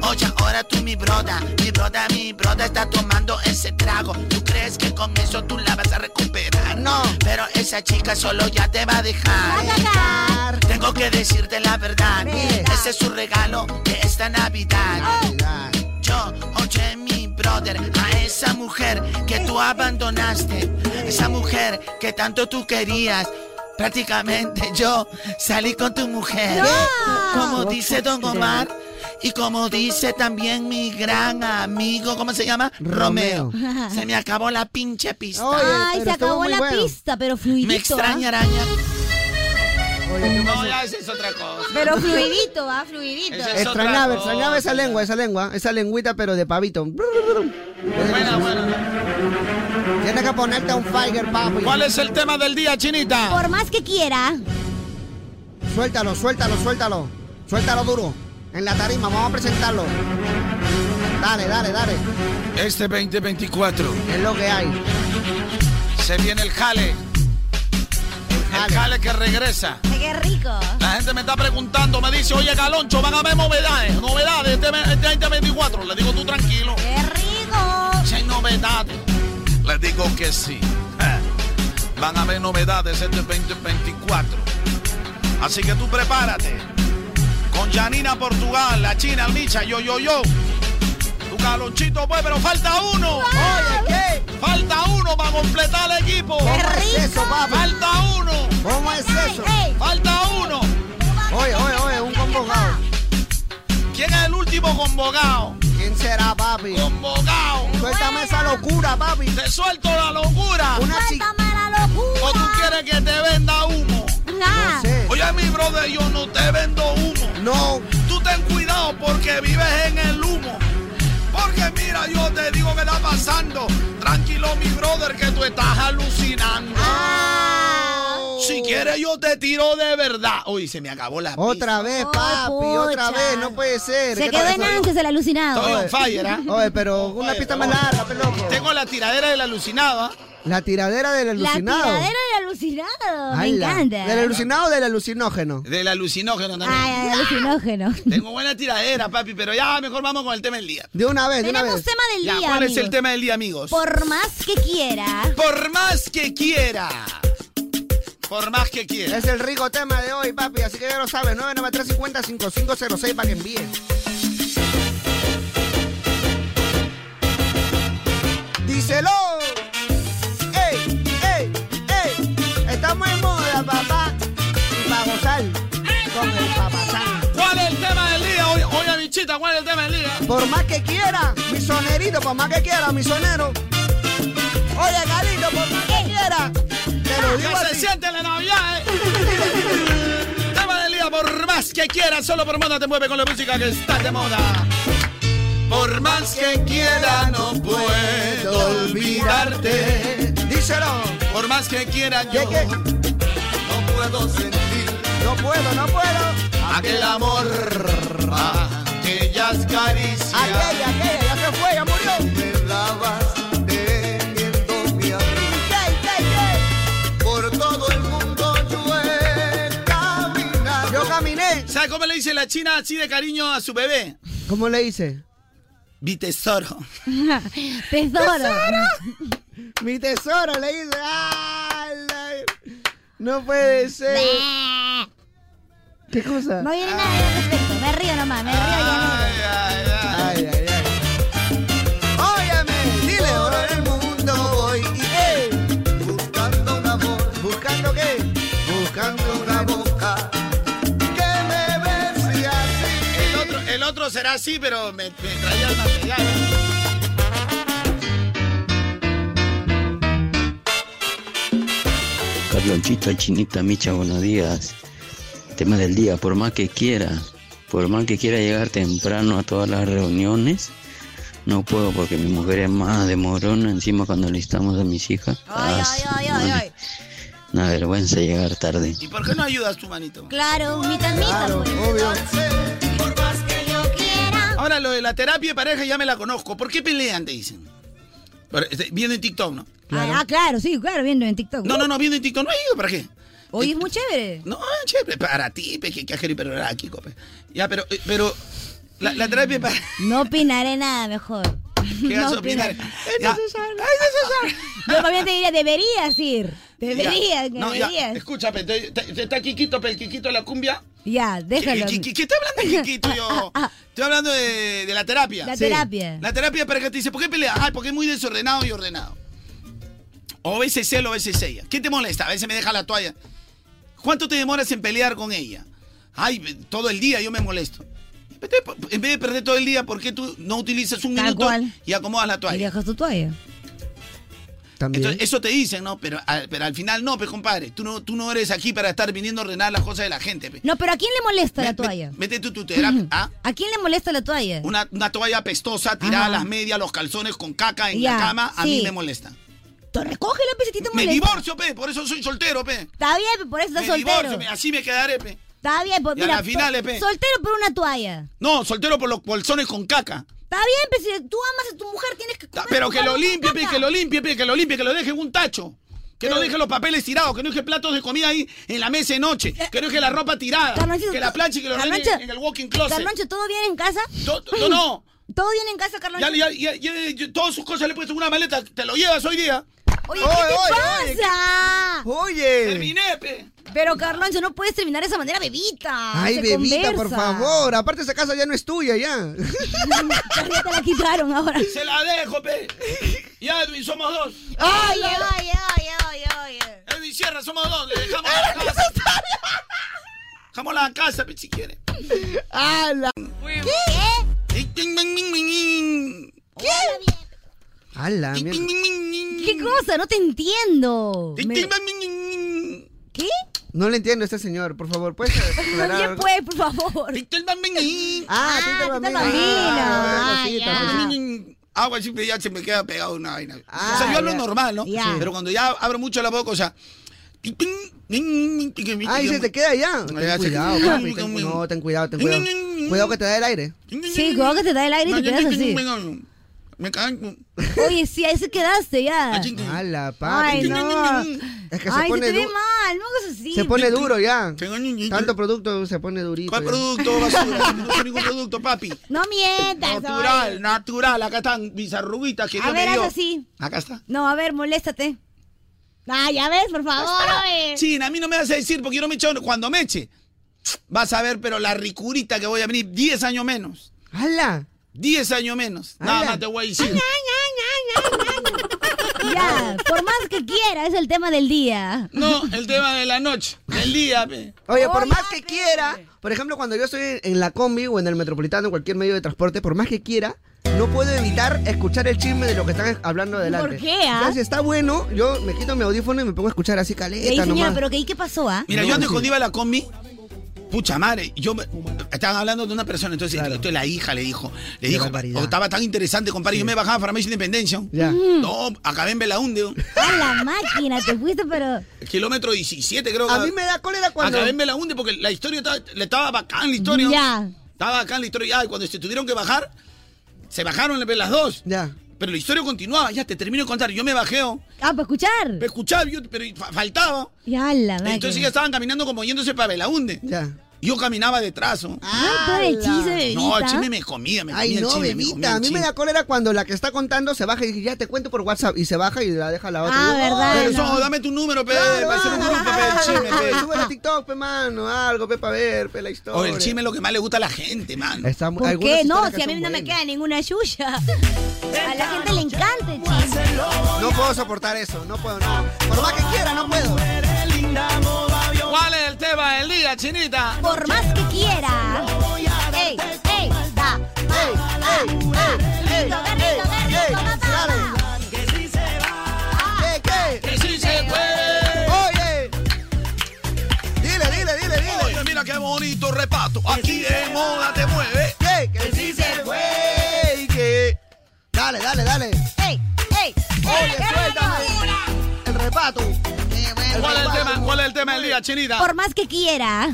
S31: Oye, ahora tú mi broda, mi broda, mi broda está tomando ese trago. ¿Tú crees que con eso tú la vas a recuperar? No. Pero esa chica solo ya te va a dejar. Tengo que decirte la verdad. Ese es su regalo de esta Navidad. Yo, oye, mi brother, a esa mujer que tú abandonaste, esa mujer que tanto tú querías. Prácticamente yo salí con tu mujer. Como dice Don Omar y como dice también mi gran amigo, ¿cómo se llama? Romeo. Se me acabó la pinche pista.
S2: Ay, se acabó la pista, pero fluidito.
S31: Me extraña,
S2: ¿ah?
S31: araña. No, ya esa es otra cosa.
S2: Pero fluidito, va, fluidito.
S31: Esa es
S4: Extrañaba,
S31: otra cosa.
S4: extrañaba esa lengua, esa lengua, esa lengüita, pero de pavito.
S31: Bueno, bueno.
S4: Tienes que ponerte un Figer, papi.
S31: ¿Cuál es el tema del día, Chinita?
S2: Por más que quiera.
S4: Suéltalo, suéltalo, suéltalo. Suéltalo duro. En la tarima, vamos a presentarlo. Dale, dale, dale.
S31: Este 2024
S4: Es lo que hay.
S31: se viene el jale. El
S6: El jale que regresa.
S2: Qué rico.
S6: La gente me está preguntando, me dice, oye Galoncho, van a haber novedades, novedades este, ve- este 2024. Le digo, tú tranquilo. ¡Qué
S2: rico!
S6: Si hay novedades. Le digo que sí. Eh, Van a haber novedades este 2024. Así que tú prepárate. Con Janina Portugal, la China, Micha, yo, yo, yo. Tu galonchito, pues, pero falta uno. Oye, ¿qué? Falta uno para completar el equipo.
S24: ¿Cómo es eso, papi?
S6: Falta uno.
S24: ¿Cómo es eso?
S6: Falta uno.
S24: Oye, oye, oye, un convocado.
S6: ¿Quién es el último convocado?
S24: ¿Quién será, papi?
S6: Convocado.
S24: Suéltame esa locura, papi.
S6: Te suelto la locura.
S24: Una
S2: la locura.
S6: ¿O tú quieres que te venda humo?
S2: No
S24: sé.
S6: Oye, mi brother, yo no te vendo humo.
S24: No.
S6: Tú ten cuidado porque vives en el humo. Porque mira, yo te digo que está pasando. Tranquilo, mi brother, que tú estás alucinando.
S2: Ah.
S6: Si quieres, yo te tiro de verdad. Uy, se me acabó la
S4: Otra vez, papi, otra
S2: Oh, pucha.
S4: vez, no puede ser.
S2: Se
S4: ¿Qué
S2: quedó
S4: tal
S2: en
S4: eso?
S2: antes el alucinado.
S6: Estoy on fire, ¿ah?
S4: Oye, pero una pista más larga, pe loco.
S6: Tengo la tiradera del alucinado. ¿ah?
S4: La tiradera del
S2: La
S4: alucinado.
S2: tiradera del alucinado. Me
S4: Ala.
S2: encanta.
S4: ¿Del alucinado o del alucinógeno?
S6: Del alucinógeno también.
S2: Ay, ay, alucinógeno.
S6: Tengo buena tiradera, papi, pero ya mejor vamos con el tema del día.
S4: De una vez, de una vez.
S2: Tenemos tema del
S6: Ya,
S2: día.
S6: ¿cuál es
S2: amigos.
S6: el tema del día, amigos?
S2: Por más que quiera.
S6: Por más que quiera. Por más que quiera.
S4: Es el rico tema de hoy, papi, así que ya lo sabes, 99350-5506 para que envíes. ¡Díselo! ¡Ey, ey, ey! Estamos en moda, papá, y pa' gozar con el papasán.
S6: ¿Cuál es el tema del día? Oye, oye, bichita, ¿cuál es el tema del día?
S4: Por más que quiera, mi sonerito, por más que quiera, mi sonero. Oye, Galito, por más
S2: Eh.
S4: que quiera, te lo digo
S6: Que
S4: a
S6: se
S4: ti.
S6: siente la Navidad, eh. Tema del día, por más que quieras, solo por moda te mueve con la música que está de moda. Por más que quiera, no puedo olvidarte.
S4: Díselo.
S6: Por más que quiera, yo no puedo sentir
S4: No puedo, no puedo.
S6: aquel amor, aquellas caricias.
S4: Aquella, aquella, ya se fue, ya murió.
S24: Me dabas teniendo mi amor.
S4: Yay, yay, yay.
S24: Por todo el mundo yo he caminado.
S4: Yo caminé.
S6: ¿Sabes cómo le dice la china así de cariño a su bebé?
S4: ¿Cómo le hice?
S6: Mi tesoro.
S2: Tesoro.
S4: Mi tesoro le hice. ¡Ay, la- No puede ser. ¿Qué cosa?
S2: No viene nada al respecto. Me río nomás, me río ya.
S4: Ay, ay, ay. Óyame, dile. Por el mundo voy y
S24: Buscando un amor,
S4: ¿Buscando qué?
S24: buscando una boca que me bese así.
S6: El otro, el otro será así, pero me, me traía el material.
S12: Carlonchito, Chinita, Micha, buenos días. Tema del día, por más que quiera, por más que quiera llegar temprano a todas las reuniones, no puedo porque mi mujer es más de morona, encima cuando listamos a mis hijas. ah,
S2: Ay, ay, ay, ay.
S12: Una vergüenza llegar tarde.
S6: ¿Y por qué no ayudas tu manito?
S2: Claro, mitad, mitad. pues.
S6: Por más que yo quiera. Ahora, lo de la terapia de pareja ya me la conozco. ¿Por qué pelean, te dicen? Pero, este, Viendo en TikTok, ¿no?
S2: Ah, ah, claro, sí, claro, viendo en TikTok.
S6: No, no, no, viendo en TikTok no he ido, ¿para qué? Eh,
S2: Oye, es muy chévere.
S6: No, chévere, para ti, pe, que que ajero y pero era aquí, cope. Ya, pero, eh, pero, la, la terapia de pareja...
S2: No opinaré nada mejor.
S6: ¿Qué vas a
S2: No
S6: opinar?
S2: opinaré.
S6: Ya.
S2: Yo también te diría, deberías ir.
S6: Ya.
S2: Deberías,
S6: No, ya,
S2: deberías.
S6: Escúchame, te- te- te- está Kikito, pe, el Kikito de la cumbia.
S2: Ya, déjalo.
S6: ¿Qué, qué, qué está hablando de Kikito yo? Estoy hablando de, de la terapia.
S2: La Sí. terapia.
S6: La terapia para que te dice, ¿por qué pelea? Ay, porque es muy desordenado y ordenado. O a veces él o a veces ella. ¿Qué te molesta? A veces me deja la toalla. ¿Cuánto te demoras en pelear con ella? Ay, me- todo el día yo me molesto. Vete, po- En vez de perder todo el día, ¿por qué tú no utilizas un
S2: Tal
S6: minuto
S2: cual.
S6: y acomodas la toalla?
S2: Y dejas tu toalla.
S6: Entonces, eso te dicen, ¿no? Pero al, pero al final no, pues compadre, tú no, tú no eres aquí para estar viniendo a ordenar las cosas de la gente. pe.
S2: No, pero ¿a quién le molesta la
S6: Ve- ve-
S2: toalla?
S6: Vete tú tu terapia. ¿ah?
S2: ¿A quién le molesta la toalla?
S6: Una, una toalla pestosa, tirada
S2: Ajá.
S6: las medias, los calzones con caca en
S2: Ya,
S6: la cama, a
S2: sí.
S6: mí me molesta.
S2: Tú recoge la pesita
S6: Me
S2: molesta.
S6: divorcio, pe, por eso soy soltero, pe.
S2: Está bien, pe, por eso estás
S6: me
S2: soltero.
S6: divorcio, pe, así me quedaré, pe.
S2: Está bien, pues
S6: Y a
S2: mira,
S6: las finales,
S2: to-
S6: pe.
S2: soltero por una toalla.
S6: No, soltero por los bolsones con caca.
S2: Está bien, pero si tú amas a tu mujer, tienes que comer
S6: Pero
S2: tu
S6: que lo
S2: comida con
S6: limpie, pe,
S2: caca.
S6: que lo limpie, pe, que lo limpie, que lo deje en un tacho. Que no deje los papeles tirados, que no deje platos de comida ahí en la mesa de noche,
S2: Eh,
S6: que no deje la ropa tirada,
S2: Carlonchito,
S6: que la planche y que lo reine
S2: Carloncho,
S6: en el walking closet.
S2: Carloncho, ¿todo bien en casa?
S6: no, no.
S2: ¿Todo bien en casa, Carloncho?
S6: Ya, ya, ya, ya- ya- todas sus cosas le he puesto en una maleta, te lo llevas hoy día.
S2: Oye, ¿qué
S6: Oye,
S2: te
S6: oye,
S2: pasa?
S4: Oye.
S6: Terminé, pe.
S2: Pero, Carloncho, no puedes terminar de esa manera, bebita.
S4: Ay,
S2: Ah, Se
S4: bebita,
S2: conversa.
S4: por favor. Aparte, esa casa ya no es tuya, ya.
S2: ya te la quitaron ahora.
S6: Se la dejo, pe. Y Edwin, somos dos.
S2: Oye, oye, oye, oye, oye.
S6: Edwin Sierra, somos dos, le dejamos la casa. Dejamos la casa, pe, si quiere.
S4: ¡Hala!
S6: ¿Qué?
S2: ¿Qué?
S4: ¡Hala, mierda!
S2: ¿Qué cosa? No te entiendo. Me- ¿Qué?
S4: No le entiendo a este señor, por favor. ¿Puedes aclarar?
S2: Oye, pues, por favor.
S4: Ah, Tito el
S2: Tito el
S4: Bambino.
S6: Ah,
S2: Bambino.
S6: bueno,
S2: Ah,
S6: sí, Agua siempre ya se me queda pegado una vaina.
S2: Ah,
S6: o sea, yo hablo
S2: ya.
S6: normal, ¿no?
S2: Ya.
S6: Pero cuando ya abro mucho la boca, o sea.
S4: Ay,
S6: Ay,
S4: se te queda ya.
S6: ya
S4: Ten
S6: se-
S4: cuidado, papi. ten- no, ten cuidado, ten cuidado. Cuidado que te da el aire.
S2: ya. Sí, cuidado que te da el aire y te quedas así.
S6: Me cago.
S2: Oye, sí, ahí se quedaste
S6: Ah,
S2: ya.
S4: ¡Hala, papi!
S2: Ay, no.
S4: Es que se
S2: Ay,
S4: pone
S2: se te ve
S4: du-
S2: mal, no hagas así.
S4: Se pone duro ya. Tanto producto se pone durito.
S6: ¿Cuál
S4: ya.
S6: producto, basura? No tengo ningún producto, papi.
S2: No mientas.
S6: Natural,
S2: oye.
S6: natural. Acá están mis arruguitas que
S2: A
S6: Dios me
S2: ver, haz
S6: dio.
S2: así.
S6: Acá está.
S2: No, a ver, moléstate. Ah, ya ves, por favor, oye.
S6: China, a mí no me vas a decir porque yo no me echo cuando me eche. Vas a ver, pero la ricurita que voy a venir, 10 años menos.
S4: ¡Hala!
S6: 10 años menos. Nada
S2: ¡Hala!
S6: más te voy a decir.
S2: Ya, por más que quiera, es el tema del día.
S6: No, el tema de la noche, el día. pe.
S4: Oye, por más que quiera, por ejemplo, cuando yo estoy en la combi o en el metropolitano, en cualquier medio de transporte, por más que quiera, no puedo evitar escuchar el chisme de lo que están hablando adelante.
S2: ¿Por qué, ah?
S4: Entonces, está bueno, yo me quito mi audífono y me pongo a escuchar así
S2: Le dije,
S4: caleta
S2: señora,
S4: nomás.
S2: pero que ahí qué pasó, ¿ah?
S6: Mira, yo antes cuando iba a la combi, pucha madre, yo me- estaban hablando de una persona, entonces entonces la hija le dijo, le dijo, "Oh, estaba tan interesante, compadre, yo me bajaba a Farmacia Independencia.
S4: Ya.
S6: No, acabé en Belaunde, oh.
S2: A la máquina, te fuiste, pero.
S6: kilómetro 17 creo.
S4: A
S6: que-
S4: mí me da cólera cuando-
S6: Acabé en Belaunde porque la historia estaba, le estaba bacán la historia.
S2: Ya.
S6: Estaba bacán la historia, ya, y cuando se tuvieron que bajar, se bajaron las dos.
S4: Ya.
S6: Pero la historia continuaba, ya te termino de contar, yo me bajé, oh.
S2: Ah, para escuchar.
S6: Me escuchaba, yo- pero fa- faltaba.
S2: Ya, la máquina.
S6: Entonces ya estaban caminando como yéndose para Belaunde. Yo caminaba detrás. ¿no?
S2: Ah,
S4: pues,
S2: todo el chisme, bebita.
S6: No, el chisme me comía, me comía
S4: Ay,
S6: el
S4: no,
S6: chisme, me comía
S4: bebita.
S6: el
S4: A mí me
S6: chisme.
S4: da cólera cuando la que está contando se baja y dice, ya te cuento por WhatsApp. Y se baja y la deja a la otra.
S2: Ah,
S4: Y yo,
S2: verdad,
S4: "Ay,
S6: Pero
S4: no".
S6: eso, dame tu número, pe,
S4: Claro,
S6: para hacer un grupo, pe, el chisme,
S4: ah,
S2: Pues,
S6: pe.
S4: Sube a TikTok, pe, mano, algo, pe, para ver, pe, la historia.
S6: O el chisme es lo que más le gusta a la gente, mano.
S4: Está mu-
S2: ¿Por
S4: algunas
S2: qué? No,
S4: historias
S2: si
S4: que
S2: a mí
S4: son
S2: no me
S4: buenas.
S2: queda ninguna yuya. A la gente le encanta, el chisme.
S4: No puedo soportar eso, no puedo, no. Por más que quiera, no puedo.
S6: ¿Cuál es el tema del día, chinita?
S2: Por más que quiera. ¡Ey, ey, da! ¡Ey, ey, ey! ¡Rico, qué rico, qué rico, papá! Ah.
S4: ¿Qué,
S6: qué? sí se puede!
S4: ¡Oye! Dile, dile, dile, dile.
S6: Oye, mira qué bonito reparto. Aquí en moda te mueve.
S4: ¿Qué? Que sí se puede. que- Dale, dale, dale.
S2: ¡Ey, ey!
S4: Oye, suéltame. El repato.
S6: ¿Cuál es el tema? ¿Cuál es el tema del día, chinita?
S2: Por más que quiera.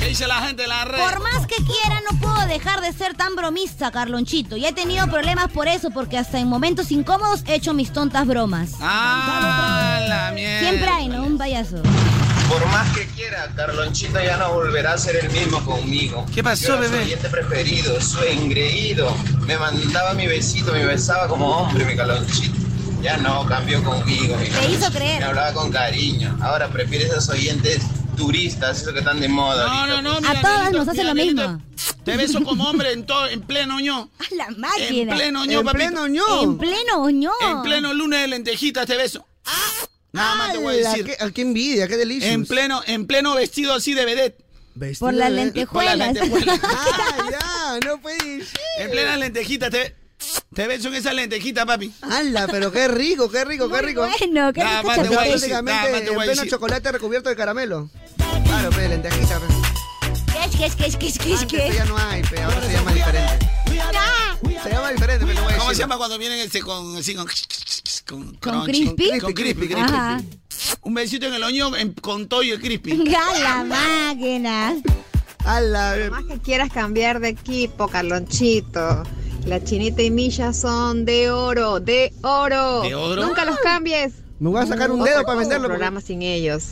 S6: ¿Qué dice la gente en la red?
S2: Por más que quiera, no puedo dejar de ser tan bromista, Carlonchito. Y he tenido problemas por eso, porque hasta en momentos incómodos he hecho mis tontas bromas.
S6: Ah, la mierda.
S2: Siempre hay, ¿no? Un payaso.
S15: Por más que quiera, Carlonchito ya no volverá a ser el mismo conmigo.
S6: ¿Qué pasó,
S15: Yo era su
S6: bebé?
S15: oyente preferido, su engreído. Me mandaba mi besito, me besaba como hombre, mi Carlonchito. Ya no, cambió conmigo. mi
S2: Te hizo
S15: Carlonchito.
S2: creer.
S15: Me hablaba con cariño. Ahora prefiere esos oyentes turistas, esos que están de moda.
S6: No, no,
S4: pues.
S6: no,
S2: A todas nos hace lo mismo.
S6: Te beso como hombre en, todo, en pleno ño.
S2: A la máquina.
S6: En pleno ño, En papito. pleno ño.
S2: En pleno Ah, oño.
S6: En pleno lunes de lentejitas te beso. Nada más te voy a
S4: Ala,
S6: decir.
S4: qué- ah, qué envidia, qué delicia.
S6: En pleno, en pleno vestido así de vedette.
S4: Vestido
S2: Por las
S4: de-
S2: lentejuelas.
S4: Ah, ya, no puedes.
S6: En plena lentejita te, te beso en esa lentejita, papi.
S4: Ala, pero qué rico, qué rico, qué rico.
S2: bueno, qué
S6: Nada
S4: rico.
S6: más te voy a decir, nada más
S4: Prácticamente
S6: te voy
S4: en
S6: a
S4: pleno
S6: decir.
S4: chocolate recubierto de caramelo. Claro, pe, lentejita, pe.
S2: ¿Qué es, qué es, qué es, qué es,
S4: Antes
S2: qué es?
S4: Ah, ya no hay, pe, ahora se llama diferente. Se llama diferente, pero no voy a
S6: ¿Cómo se
S4: decir.
S6: llama cuando vienen ese con, así con, con,
S2: ¿Con
S6: crunchy?
S2: crispy?
S6: Con crispy, crispy.
S2: Ajá.
S6: Un besito en el oño en- con Toyo crispy.
S2: A la máquina.
S4: Ala,
S20: Por más que quieras cambiar de equipo, Carlonchito. La chinita y Milla son de oro, de oro.
S6: ¿De oro?
S20: Nunca los cambies.
S4: Me voy a sacar un dedo para venderlo. porque-
S20: programa sin ellos.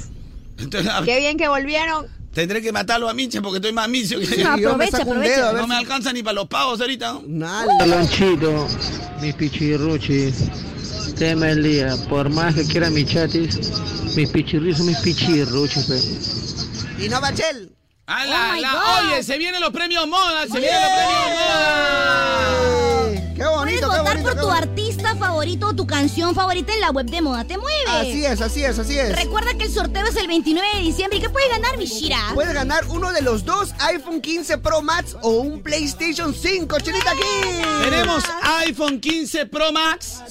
S6: Entonces,
S20: Qué bien que volvieron.
S6: Tendré que matarlo a Micha porque estoy más micio que
S20: Sí, yo me Aprovecha,
S4: saco un aprovecha. dedo, a ver
S6: no
S4: si-
S6: me alcanza ni para los pavos ahorita. ¿no?
S7: Lonchito, mis pichirruchis, tema el día. Por más que quiera mis chatis, mis pichirruchis son mis pichirruchis. pe.
S4: Y no Bachel.
S6: ¡Ala,
S4: Oh my
S6: la-
S4: God.
S6: Oye, se vienen los premios moda, se vienen los premios moda.
S4: ¡Qué
S2: Puedes votar por tu artista favorito o tu canción favorita en la web de Moda Te Mueve.
S4: Así es, así es, así es.
S2: Recuerda que el sorteo es el 29 de diciembre. ¿Y qué puedes ganar, Mishira?
S4: Puedes ganar uno de los dos iPhone 15 Pro Max o un PlayStation 5, chinita aquí.
S6: Tenemos iPhone 15 Pro Max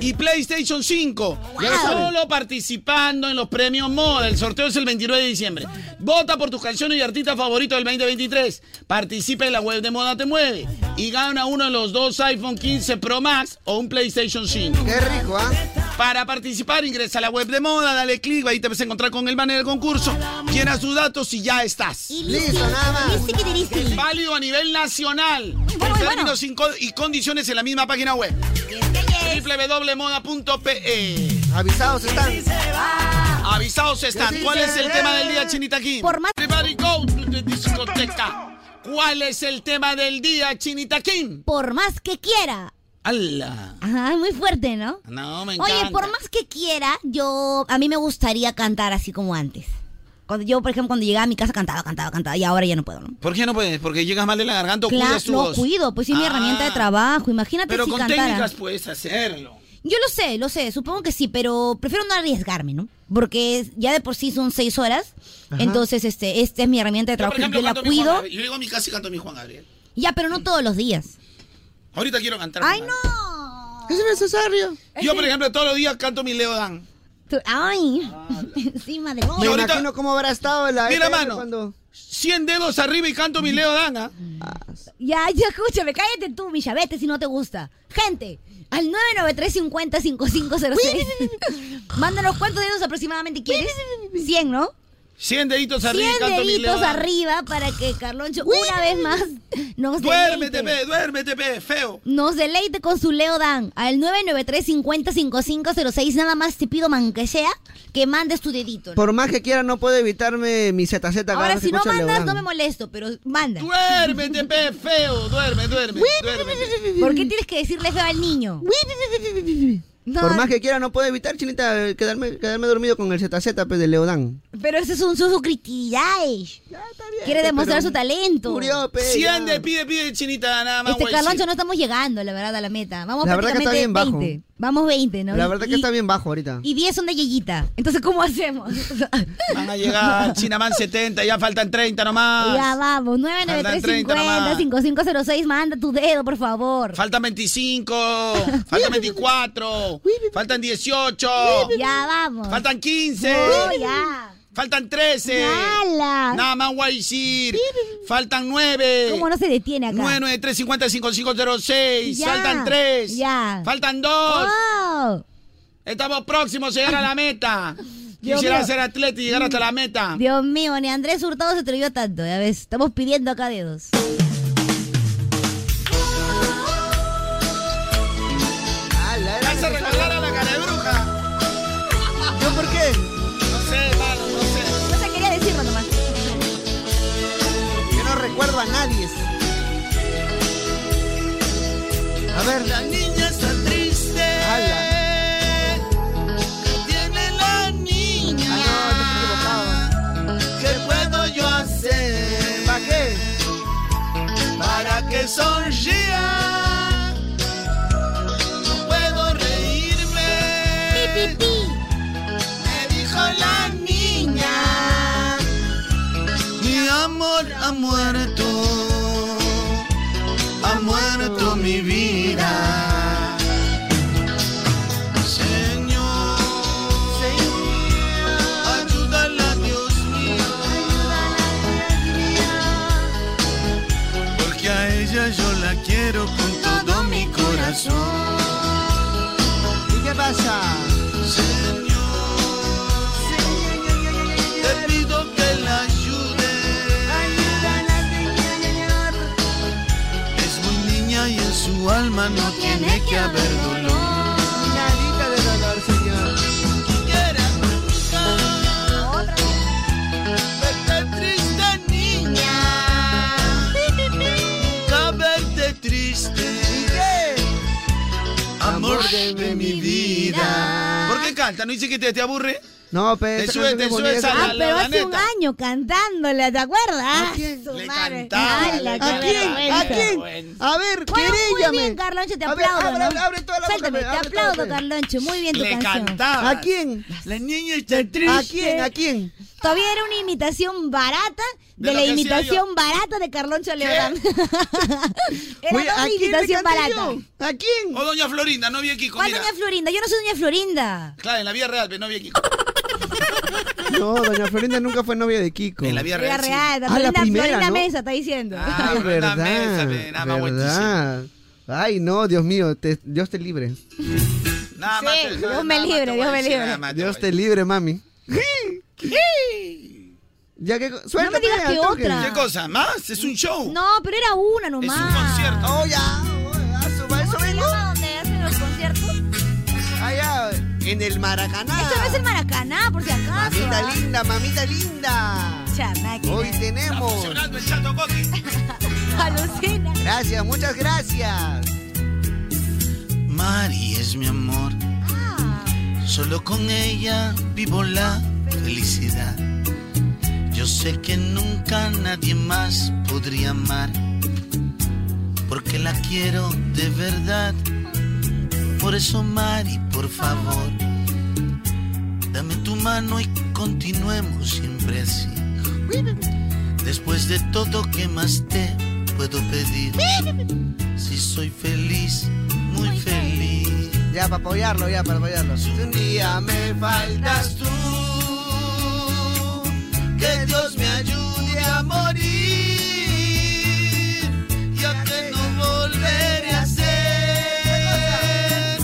S6: y PlayStation 5.
S4: Ya lo saben.
S6: Solo participando en los premios moda. El sorteo es el 29 de diciembre. Vota por tus canciones y artistas favoritos del 2023. Participa en la web de Moda Te Mueve y gana uno de los dos iPhone 15 Pro Max o un PlayStation 5.
S4: Qué rico, ¿ah?
S6: Para participar, ingresa a la web de Moda, dale clic, ahí te vas a encontrar con el banner del concurso. Llena sus datos y ya estás.
S4: Listo, nada más.
S6: Válido a nivel nacional. Con términos y co- y condiciones en la misma página web. www.moda.pe
S4: Avisados están.
S6: Avisados están.
S4: Que sí
S6: ¿Cuál
S4: se
S6: es el
S4: ve.
S6: tema del día, Chinita Kim? Por más... Everybody go to the discoteca. ¿Cuál es el tema del día, Chinita Kim?
S2: Por más que quiera.
S6: ¡Hala!
S2: Ajá, muy fuerte, ¿no?
S6: No, me encanta.
S2: Oye, por más que quiera, yo a mí me gustaría cantar así como antes. Cuando yo, por ejemplo, cuando llegaba a mi casa cantaba, cantaba, cantaba y ahora ya no puedo, ¿no?
S6: ¿Por qué no puedes? ¿Porque llegas mal de la garganta o
S2: Claro,
S6: cuidas tu
S2: lo
S6: voz?
S2: cuido, pues es mi
S6: Ah,
S2: herramienta de trabajo. Imagínate
S6: Pero
S2: si
S6: con
S2: cantara.
S6: técnicas puedes hacerlo.
S2: Yo lo sé, lo sé, supongo que sí, pero prefiero no arriesgarme, ¿no? Porque es- ya de por sí son seis horas,
S6: Ajá.
S2: entonces este, esta es mi herramienta
S6: Yo,
S2: de trabajo,
S6: por
S2: yo,
S6: ejemplo,
S2: la
S6: canto mi Juan
S2: cuido.
S6: Gabriel. Yo llego a mi casa y canto mi Juan Gabriel.
S2: Ya, pero no todos los días.
S6: Ahorita quiero cantar.
S2: Ay,
S6: Juan
S2: no.
S4: Es necesario.
S6: Gabriel. Yo, por ejemplo, todos los días canto mi Leo Dan.
S2: Tú- ay, encima de
S4: Me imagino cómo habrá estado la.
S6: Mira,
S4: EPM
S6: mano.
S4: cuando-
S6: 100 dedos arriba y canto mi Leo Dan. ¿ah?
S2: Ya, ya, escúchame, cállate tú, Misha, vete si no te gusta. Gente, al 993-50-5506. Mándanos cuántos dedos aproximadamente quieres. 100, ¿no?
S6: 100 deditos arriba
S2: 100
S6: y canto mi Leo
S2: deditos
S6: Dan.
S2: arriba para que Carloncho una vez más nos
S6: Duérmete,
S2: deleite.
S6: pe, duérmete, pe, feo.
S2: Nos deleite con su Leo Dan al 993-50-5506. Nada más te pido, man que sea, que mandes tu dedito. ¿no?
S4: Por más que quiera, no puedo evitarme mi ZZ. cada
S2: Ahora,
S4: vez que
S2: si no
S4: escucho a
S2: mandas,
S4: Leodán.
S2: no me molesto, pero manda.
S6: Duérmete, pe, feo. Duerme, duerme, duerme.
S2: ¿Por qué tienes que decirle feo al niño? No,
S4: Por más que quiera, no puedo evitar, chinita, eh, quedarme, quedarme dormido con el ZZ pues, de Leodán.
S2: Pero ese es un su Quiere demostrar su talento.
S6: 100 de pide, pide, chinita, nada más.
S2: Este
S6: guay,
S2: Carloncho no estamos llegando, la verdad, a la meta. Vamos
S4: La verdad que está bien
S2: prácticamente
S4: bajo.
S2: 20. Vamos 20, ¿no?
S4: La verdad que
S2: Y-
S4: está bien bajo ahorita.
S2: Y 10 son de Yeyita. Entonces, ¿cómo hacemos?
S6: Van a llegar Chinaman 70, ya faltan 30 nomás.
S2: Ya vamos,
S6: Ah, Faltan 30 nomás.
S2: 993-50-5506, manda tu dedo, por favor.
S6: Faltan 25, faltan 24, faltan 18,
S2: Ya vamos.
S6: faltan 15,
S2: No, ya.
S6: faltan 13,
S2: Ala.
S6: nada más Guaycir, faltan 9,
S2: ¿Cómo no se detiene acá?
S6: 993 50 5506,
S2: Ya,
S6: faltan 3,
S2: ya. Oh.
S6: faltan 2, estamos próximos a llegar a la meta.
S2: Dios
S6: Quisiera
S2: mío.
S6: ser atleta y llegar hasta la meta.
S2: Dios mío, ni Andrés Hurtado se atrevió tanto, ya ves. Estamos pidiendo acá dedos.
S6: Vas a regalar a la cara de bruja.
S4: ¿Yo por qué?
S6: No sé, hermano, no sé.
S2: No te quería decirlo nomás.
S4: Yo no recuerdo a nadie. A ver.
S6: La niña está triste. Tiene la
S4: Ah,
S6: niña. ¿Qué puedo yo hacer? ¿Para qué? Para que sonría. No puedo reírme. Me dijo la niña. Mi amor ha muerto. Ha muerto mi vida. Señor, ayúdala, Dios mío. Porque a ella yo la quiero con todo mi corazón.
S4: ¿Y qué pasa?
S6: Señor, te pido que la ayudes. Ayúdala, Señor. Es muy niña y en su alma no tiene que haber dolor.
S4: Nadita de dolor, señor.
S31: canta, ¿no dice que te, te aburre?
S4: No, pero.
S31: Te sube, te sube esa
S2: Ah,
S31: la- la
S2: pero hace un
S31: baneta.
S2: año cantándola, ¿te acuerdas? ¿A quién? Le
S31: cantaba. ¿A quién? ¿A quién?
S4: A ver,
S2: bueno, Muy
S4: querellame.
S2: bien, Carloncho, te
S4: A ver,
S2: aplaudo.
S4: abre,
S2: ¿no?
S4: abre toda la boca,
S2: Suéltame,
S4: abre,
S2: te
S4: abre toda la
S2: aplaudo,
S4: boca.
S2: Carloncho. Muy bien tu
S4: Le
S2: canción.
S4: cantaba. ¿A quién?
S31: La niña está triste.
S4: ¿A quién? ¿A quién?
S2: Todavía era una imitación barata de,
S4: De lo
S2: la
S4: que hacía
S2: imitación barata de Carloncho León. era
S31: Oye, ¿a
S2: una
S31: quién le
S2: imitación
S31: canté
S2: barata.
S4: ¿A quién?
S31: O Oh, Doña Florinda, no vi aquí
S2: ¿Cuál
S31: comida.
S2: doña Florinda? Yo no soy doña Florinda.
S31: Claro, en la vida real, pero no vi aquí.
S4: No, doña Florinda nunca fue novia de Kiko. En la
S31: vida
S2: Era real.
S4: Ah, la
S2: Florinda,
S4: primera,
S2: Florinda
S4: ¿no?
S2: Mesa está diciendo.
S4: Ah, verdad. verdad. Ay, no, Dios mío, te- Dios te libre.
S31: Nada más. te-
S2: Eh, Dios
S31: nada
S2: me
S31: más te
S2: libre,
S31: voy a
S2: Dios me
S31: decir,
S2: libre.
S31: nada más te
S4: Dios
S31: voy
S4: te libre, mami. Ya que suelta,
S2: No me digas
S4: pe,
S2: que
S4: al toque.
S2: otra.
S31: a- ¿Qué cosa?
S4: Ah,
S31: ¿Más? Es un show.
S2: No, pero era una nomás. Es un concierto.
S4: Oh, ya.
S2: ¿Cómo se llama donde hacen los conciertos?
S4: Allá, en el Maracaná.
S2: Esto no es el Maracaná, por si acaso.
S4: Mamita
S2: ¿ah?
S4: linda, mamita linda. Hoy tenemos.
S2: Alucina.
S4: Gracias, muchas gracias.
S31: Mari es mi amor. Solo con ella vivo la felicidad. Yo sé que nunca nadie más podría amar. Porque la quiero de verdad. Por eso, Mari, por favor, dame tu mano y continuemos siempre así. Después de todo, ¿qué más te puedo pedir? Si soy feliz, muy, feliz.
S4: Ya, para apoyarlo, ya, para apoyarlo.
S31: Un día me faltas tú, que Dios me ayude a morir, ya que no volveré a ser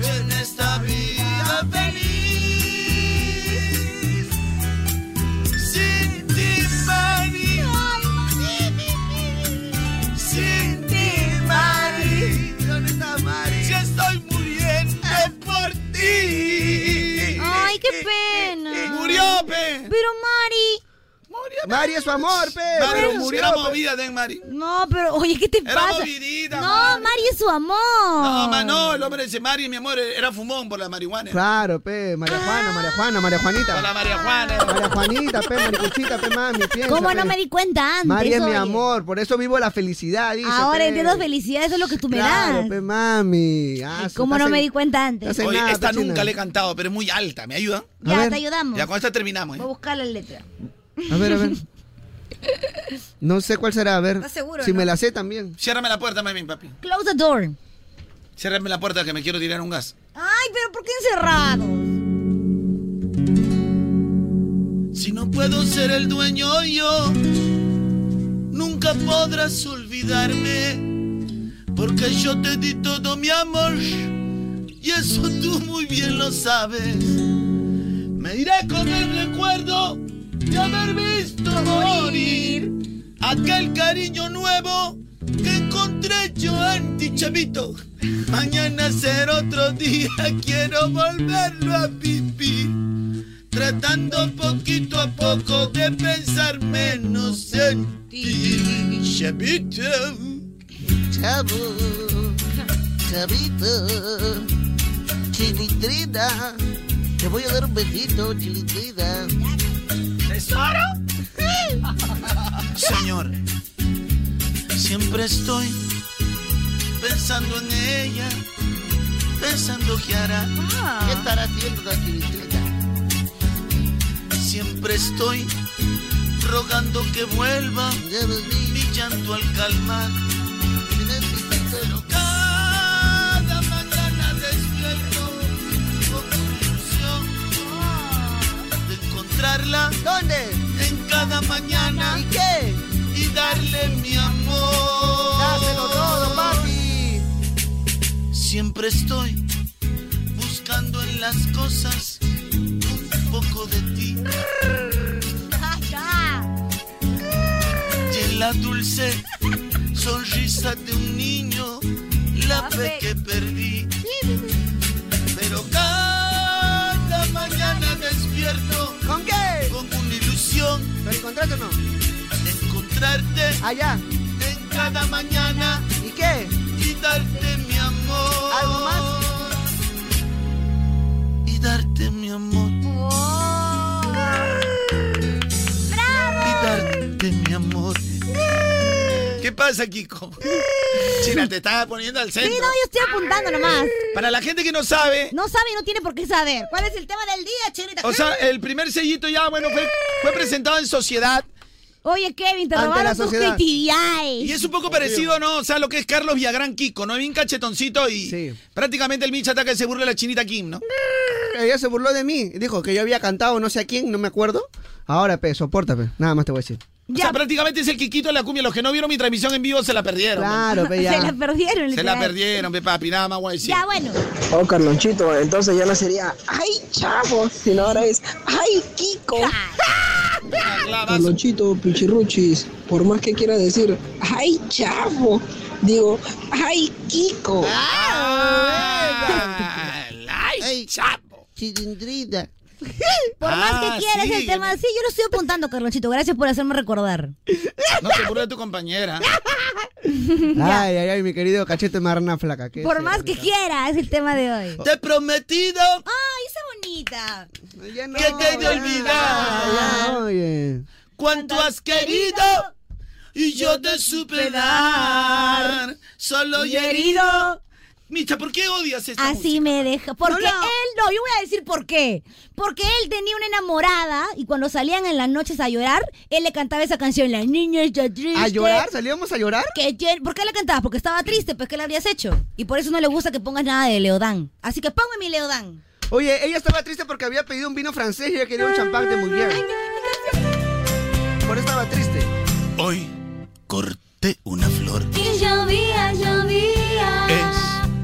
S31: yo en esta vida feliz. Sin ti, Mari, sin ti, Mari, ¿dónde está Mari? Ah. Ya estoy muriendo por ti.
S2: Ay, qué pena.
S31: Murió, pe.
S2: Pero Mari.
S4: Mari es su amor, pe.
S31: Mari
S4: Mari
S31: murió.
S4: murió,
S31: Era
S4: pe.
S31: movida, den Mari.
S2: No, pero oye, ¿qué te
S31: Era
S2: pasa?
S31: movidita,
S2: no,
S31: Mari.
S2: Mari es su amor.
S31: No, ma, no, el hombre dice, Mari, mi amor, era fumón por la marihuana.
S4: Claro, pe, María Juana, María Juana, María Juanita.
S31: Por la marihuana.
S4: María Juanita, pe, Maricuchita, pe, mami, piensa,
S2: ¿Cómo
S4: pe.
S2: no me di cuenta antes?
S4: Mari es mi
S2: oye?
S4: amor, por eso vivo la felicidad, dice.
S2: Ahora
S4: pe.
S2: entiendo felicidad, eso es lo que tú me
S4: Claro,
S2: das.
S4: pe, mami. Ah,
S2: Ay,
S4: su-
S2: ¿Cómo no
S4: estás
S2: me
S4: en-
S2: di cuenta antes?
S4: estás en
S31: Oye,
S4: nada,
S31: esta
S4: pe, china.
S31: nunca le he cantado, pero es muy alta. ¿Me ayuda?
S4: A
S2: Ya,
S4: ver.
S2: te ayudamos. Oh.
S31: Ya con esta terminamos. ¿eh?
S2: Voy a buscar la letra.
S4: A ver, a ver. No sé cuál será, a ver.
S2: ¿Estás seguro,
S4: Si
S2: no?
S4: me la sé también.
S31: Ciérrame la puerta, mami, papi.
S2: Close the door.
S31: Ciérrame la puerta que me quiero tirar un gas.
S2: Ay, pero ¿por qué encerrado?
S31: Si no puedo ser el dueño yo, nunca podrás olvidarme, porque yo te di todo mi amor, y eso tú muy bien lo sabes. Me iré con el recuerdo de haber visto morir aquel cariño nuevo que encontré yo en ti, chavito. Mañana será otro día, quiero volverlo a vivir tratando poquito a poco de pensar menos en ti. Chavito,
S4: chavo, chavito, chilitrina, te voy a dar un besito, chilitrina.
S31: ¿Tesoro? Señor, siempre estoy pensando en ella, pensando qué hará, qué estará haciendo la chilitrina. Siempre estoy rogando que vuelva mi llanto al calmar. Pero cada mañana despierto con la ilusión de encontrarla. Ah. ¿Dónde? En cada mañana. ¿Y qué? Y darle mi amor. Dáselo todo, papi. Siempre estoy buscando en las cosas un poco de ti. Y en la dulce sonrisa de un niño, la fe que perdí. Pero cada mañana despierto. ¿Con qué? Con una ilusión. ¿Pero encontraste o no? Encontrarte. Allá. En cada mañana. ¿Y qué? Y darte mi amor. ¿Algo más? Y darte
S24: de mi amor.
S6: De mi amor. ¿Qué pasa, Kiko? China, te estaba poniendo al
S2: Sí,
S6: centro.
S2: no, yo estoy apuntando nomás.
S6: Para la gente que no sabe,
S2: No sabe y no tiene por qué saber. ¿Cuál es el tema del día, Chinita?
S6: o sea, el primer sellito ya, bueno, fue, fue presentado en sociedad.
S2: Oye, Kevin, te
S6: Ante la
S2: robaron tus
S6: sociedad.
S2: KTVs.
S6: Y es un poco parecido, ¿no? O sea, lo que es Carlos Villagrán Kiko, ¿no? Bien cachetoncito y prácticamente el Micha ataca que se burla de la chinita Kim, ¿no?
S4: Ella se burló de mí. Dijo que yo había cantado no sé a quién, no me acuerdo. Ahora, pe, soporta, pe. Nada más te voy a decir.
S6: O sea, prácticamente es el Kikito de la cumbia. Los que no vieron mi transmisión en vivo se la perdieron.
S4: Claro, pe, ya. Se la
S2: perdieron,
S6: Se la perdieron, pe, papi. Nada más, guay.
S2: Ya, bueno.
S29: Oh, Carlonchito, entonces ya no sería ¡Ay, chavo! Sino ahora es ¡Ay, Kiko! Carlonchito, Pichirruchis, por más que quiera decir ¡Ay, chavo! Digo ¡Ay, Kiko!
S2: Ah,
S6: ¡Ay, chapo!
S4: Chilindrida.
S2: Por más
S6: Ah,
S2: que quieras
S6: sí.
S2: el tema. Sí, yo lo estoy apuntando, Carlonchito. Gracias por hacerme recordar.
S6: No se burla de tu compañera.
S4: Ay, ay, ay, mi querido cachete marna flaca. Ah, ¿qué
S2: Por
S4: es
S2: más
S4: eso?
S2: que quieras es el tema de hoy.
S6: Te he prometido.
S2: Ay, esa bonita.
S6: que te he olvidado.
S4: Oye.
S6: Cuánto has querido y yo te supe dar. Solo y herido. Micha, ¿por qué odias esta
S2: Así me deja. Porque
S6: No, no.
S2: él, no, yo voy a decir por qué. Porque él tenía una enamorada y cuando salían en las noches a llorar, él le cantaba esa canción, La niña está triste.
S4: ¿A llorar? ¿Salíamos a llorar?
S2: Que yo- ¿Por qué la cantabas? Porque estaba triste, pues ¿qué le habías hecho? Y por eso no le gusta que pongas nada de Leodán. Así que ponme mi Leodán.
S4: Oye, ella estaba triste porque había pedido un vino francés y ella quería un champán de Moulier. Por eso estaba triste.
S6: Hoy corté una flor
S24: Y llovía,
S33: Eh.
S24: llovía.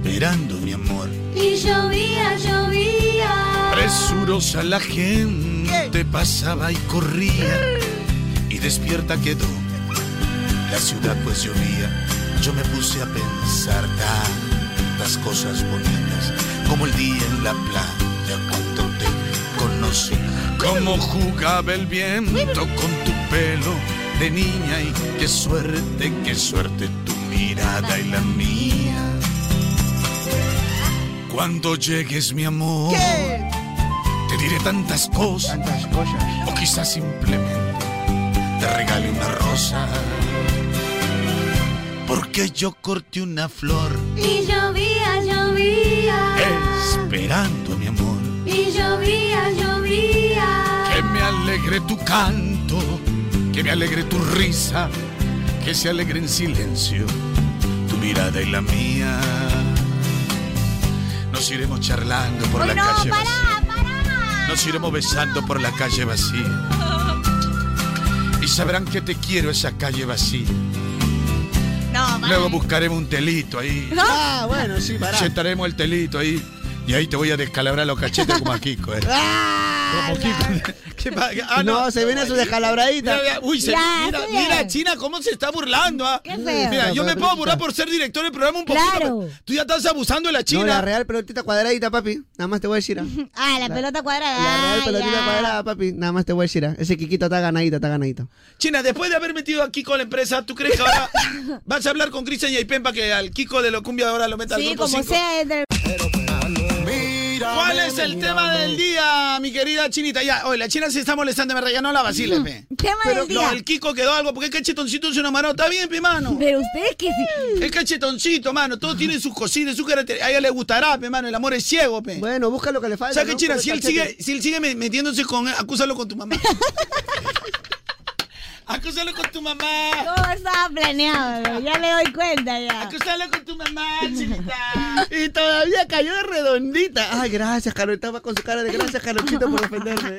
S6: esperando mi amor.
S24: Y llovía, llovía.
S6: Presurosa la gente pasaba y corría y despierta quedó la ciudad pues llovía. Yo me puse a pensar tantas cosas bonitas como el día en la playa cuando te conocí, cómo jugaba el viento con tu pelo de niña y qué suerte, qué suerte tu mirada y la mía. Cuando llegues mi amor. Te diré tantas cosas. O quizás simplemente te regale una rosa. Porque yo corté una flor
S24: Y llovía,
S22: Eh.
S24: llovía.
S6: esperando, mi amor.
S24: Y llovía, llovía.
S6: Que me alegre tu canto, que me alegre tu risa, que se alegre en silencio tu mirada y la mía. Nos iremos charlando por la calle vacía. Nos iremos besando por la calle vacía. Y sabrán que te quiero esa calle vacía.
S24: No,
S6: Luego buscaremos un telito ahí.
S24: Ah, bueno, sí,
S6: Chetaremos el telito ahí. Y ahí te voy a descalabrar los cachetes como a Kiko. eh. Como Kiko. ¿Qué pa- ah,
S4: no, se viene su descalabradita.
S6: Mira, mira, uy, se- mira, mira, China, cómo se está burlando. ah?
S4: Qué feo.
S6: Mira, yo me puedo burlar por ser director del programa un poquito.
S4: Claro.
S6: pero Tú ya estás abusando de la
S4: No, la
S6: China.
S4: real pelotita cuadradita, papi. Nada más te voy a decir. ah.
S2: Ah, la, pelota cuadrada.
S4: La real
S2: Ah,
S4: pelotita
S2: ya.
S4: cuadrada, papi. Nada más te voy a decir. ah. Ese Kikito está ganadito, está ganadito.
S6: China, después de haber metido a Kiko a la empresa, ¿tú crees que ahora vas a hablar con Cristian y Aipen para que al Kiko de Locumbia ahora lo meta al
S2: Sí,
S6: grupo
S2: como
S6: 5?
S2: sea. entre-
S6: ¿Cuál es el tema del día, mi querida Chinita? Ya, oye, la China se está molestando, me regaló la vacile, pe.
S2: Tema
S6: Pero
S2: del Mm. día.
S6: No, el Kiko quedó algo, porque el cachetoncito es una mano. Está bien, pe, mano.
S2: Pero ustedes que sí.
S6: El cachetoncito, mano. Todo tiene sus cositas, su carácter. A ella le gustará, pe, mano. El amor es ciego, pe.
S4: Bueno, busca lo que le falta.
S6: O sea que,
S4: ¿no?
S6: China,
S4: Por el
S6: si él,
S4: cachete.
S6: sigue, si él sigue me- metiéndose con él, acúsalo con tu mamá. acúsalo con tu mamá.
S2: Todo estaba planeado, bro. ya le doy cuenta ya.
S6: Acúsalo con tu mamá, chinita.
S4: Y todavía cayó de redondita. Ay, gracias, Carol. Estaba con su cara de gracias, Carolchito, por ofenderme.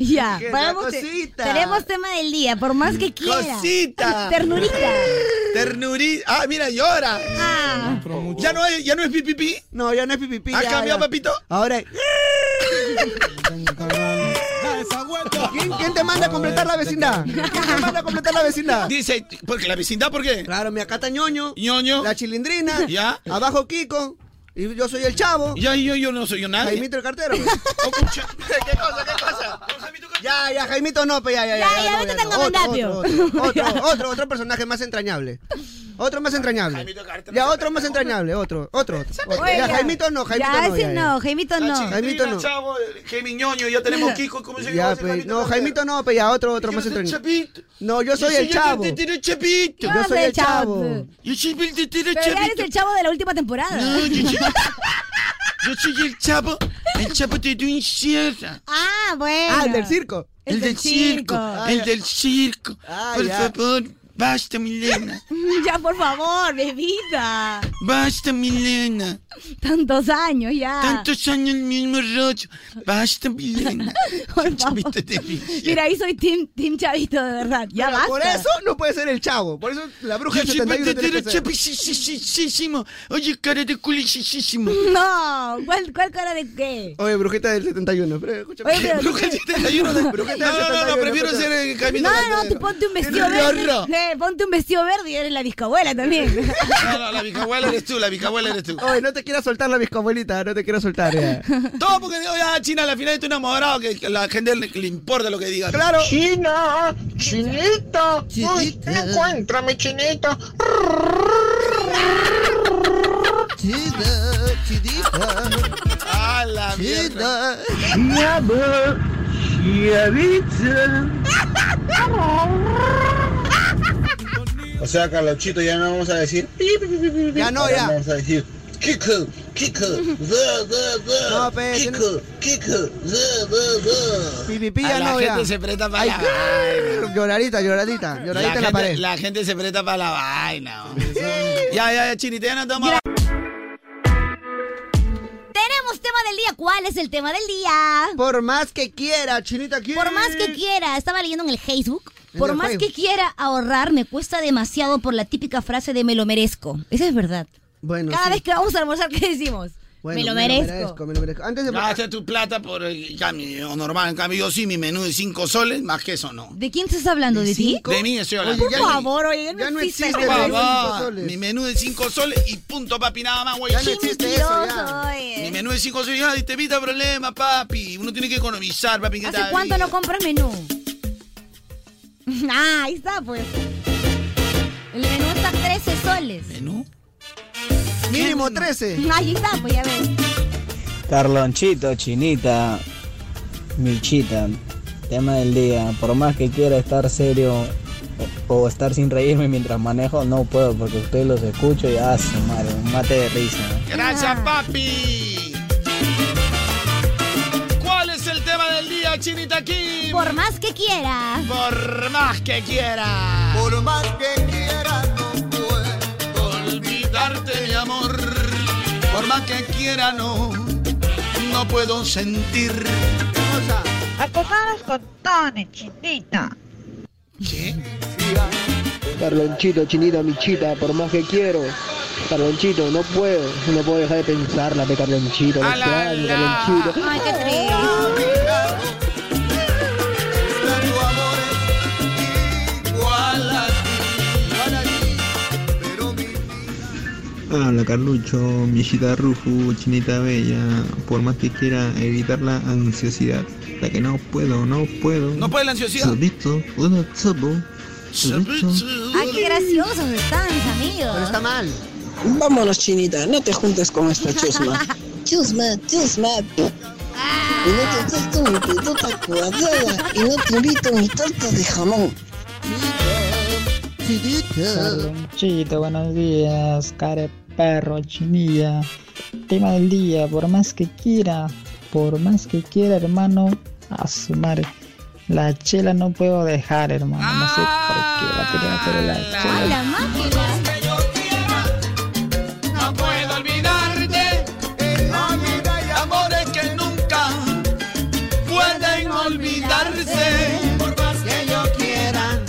S2: Ya,
S4: Qué
S2: vamos,
S4: la
S2: te-
S4: cosita.
S2: tenemos tema del día, por más que quiera.
S6: Cosita.
S2: Ternurita. Ah.
S6: Ternurita. Ah, mira, llora. ¿Ya no, es, ¿Ya no es pipipi?
S4: No, ya no es pipipi.
S6: ¿Ha
S4: ya,
S6: cambiado,
S4: ya.
S6: papito?
S4: Ahora. ¿Quién, quién te manda a completar la vecindad? ¿Quién te manda a completar la vecindad?
S6: Dice, porque la vecindad, ¿por qué?
S4: Claro, mi acá está ñoño.
S6: ñoño.
S4: La chilindrina.
S6: Ya.
S4: Abajo Kiko. Y yo soy el chavo.
S6: Ya, yo, yo no soy yo nadie.
S4: Jaimito el cartero. pues.
S6: ¿Qué cosa, qué cosa?
S4: ya, ya, Jaimito no, pues ya, ya.
S2: Ya, ya,
S4: no,
S2: vete
S4: no.
S2: tan
S4: Otro,
S2: abundante.
S4: otro, otro, otro, otro, otro personaje más entrañable. Otro más entrañable. Ya, otro más entrañable, otro, otro. otro.
S2: Oye,
S4: Ya,
S2: ya.
S4: Jaimito no, Jaimito
S2: Ya,
S4: no.
S2: ese no, Jaimito no.
S4: Jaimito no.
S6: Chavo, Jaime Ñoño, ya tenemos Kiko. ¿Cómo se
S4: Ya,
S6: llama?
S4: pe, no, Jaimito no, pe, ya, otro, otro más entrañable. No, yo soy el chavo.
S6: Yo soy el chapito.
S4: Yo soy el chavo.
S6: Yo soy el tetero
S2: Pero ya eres
S6: chapito.
S2: el chavo de la última temporada.
S6: No, yo soy- Yo soy el chavo. El chavo de un sierra.
S2: ah, bueno.
S4: Ah, el del circo. Ah,
S6: El, del circo. Ah, el del circo. Por
S2: ya.
S6: favor, basta, Milena.
S2: Ya, por favor, bebita.
S6: Basta, Milena.
S2: Tantos años ya.
S6: Tantos años el mismo rollo. Basta, Milena.
S2: Por
S6: favor. de mi
S2: Mira, ahí soy team, team Chavito, de verdad. Ya
S4: Pero
S2: basta.
S4: por eso no puede ser el chavo. Por eso la bruja del
S6: Yo soy
S4: 71 tiene que
S6: verdadero
S4: ser.
S6: chapisisisisísimo. Oye, cara de culisisísimo.
S2: No, ¿cuál, cuál cara de qué?
S4: Oye, brujita del 71. Pero escúchame.
S2: Oye, pero-
S6: Bruja del 71 de-
S4: Brujita del
S6: No, no, no,
S4: 71,
S6: prefiero
S4: escucha.
S6: ser el Jaimito
S2: No, no, tú ponte un vestido verde. Eh, ponte un vestido verde y eres la discabuela también.
S6: No, no, la bicabuela eres tú, la bicabuela eres tú.
S4: Oye, no te quieras soltar la biscobuelita, no te quiero soltar. ya.
S6: Todo porque digo, ya, China, al final estoy enamorado, que que la gente le, que le importa lo que diga.
S4: Claro.
S7: China, chinito. Uy, encuéntrame, chinito.
S4: Chida, chidita.
S6: A la mierda.
S7: Miaba, chiavita.
S15: O sea, Carlochito, ya no vamos a decir.
S4: Ya no,
S15: Ahora
S4: ya.
S15: Vamos a decir. Kiko, Kiko, the, the, the.
S4: No, pe,
S15: Kiko, Kiko, the, the, the.
S4: Pipipi,
S6: A
S4: ya
S6: la
S4: no, ya.
S6: gente se presta para
S4: Ay,
S6: la
S4: qué- Lloradita, lloradita,
S6: La
S4: lloradita en la
S6: gente-
S4: pared.
S6: la gente se presta para la vaina. hombre. Ya, ya, ya, Chinita, ya no estamos.
S2: Tenemos tema del día. ¿Cuál es el tema del día?
S4: Por más que quiera, chinita quiere.
S2: Por más que quiera, estaba leyendo en el Facebook.
S4: En
S2: Por
S4: el
S2: más que
S4: Facebook.
S2: quiera ahorrar, me cuesta demasiado por la típica frase de me lo merezco. Esa es verdad.
S4: Bueno,
S2: Cada
S4: sí.
S2: vez que vamos a almorzar, ¿qué decimos?
S4: Bueno,
S2: me lo merezco.
S4: me lo merezco. Antes de
S6: Gasta tu plata por el cambio normal. En cambio, yo sí, mi menú de 5 soles, más que eso no.
S2: ¿De quién estás hablando? ¿De, ti?
S6: De mí estoy hablando.
S2: Por favor, oye, no,
S4: ya no
S2: existe.
S4: existe
S6: Por
S4: el menú de
S6: favor,
S4: cinco soles.
S6: Mi menú de 5 soles y punto, papi, nada más, güey.
S4: Ya no existe eso, ya.
S2: Mentiroso, oye.
S6: Mi menú de 5 soles, ay, te evita problema, papi. Uno tiene que economizar, papi. ¿qué
S2: ¿Hace
S6: tal?
S2: cuánto no compras menú? Ah, ahí está, pues. El menú está 13 soles.
S6: ¿Menú?
S4: Mínimo 13.
S2: Ahí está, pues ya ves.
S30: Carlonchito, chinita, michita, tema del día. Por más que quiera estar serio o, o estar sin reírme mientras manejo, no puedo porque ustedes los escucho y hace madre, un mate de risa.
S2: Ah.
S6: Gracias, papi. ¿Cuál es el tema del día, Chinita Kim?
S2: Por más que quiera.
S6: Por más que quiera. Por más que quiera, no puedo olvidarte, mi amor. Por más que quiera, no. No puedo sentir.
S20: Acostados con tones, chinita.
S31: Carlonchito, chinita, michita, por más que quiero. Carlonchito, no puedo, no puedo dejar de pensarla, de Carlonchito, lo
S6: Ala,
S31: extraño, Carlonchito.
S2: Ay, qué triste.
S6: Tu amor es igual a
S21: Hola Carlucho, Millita Rufu, Chinita Bella, por más que quiera eh. evitar la ansiosidad, la que no puedo, no puedo.
S6: No puede la ansiosidad.
S21: Solito, uno solo, solito.
S2: Ay, qué graciosos están, mis amigos. Pero está
S4: mal.
S29: Vámonos, chinita, no te juntes con esta chusma. chusma, chusma. Y no te acepto mi pelota cuadrada y no te invito mi tarta de jamón.
S22: Carlonchito, buenos días, care perro, chinilla. Tema del día, por más que quiera, por más que quiera, hermano, a su madre. La chela no puedo dejar, hermano. No sé por qué va a tirar, pero la chela.
S2: Ah, la máquina.
S6: No puedo olvidarte. Hay amores que nunca pueden olvidarse. Por más que yo quiera.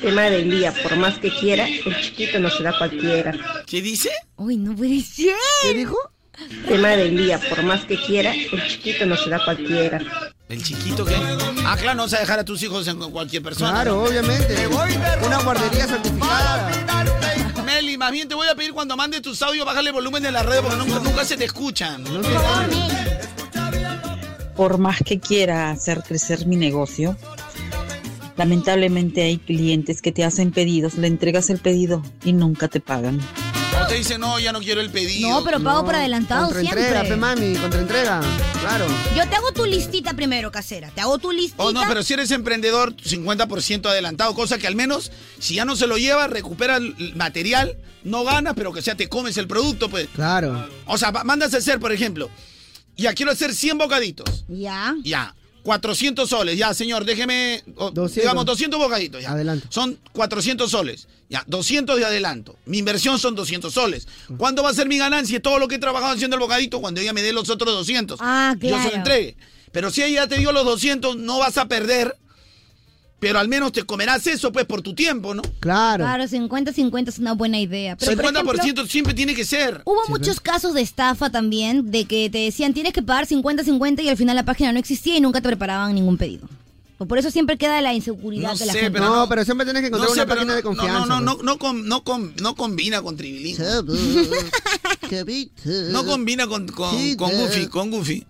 S25: Tema del día, por más que quiera, el chiquito no se da cualquiera.
S6: ¿Qué dice?
S2: Uy, no puede ser.
S4: ¿Qué dijo?
S25: Tema del día, por más que quiera, el chiquito no se da cualquiera.
S6: El chiquito que. Ah, claro, no vas a dejar a tus hijos en cualquier persona.
S4: Claro,
S6: ¿no?
S4: obviamente.
S6: Te voy de
S4: Una
S6: rumba.
S4: guardería certificada.
S6: Meli, más bien te voy a pedir cuando mandes tus audios, bajarle el volumen de la red porque nunca, nunca se te escuchan.
S26: Por más que quiera hacer crecer mi negocio,
S32: Lamentablemente hay clientes que te hacen pedidos, le entregas el pedido y nunca te pagan.
S6: O te dicen, no, ya no quiero el pedido.
S2: No, pero pago por adelantado
S4: Contra
S2: siempre.
S4: entrega, pe mami, contra entrega. Claro.
S2: Yo te hago tu listita primero, casera. Te hago tu listita.
S6: Oh, no, pero si eres emprendedor, 50% adelantado, cosa que al menos, si ya no se lo llevas, recuperas el material, no ganas, pero que sea, te comes el producto, pues.
S4: Claro.
S6: O sea, va- mandas a hacer, por ejemplo, ya quiero hacer 100 bocaditos.
S2: Ya.
S6: Ya. 400 soles, ya, señor, déjeme, o, digamos, 200 bocaditos, ya.
S4: Adelante.
S6: Son 400 soles, ya, 200 de adelanto. Mi inversión son 200 soles.
S2: Mm.
S6: ¿Cuándo va a ser mi ganancia? Todo lo que he trabajado haciendo el bocadito, cuando ella me dé los otros 200.
S2: Ah,
S6: Yo se
S2: claro.
S6: lo entregue. Pero si ella te dio los 200, no vas a perder, pero al menos te comerás eso, pues, por tu tiempo, ¿no?
S4: Claro.
S2: Claro, 50-50 es una buena idea. Pero, por
S6: 50%
S2: ejemplo,
S6: siempre tiene que ser.
S2: Hubo muchos casos de estafa también, de que te decían tienes que pagar 50-50 y al final la página no existía y nunca te preparaban ningún pedido. Por eso siempre queda la inseguridad
S6: No
S2: de la
S6: sé,
S2: gente.
S6: pero no,
S4: pero siempre tienes que encontrar
S6: No sé,
S4: una
S6: pero
S4: página de
S6: no-
S4: confianza.
S6: No, no, no, no, com- no, com- no combina con Tribilín.
S4: pues.
S6: No combina con, con, con Goofy, con Goofy.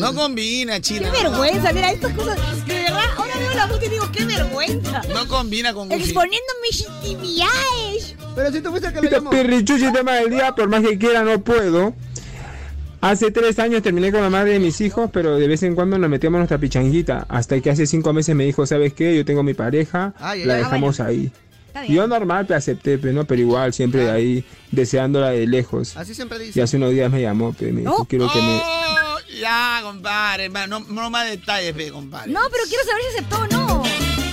S6: No combina, chino.
S33: Qué vergüenza, mira, estas cosas. De verdad, ahora veo la foto y digo, qué vergüenza.
S6: No combina con Goofy.
S33: Exponiendo mis intimidades.
S4: Pero si tú fuiste el que
S7: Pito Pirrichuchi, tema del día, por más que quiera no puedo. Hace tres años terminé con la madre de mis hijos, pero de vez en cuando nos metíamos nuestra pichanguita. Hasta que hace cinco meses me dijo, ¿sabes qué? Yo tengo mi pareja,
S4: Ay,
S7: la
S6: Ah,
S4: ay,
S7: dejamos ahí. Yo normal te acepté, pero, no, pero igual, siempre de ahí, deseándola de lejos.
S6: Ah. Así siempre dice.
S7: Y hace unos días me llamó, pero me dijo,
S6: No.
S7: quiero que me...
S6: Oh, ya, compadre, hermano, no, no más detalles, pe, compadre.
S2: No, pero quiero saber si aceptó o no.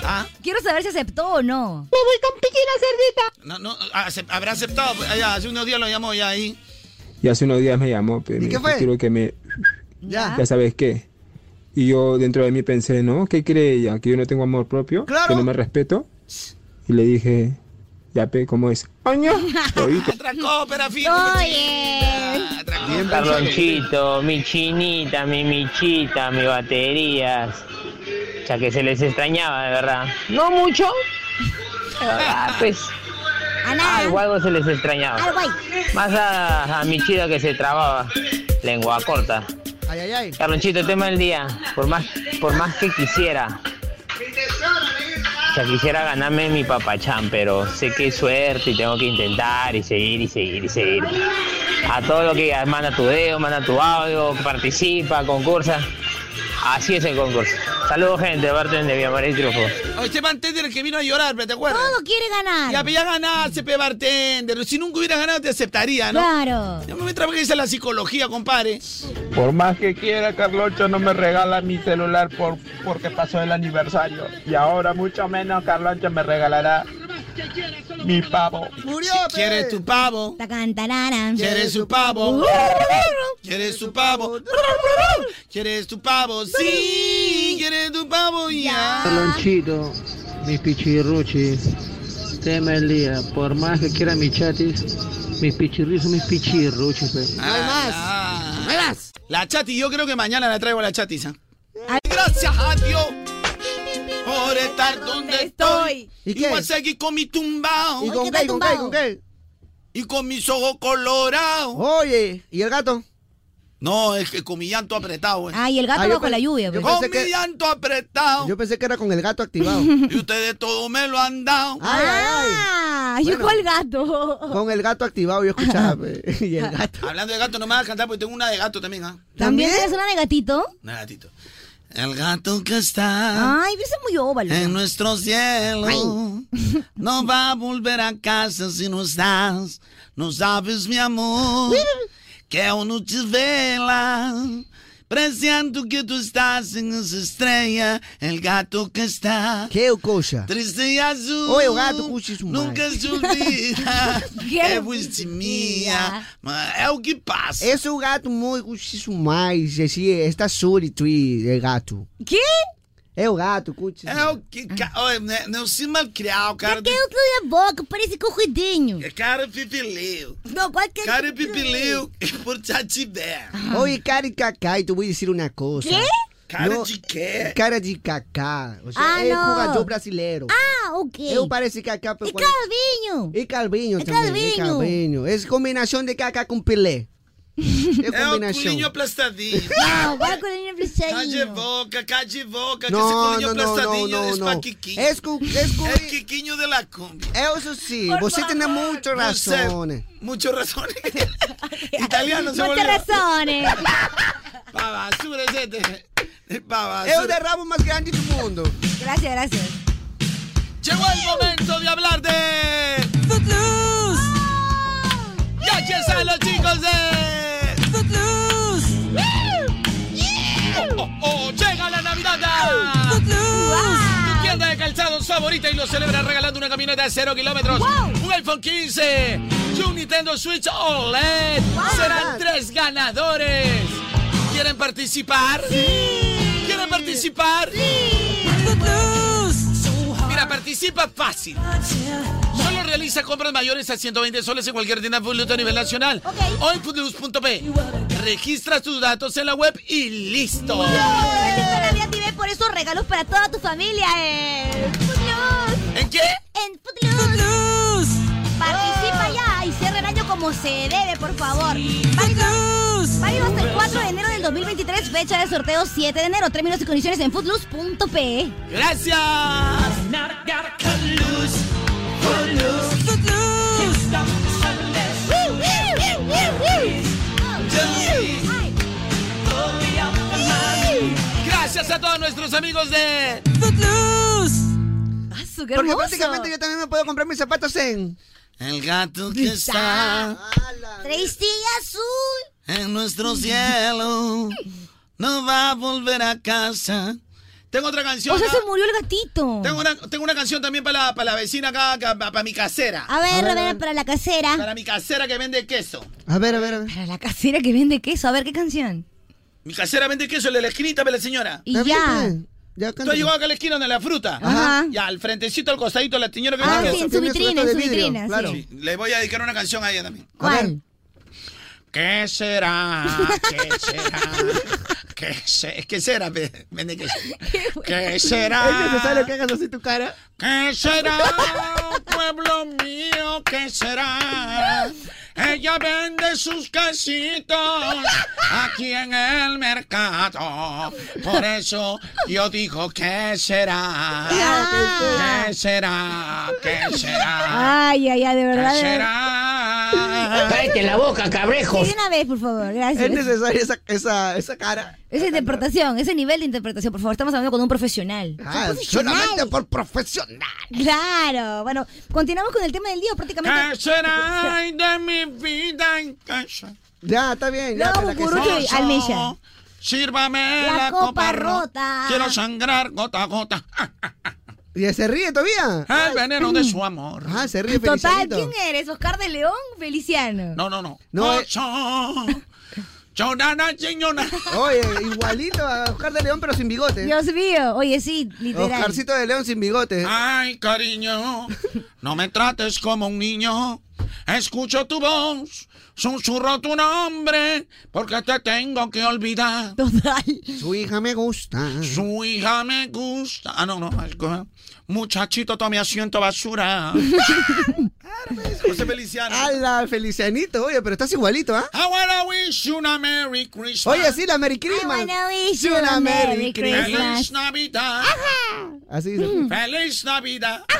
S6: ¿Ah?
S2: Quiero saber si aceptó o no. Me voy con piquina cerdita.
S6: No, no, acep- habrá aceptado. pues, allá, hace unos días lo llamó ya ahí.
S7: Y hace unos días me llamó, pero me
S6: qué
S7: dijo,
S6: fue?
S7: quiero que me...
S6: Ya.
S7: Ya sabes qué. Y yo dentro de mí pensé, ¿no? ¿Qué cree ella? ¿Que yo no tengo amor propio? ¿Que no me respeto? Y le dije, ya, pe, ¿cómo es? ¡Año! Todito.
S6: Atracó, perafín.
S33: Oye.
S5: Carlonchito, mi chinita, mi michita, mi baterías. Ya que se les extrañaba, de verdad. No mucho. de verdad, pues. Algo, algo se les extrañaba. Más a, a mi chida que se trababa. Lengua corta.
S4: Ay, ay, ay.
S5: Carlonchito, tema del día. Por más, por más que quisiera. Ya quisiera ganarme mi papachán, pero sé que es suerte y tengo que intentar y seguir y seguir y seguir. A todo lo que digas, manda tu dedo, manda tu audio, participa, concursa. Así es el concurso. Saludos, gente, de parte de Vía María y Triunfo.
S6: Oye, Este bartender el que vino a llorar, ¿pe, ¿te acuerdas? Todo
S2: quiere ganar.
S6: Ya, pe, ya ganaste, pe, bartender. Si nunca hubieras ganado, te aceptaría, ¿no?
S2: Claro.
S6: Ya me trabajes a la psicología, compadre.
S13: Por más que quiera, Carlocho no me regala mi celular por, porque pasó el aniversario. Y ahora mucho menos Carlocho me regalará mi pavo.
S6: Murió, ¿Quieres tu pavo? ¿Quieres su pavo? ¿Quieres su pavo? ¿Quieres tu pavo? Sí, ¿quieres tu pavo? Ya.
S31: Carlonchito, mi pichirruchi, tema el día. Por más que quiera mis chatis, mis pichirris son mis pichirruchis. pe.
S6: Ah. más. No hay más. La chatis, yo creo que mañana la traigo a la chatis. ¿ah? Gracias a Dios por estar donde estoy. Y, voy a seguir con mi tumbao.
S4: ¿Y con qué, con qué, con qué?
S6: Y con mis ojos colorados.
S4: Oye, ¿y el gato?
S6: No, es que con mi llanto apretado. güey.
S2: Ah, y el gato bajo la lluvia,
S4: Yo
S2: pues.
S4: pensé
S2: Con
S4: que...
S2: mi
S6: llanto apretado.
S4: Yo pensé que era con el gato activado.
S6: Y ustedes todos me lo han dado.
S4: Ay, ay,
S2: Ah,
S4: yo con el
S2: gato.
S4: Con el gato activado, yo escuchaba. pe, y el gato.
S6: Hablando de gato, no me vas a cantar porque tengo una de gato también, ¿ah?
S2: ¿También tienes una de gatito?
S6: Una de gatito. El gato que está
S2: Ay, pero ese es muy óvalo.
S6: en nuestro cielo no va a volver a casa si no estás. No sabes, mi amor, que aún no te vela. Presiento que tú estás en esa estrella, el gato que está
S4: ¿Qué cosa?
S6: triste y azul.
S4: Oye, o gato, cuchi su madre.
S6: Nunca se olvida que fuiste
S2: Ah.
S6: mía. É o que passa.
S4: Esse é o gato muito isso mais, esse está solito e é gato.
S2: Que?
S4: É o gato, curte.
S6: É o que. ca- Olha, né, não se malcriar, o cara.
S2: Aquele que é boca, parece corridinho.
S6: É cara pipileu.
S2: Não, quase que. é
S6: Cara pipileu por chatibé.
S4: Oi, cara de cacá, então vou dizer uma coisa.
S6: Quê? Cara
S4: Não-
S6: de quê?
S4: Cara de cacá. Você
S2: Ah,
S4: é
S2: não.
S4: jogador brasileiro.
S2: Ah, ok.
S4: Eu pareço cacá.
S2: E calvinho.
S4: E Calvinho
S2: É
S4: também.
S2: Calvinho.
S4: E Calvinho. Essa combinação de cacá com Pelé. Qué
S6: É o coelhinho
S4: combinação.
S6: aplastadinho.
S2: Não, vai com o coelhinho
S6: aplastadinho. Cá de boca, cá de boca, que esse
S4: Não,
S6: coelhinho
S4: não, não, não,
S6: aplastadinho
S4: não,
S6: é
S4: não.
S6: pra Quiquinho.
S4: Es cu- es cu-
S6: É Quiquinho de la cumbia.
S4: Eso sí, você tem muitas razões.
S6: Muchos razones. Italiano se
S2: Muchas
S6: volvió.
S2: razones. eh.
S6: Pa' basura, gente. Pa' basura.
S4: É o derramo mais grande do mundo.
S2: Gracias, gracias.
S6: Llegó el momento de hablar de. Footloose. Ya que están los chicos de. Footloose. Oh, oh, llega la Navidad. Tu tienda de calzados favorita y lo celebra regalando una camioneta de 0 kilómetros, un iPhone 15 y un Nintendo Switch OLED. Serán tres ganadores. ¿Quieren participar? Sí. ¿Quieren participar? Sí. Mira, participa fácil. Solo realiza compras mayores a 120 soles en cualquier tienda Footloose a nivel nacional. O en footloose.p. Registras tus datos en la web y listo.
S2: Navidad TV por esos regalos para toda tu familia en Footloose.
S6: ¿En qué?
S2: En Footloose. Participa ya y cierra el año como se debe, por favor. Válido, válido hasta el 4 de enero del 2023, fecha de sorteo 7 de enero. Términos y condiciones en footloose.pe.
S6: Gracias. Gracias a todos nuestros amigos de Footloose.
S4: Porque prácticamente yo también me puedo comprar mis zapatos en.
S6: El gato que está
S2: Tracy Azul.
S6: en nuestro cielo no va a volver a casa. Tengo otra canción.
S2: O sea,
S6: acá.
S2: se murió el gatito.
S6: Tengo una, tengo una canción también para la, para la vecina acá, acá, pa- para mi casera.
S2: A ver, a ver, para la casera.
S6: Para mi casera que vende queso.
S4: A ver, a ver, a ver.
S2: Para la casera que vende queso. A ver, ¿qué canción?
S6: Mi casera vende queso, el de la esquinita, para la señora.
S2: Y ya. pues.
S6: Tú has llegado acá a la esquina de la fruta.
S2: Ajá.
S6: Ya, al frentecito, al costadito, la señora que
S2: Ah,
S6: vende
S2: sí,
S6: queso.
S2: en su vitrina, en su vitrina. sí.
S6: Sí, Le voy a dedicar una canción a ella también.
S2: ¿Cuál?
S6: ¿Qué será? Ah, ¿Qué será? ¿Qué, se- qué será? pe? Vende queso. ¿Qué será?
S4: Es necesario que hagas así tu cara.
S6: ¿Qué será, pueblo mío? ¿Qué será? Ella vende sus casitos aquí en el mercado. Por eso yo digo, ¿qué será? ¿Qué será? ¿Qué será?
S2: Ay, ay, ay, de verdad.
S6: ¿Qué
S2: de
S6: será?
S2: Cállate la
S6: boca,
S2: Sí, de una vez, por favor, gracias.
S4: Es necesaria esa, esa, esa cara.
S2: Esa interpretación, ese nivel de interpretación, por favor, estamos hablando con un profesional.
S4: Ah,
S2: Un profesional.
S4: solamente por profesional.
S2: Claro, bueno, continuamos con el tema del día prácticamente.
S6: ¿Qué será ay, de mi vida en casa?
S4: Ya, está bien.
S2: ya, Luego, para que Cucurucho y Almilla.
S6: Sírvame
S2: La
S6: la,
S2: copa
S6: copa,
S2: rota.
S6: rota. Quiero sangrar gota a gota.
S4: ¿Y se ríe todavía?
S6: El veneno
S2: Mm.
S6: de su amor.
S4: Ah, se ríe
S2: Total,
S4: Felicianito.
S2: ¿quién eres? ¿Oscar de León? Feliciano.
S6: No, no, no.
S4: No, eh.
S6: Ocho. Chonana, chiñona.
S4: Oye, igualito a Oscar de León, pero sin bigote.
S2: Dios mío, oye, sí, literal.
S4: Oscarcito de León sin bigote.
S6: Ay, cariño, no me trates como un niño. Escucho tu voz, susurro tu nombre, porque te tengo que olvidar.
S4: Su hija me gusta.
S6: Su hija me gusta. Ah, no, no. es cosa- Muchachito, tome asiento basura. José Feliciano.
S4: ¡Hala, Felicianito! Oye, pero estás igualito, ¿ah?
S6: Ah. I wanna wish you a Merry Christmas.
S4: Oye, sí, la Merry Christmas. Sí, una Merry
S6: Feliz Navidad.
S4: Así dice.
S2: Mm.
S6: Feliz Navidad.
S2: Ah.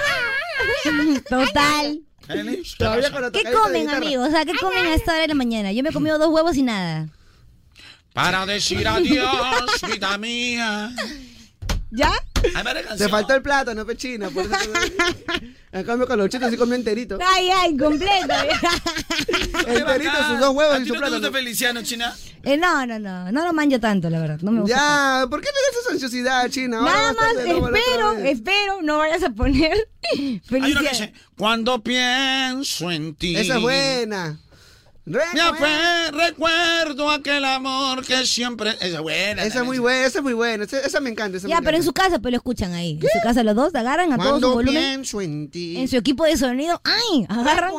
S2: Total.
S6: Feliz
S4: Todavía con la
S2: ¿Qué
S4: tocadita de
S2: comen,
S4: guitarra.
S2: amigos? O sea, ¿qué comen a esta hora de la mañana? Yo me he comido dos huevos y nada.
S6: Para decir adiós, vida mía.
S2: ¿Ya?
S6: Hay varias
S4: Te
S6: canciones.
S4: faltó el plátano, pechina. Por eso En cambio, con los chetos sí comió enterito.
S2: Ay, ay, completo.
S4: Enterito, sus dos huevos
S6: ¿A
S4: y
S6: ti
S4: su
S6: no te
S4: plátano.
S6: gusta Feliciano, China?
S2: Eh, no, no, no, no lo manjo tanto, la verdad. No me gusta.
S4: Ya, ¿por qué le das esa ansiosidad, China? Ahora
S2: Nada
S4: vas a
S2: más,
S4: estar de nuevo la otra
S2: espero,
S4: vez.
S2: espero, no vayas a poner
S6: Hay una que
S2: Feliciano.
S6: dice, cuando pienso en ti.
S4: Esa es buena.
S6: Me afe- recuerdo aquel amor que siempre. Esa es buena.
S4: Esa es muy buena, esa es muy buena. Esa, esa me encanta. Esa me
S2: Ya, pero en
S4: encanta.
S2: su casa, pues lo escuchan ahí. En su casa los dos agarran a todo su
S4: Cuando
S2: volumen.
S4: pienso en ti.
S2: En su equipo de sonido, ay, agarran.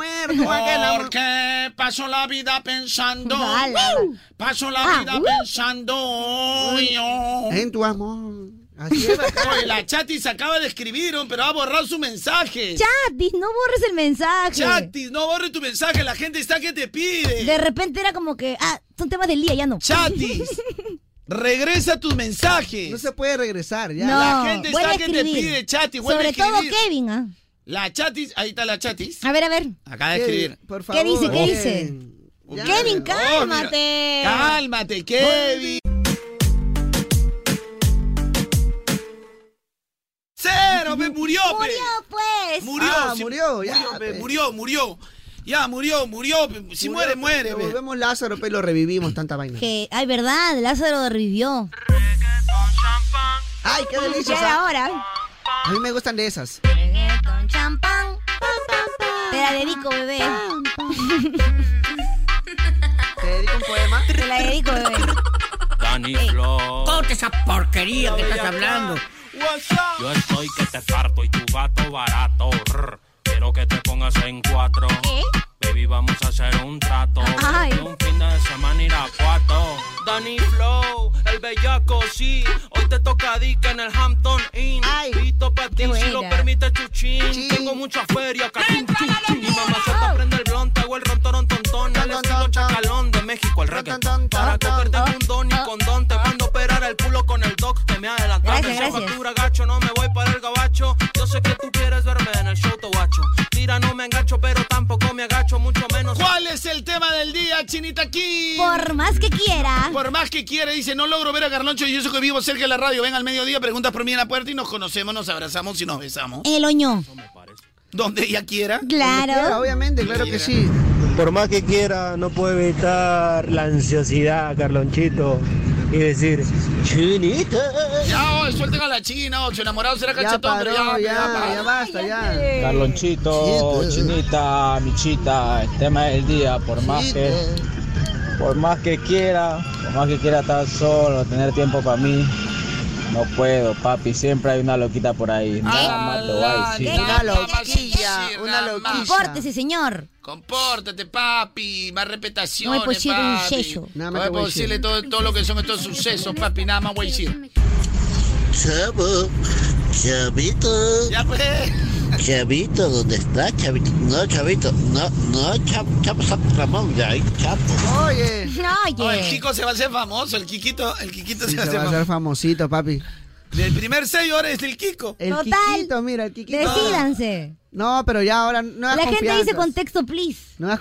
S6: Porque paso la vida pensando.
S2: Ala.
S6: Paso la
S2: Ah,
S6: vida
S2: uh.
S6: pensando. yo.
S4: En tu amor.
S6: Oye, la chatis acaba de escribir, hom, pero ha borrado su mensaje.
S2: Chatis, no borres el mensaje.
S6: Chatis, no borre tu mensaje, la gente está que te pide.
S2: De repente era como que, ah, son temas del día, ya no.
S6: Chatis. Regresa tus mensajes.
S4: No se puede regresar, ya.
S2: No,
S6: la gente está
S2: vuelve a
S6: que te
S2: escribir.
S6: pide, chatis. vuelve
S2: Sobre
S6: a
S2: todo
S6: escribir.
S2: Kevin, ¿ah?
S6: La chatis, ahí está la chatis.
S2: A ver, a ver.
S6: Acaba de escribir.
S4: Eh, Por
S2: ¿Qué dice? ¿Qué dice? Kevin, cálmate.
S6: Oh, Cálmate, Kevin. Cero, me murió, pe.
S2: Murió, pues.
S6: Murió,
S4: Ah,
S6: sí,
S4: murió, ya, pues.
S6: pe,
S4: pe.
S6: Murió, murió. Ya, murió, murió. pe. Si muere, muere, pe.
S4: Volvemos Lázaro, pero lo revivimos tanta vaina.
S2: Que, ay, verdad, Lázaro revivió.
S4: Ay, qué delicia.
S2: Ya era
S4: ¿sabes?
S2: hora.
S4: A mí me gustan de esas.
S2: Reggaeton, champán. Te la dedico, bebé.
S4: ¿Te dedico un poema?
S2: Te la dedico, bebé.
S1: Dani Flow.
S23: Corta esa porquería que estás hablando.
S1: Yo estoy que te parto y tu gato barato. Rr. Quiero que te pongas en cuatro. Baby, vamos a hacer un trato.
S24: Ay.
S1: Un fin de semana ir a cuatro. Danny Flow, el bellaco, sí. Hoy te toca dica en el Hampton Inn. Listo para ti, si lo
S24: buena.
S1: permite, chuchín. Tengo mucha feria, cachín, chuchín. Mi mamá se prende el blonde, hago el rontorón tontón. El estilo chacalón de México, el reggaetón. Para cogerte un don y
S24: Ah,
S1: condón, te mando a operar el culo con el doc. Te me adelantaste
S24: Gracias,
S1: en
S24: gracias.
S1: factura, gacho, no me voy para el gabacho. Yo sé que tú quieres verme en el show, to guacho. Tira, no me engancho, pero tampoco me agacho, mucho menos.
S6: ¿Cuál es el tema del día, Chinita aquí?
S2: Por más que quiera.
S6: Por más que quiera, dice, no logro ver a Carloncho y eso que vivo cerca de la radio. Ven al mediodía, preguntas por mí en la puerta y nos conocemos, nos abrazamos y nos besamos.
S2: El oño.
S6: Donde ella quiera.
S2: Claro.
S4: obviamente, claro que sí.
S14: Por más que quiera, no puedo evitar la ansiosidad, Carlonchito, y decir, chinita.
S6: Ya, hoy, suelten a la china, oh, su enamorado será
S4: Ya
S6: cachetón, pero
S4: paró,
S6: ya,
S4: ya,
S6: paró.
S4: ya basta, ya.
S30: Carlonchito, Chinita, Michita, el tema del día, por más que por más que quiera, por más que quiera estar solo, tener tiempo para mí, no puedo, papi, siempre hay una loquita por ahí.
S1: Ah,
S30: Nada
S2: Ah,
S30: más te voy a decir.
S4: Una loquilla, una loquilla.
S2: Compórtese, señor.
S6: Compórtate, papi. Más
S2: No
S6: repetaciones,
S2: me puedo decir un
S6: papi.
S2: seso.
S6: Nada
S2: Nada más
S6: más
S2: te voy a
S6: decirle
S2: decir.
S6: todo, todo lo que son estos sucesos, papi. Nada más voy a decir.
S14: Chavo, chavito.
S6: Ya pues.
S14: Chavito, ¿dónde está, chavito? No, chavito, no, no, chap, chap, San Ramón, ya, ahí, chapo.
S4: Oye.
S2: Oye.
S6: el Kiko se va a hacer famoso. El Kikito, el Kikito
S4: Sí,
S6: se va a
S4: se
S6: hacer
S4: va a
S6: famoso.
S4: hacer famosito, papi.
S6: Del primer sello ahora es el Kiko.
S4: El Kikito, mira, el Kikito.
S2: Decídanse.
S4: No, pero ya ahora no
S2: La
S4: hagas
S2: gente dice
S4: confianzas.
S2: contexto, please.
S4: No hagas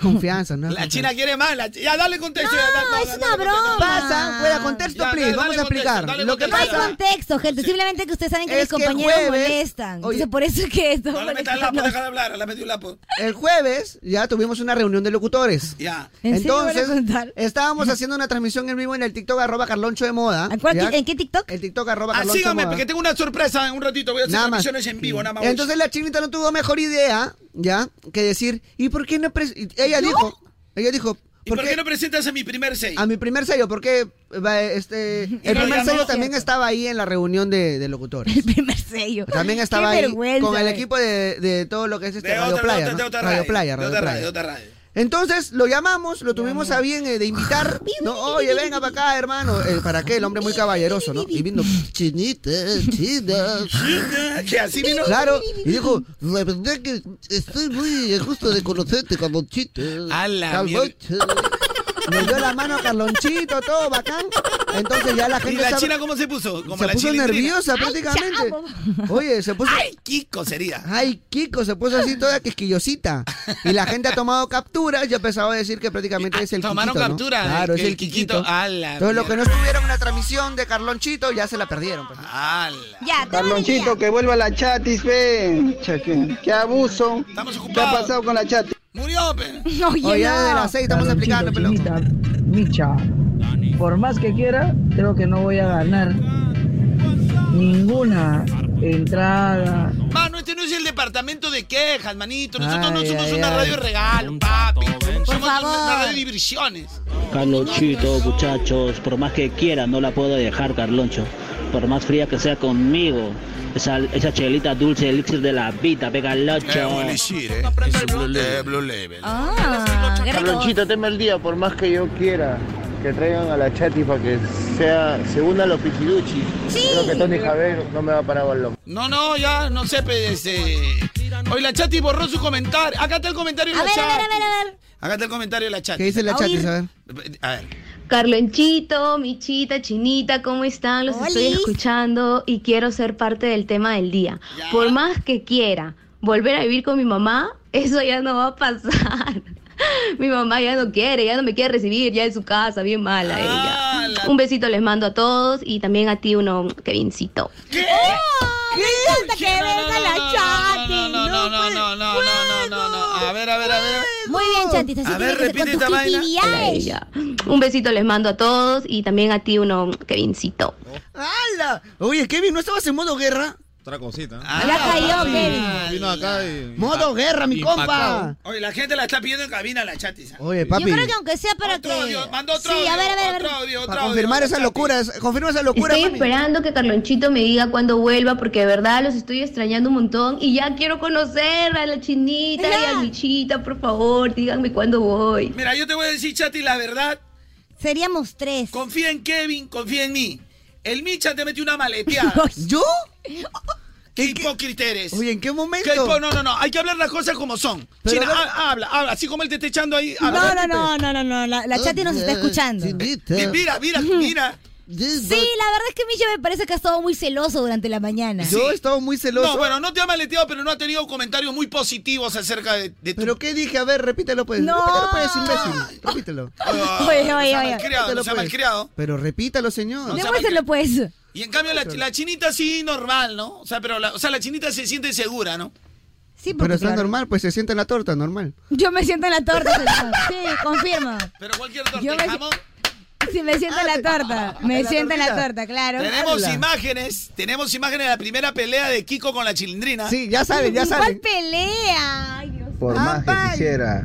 S4: confianza, no
S6: La China quiere más. la chi- ya, dale contexto. ya, da- da-
S2: es
S6: dale
S2: una
S6: contexto.
S2: broma.
S4: Pasa, fuera contexto,
S6: Ya,
S4: please.
S6: dale
S4: Vamos a
S6: contexto,
S4: explicar.
S6: dale
S4: Lo que
S2: No hay
S4: pasa.
S2: contexto, gente. Simplemente que ustedes saben que
S4: Es
S2: mis
S4: que
S2: compañeros
S4: jueves-
S2: molestan.
S4: Oye.
S2: Entonces, por eso es que esto.
S6: No le metas el lapo, deja de hablar. Le metió el lapo.
S4: El jueves ya tuvimos una reunión de locutores.
S6: Ya.
S2: ¿En serio van a
S4: Entonces, estábamos haciendo una transmisión en vivo en el TikTok arroba Carloncho de Moda. ¿ya?
S2: ¿En qué TikTok?
S4: El TikTok arroba
S6: Ah,
S4: Carloncho de
S6: sígame,
S4: Moda.
S6: porque tengo una sorpresa en un ratito. Voy a hacer
S4: Nada más.
S6: transmisiones en vivo, nada más. voy.
S4: Entonces la chinita no tuvo mejor idea, ¿ya? Que decir, ¿y por qué no pres- y Ella dijo, ella dijo,
S6: ¿Y por qué no presentas a mi primer sello?
S4: a mi primer sello, porque va, este, el
S6: no
S4: primer
S6: llamó.
S4: sello también estaba ahí en la reunión de, de locutores. El
S2: primer sello.
S4: También
S6: Qué
S4: estaba ahí
S6: vergüenza,
S4: con el
S6: eh.
S4: equipo de, de todo lo que es este
S6: De
S4: Radio
S6: otra-
S4: Playa,
S6: de otra-
S4: ¿no?
S6: de otra
S4: Radio
S6: radio,
S4: Playa,
S6: de
S4: Radio
S6: otra
S4: Playa.
S6: radio, de otra radio.
S4: Entonces lo llamamos, lo tuvimos a bien eh, de invitar. No, oye, venga para acá, hermano. Eh, ¿Para qué? El hombre muy caballeroso, ¿no? Y vino chinita, chida.
S6: Que así vino.
S4: Claro. Y dijo, la verdad que estoy muy gusto de conocerte, Carlonchito.
S6: A la
S4: Carloncho. Me dio la mano a Carlonchito, todo bacán. Entonces ya la
S6: ¿Y
S4: gente
S6: la
S4: estaba-
S6: china cómo se puso? Como
S4: se
S6: la
S4: puso
S6: chilindrina.
S4: nerviosa prácticamente. Oye, se puso.
S6: Ay, Kiko sería.
S4: Ay, Kiko, se puso así toda quisquillosita. Y la gente ha tomado capturas y ha empezado a decir que prácticamente es el
S6: Ah, Tomaron
S4: Kikito, ¿no?
S6: captura.
S4: Claro,
S6: que
S4: es el Kikito.
S6: A la
S4: Entonces, los que no
S6: mierda.
S4: estuvieron en la transmisión de Carlonchito ya se la perdieron. pues.
S6: A la-
S2: Ya,
S7: Carlonchito, que vuelva la chatis, ve. Che, Qué, qué abuso. ¿Qué ha pasado con la chatis?
S6: Murió, pe.
S4: Oye, de las seis estamos explicando, pelón.
S16: Micha, por más que quiera, creo que no voy a ganar ninguna entrada.
S6: Mano, este no es el departamento de quejas, manito. Nosotros no
S16: Ay,
S6: somos
S16: ay,
S6: una
S16: ay.
S6: radio regalo, papi. somos
S2: favor.
S6: una radio de diversiones.
S17: Carlonchito, muchachos, por más que quiera, no la puedo dejar, Carloncho. Por más fría que sea conmigo, esa, esa chelita dulce, elixir de la vida, pega
S26: Es un elixir, ¿eh? Es un blue level.
S2: Ah, qué rico.
S26: tema el día, por más que yo quiera.
S7: que traigan a la chati para que sea, se una a los pichiruchis. Creo que Tony Javier no me va a parar balón.
S6: No, no, ya, no sé, pe, este... Hoy la chati borró su comentario. Acá está el comentario de la chati. Acá está el comentario de la chati.
S4: ¿Qué dice la chatis? A ver.
S6: A ver.
S12: Carlonchito, Michita, Chinita, ¿cómo están? Los estoy
S2: Olis.
S12: escuchando y quiero ser parte del tema del día. Por más que quiera volver a vivir con mi mamá, eso ya no va a pasar. mi mamá ya no quiere, ya no me quiere recibir, ya en su casa, bien mala ella. Un besito les mando a todos y también a ti uno, Kevincito.
S6: ¿Qué?
S33: Oh, Me encanta que venga la chati.
S6: No, no, no, no, no, no, no, no, no. A ver, a ver, a ver.
S2: Muy bien, Chantis, así
S6: A ver,
S2: tiene que
S6: repite
S2: ser con
S6: esta
S2: tus
S6: vaina.
S2: actividades.
S12: Para ella. Un besito les mando a todos y también a ti uno, Kevincito.
S4: ¡Hala! Oye, Kevin, ¿no estabas en modo guerra?
S15: Otra cosita.
S6: Ah,
S4: Ya cayó,
S15: sí.
S4: Kevin.
S15: Vino acá y...
S4: Modo guerra, mi
S15: Impactado.
S4: compa.
S6: Oye, la gente la está pidiendo en cabina la chatis.
S4: Oye, papi.
S2: Yo creo que aunque sea para que.
S6: manda otro
S2: sí, a
S6: audio,
S2: ver, a ver, a ver.
S6: otro audio, otro
S4: Para
S6: audio.
S4: confirmar esas locuras. Confirma esa locura.
S12: Estoy
S4: mami.
S12: esperando que Carlonchito me diga cuándo vuelva porque de verdad los estoy extrañando un montón y ya quiero conocer a la chinita y a Michita, por favor, díganme cuándo voy.
S6: Mira, yo te voy a decir, Chati, la verdad.
S2: Seríamos tres.
S6: Confía en Kevin, confía en mí. El Micha te metió una maleteada.
S4: ¿Yo?
S6: ¿Qué hipócrita eres?
S4: Oye, ¿en qué momento?
S6: ¿Qué hipo- no, no, no. Hay que hablar las cosas como son.
S4: Pero
S6: China,
S4: no-
S6: ha- habla, habla. Así como él te está echando ahí.
S2: No,
S6: habla.
S2: no, no, no, no, no. La, la Chati nos está escuchando.
S6: Mi- Mira, mira, mira.
S2: Sí, la verdad es que Micho me parece que ha estado muy celoso durante la mañana.
S4: Yo he estado muy celoso.
S6: No, bueno, no te ha maleteado, pero no ha tenido comentarios muy positivos acerca de, de tu...
S4: ¿Pero qué dije? A ver, repítelo pues.
S6: No.
S4: Repítelo pues, imbécil. Repítelo.
S6: Oye, oye, oye. malcriado, no sea
S4: pues.
S6: malcriado.
S4: Pero repítalo, señor.
S6: No sea Demuéstrelo,
S2: pues.
S6: Y en cambio la, la chinita sí normal, ¿no? O sea, pero la, o sea, la chinita se siente segura, ¿no?
S2: Sí, porque
S4: Pero está
S2: claro,
S4: normal, pues se sienta en la torta, normal.
S2: Yo me siento en la torta, señor. Sí, confirmo.
S6: Pero cualquier torta,
S2: Yo me si-
S6: jamón.
S2: Sí, me siento en la torta. Me
S6: La
S2: siento en la
S6: tortilla.
S2: torta, claro.
S6: Tenemos imágenes, tenemos imágenes de la primera pelea de Kiko con la chilindrina.
S2: ¿Cuál pelea? Ay, Dios.
S18: Por
S4: Ah,
S18: más que quisiera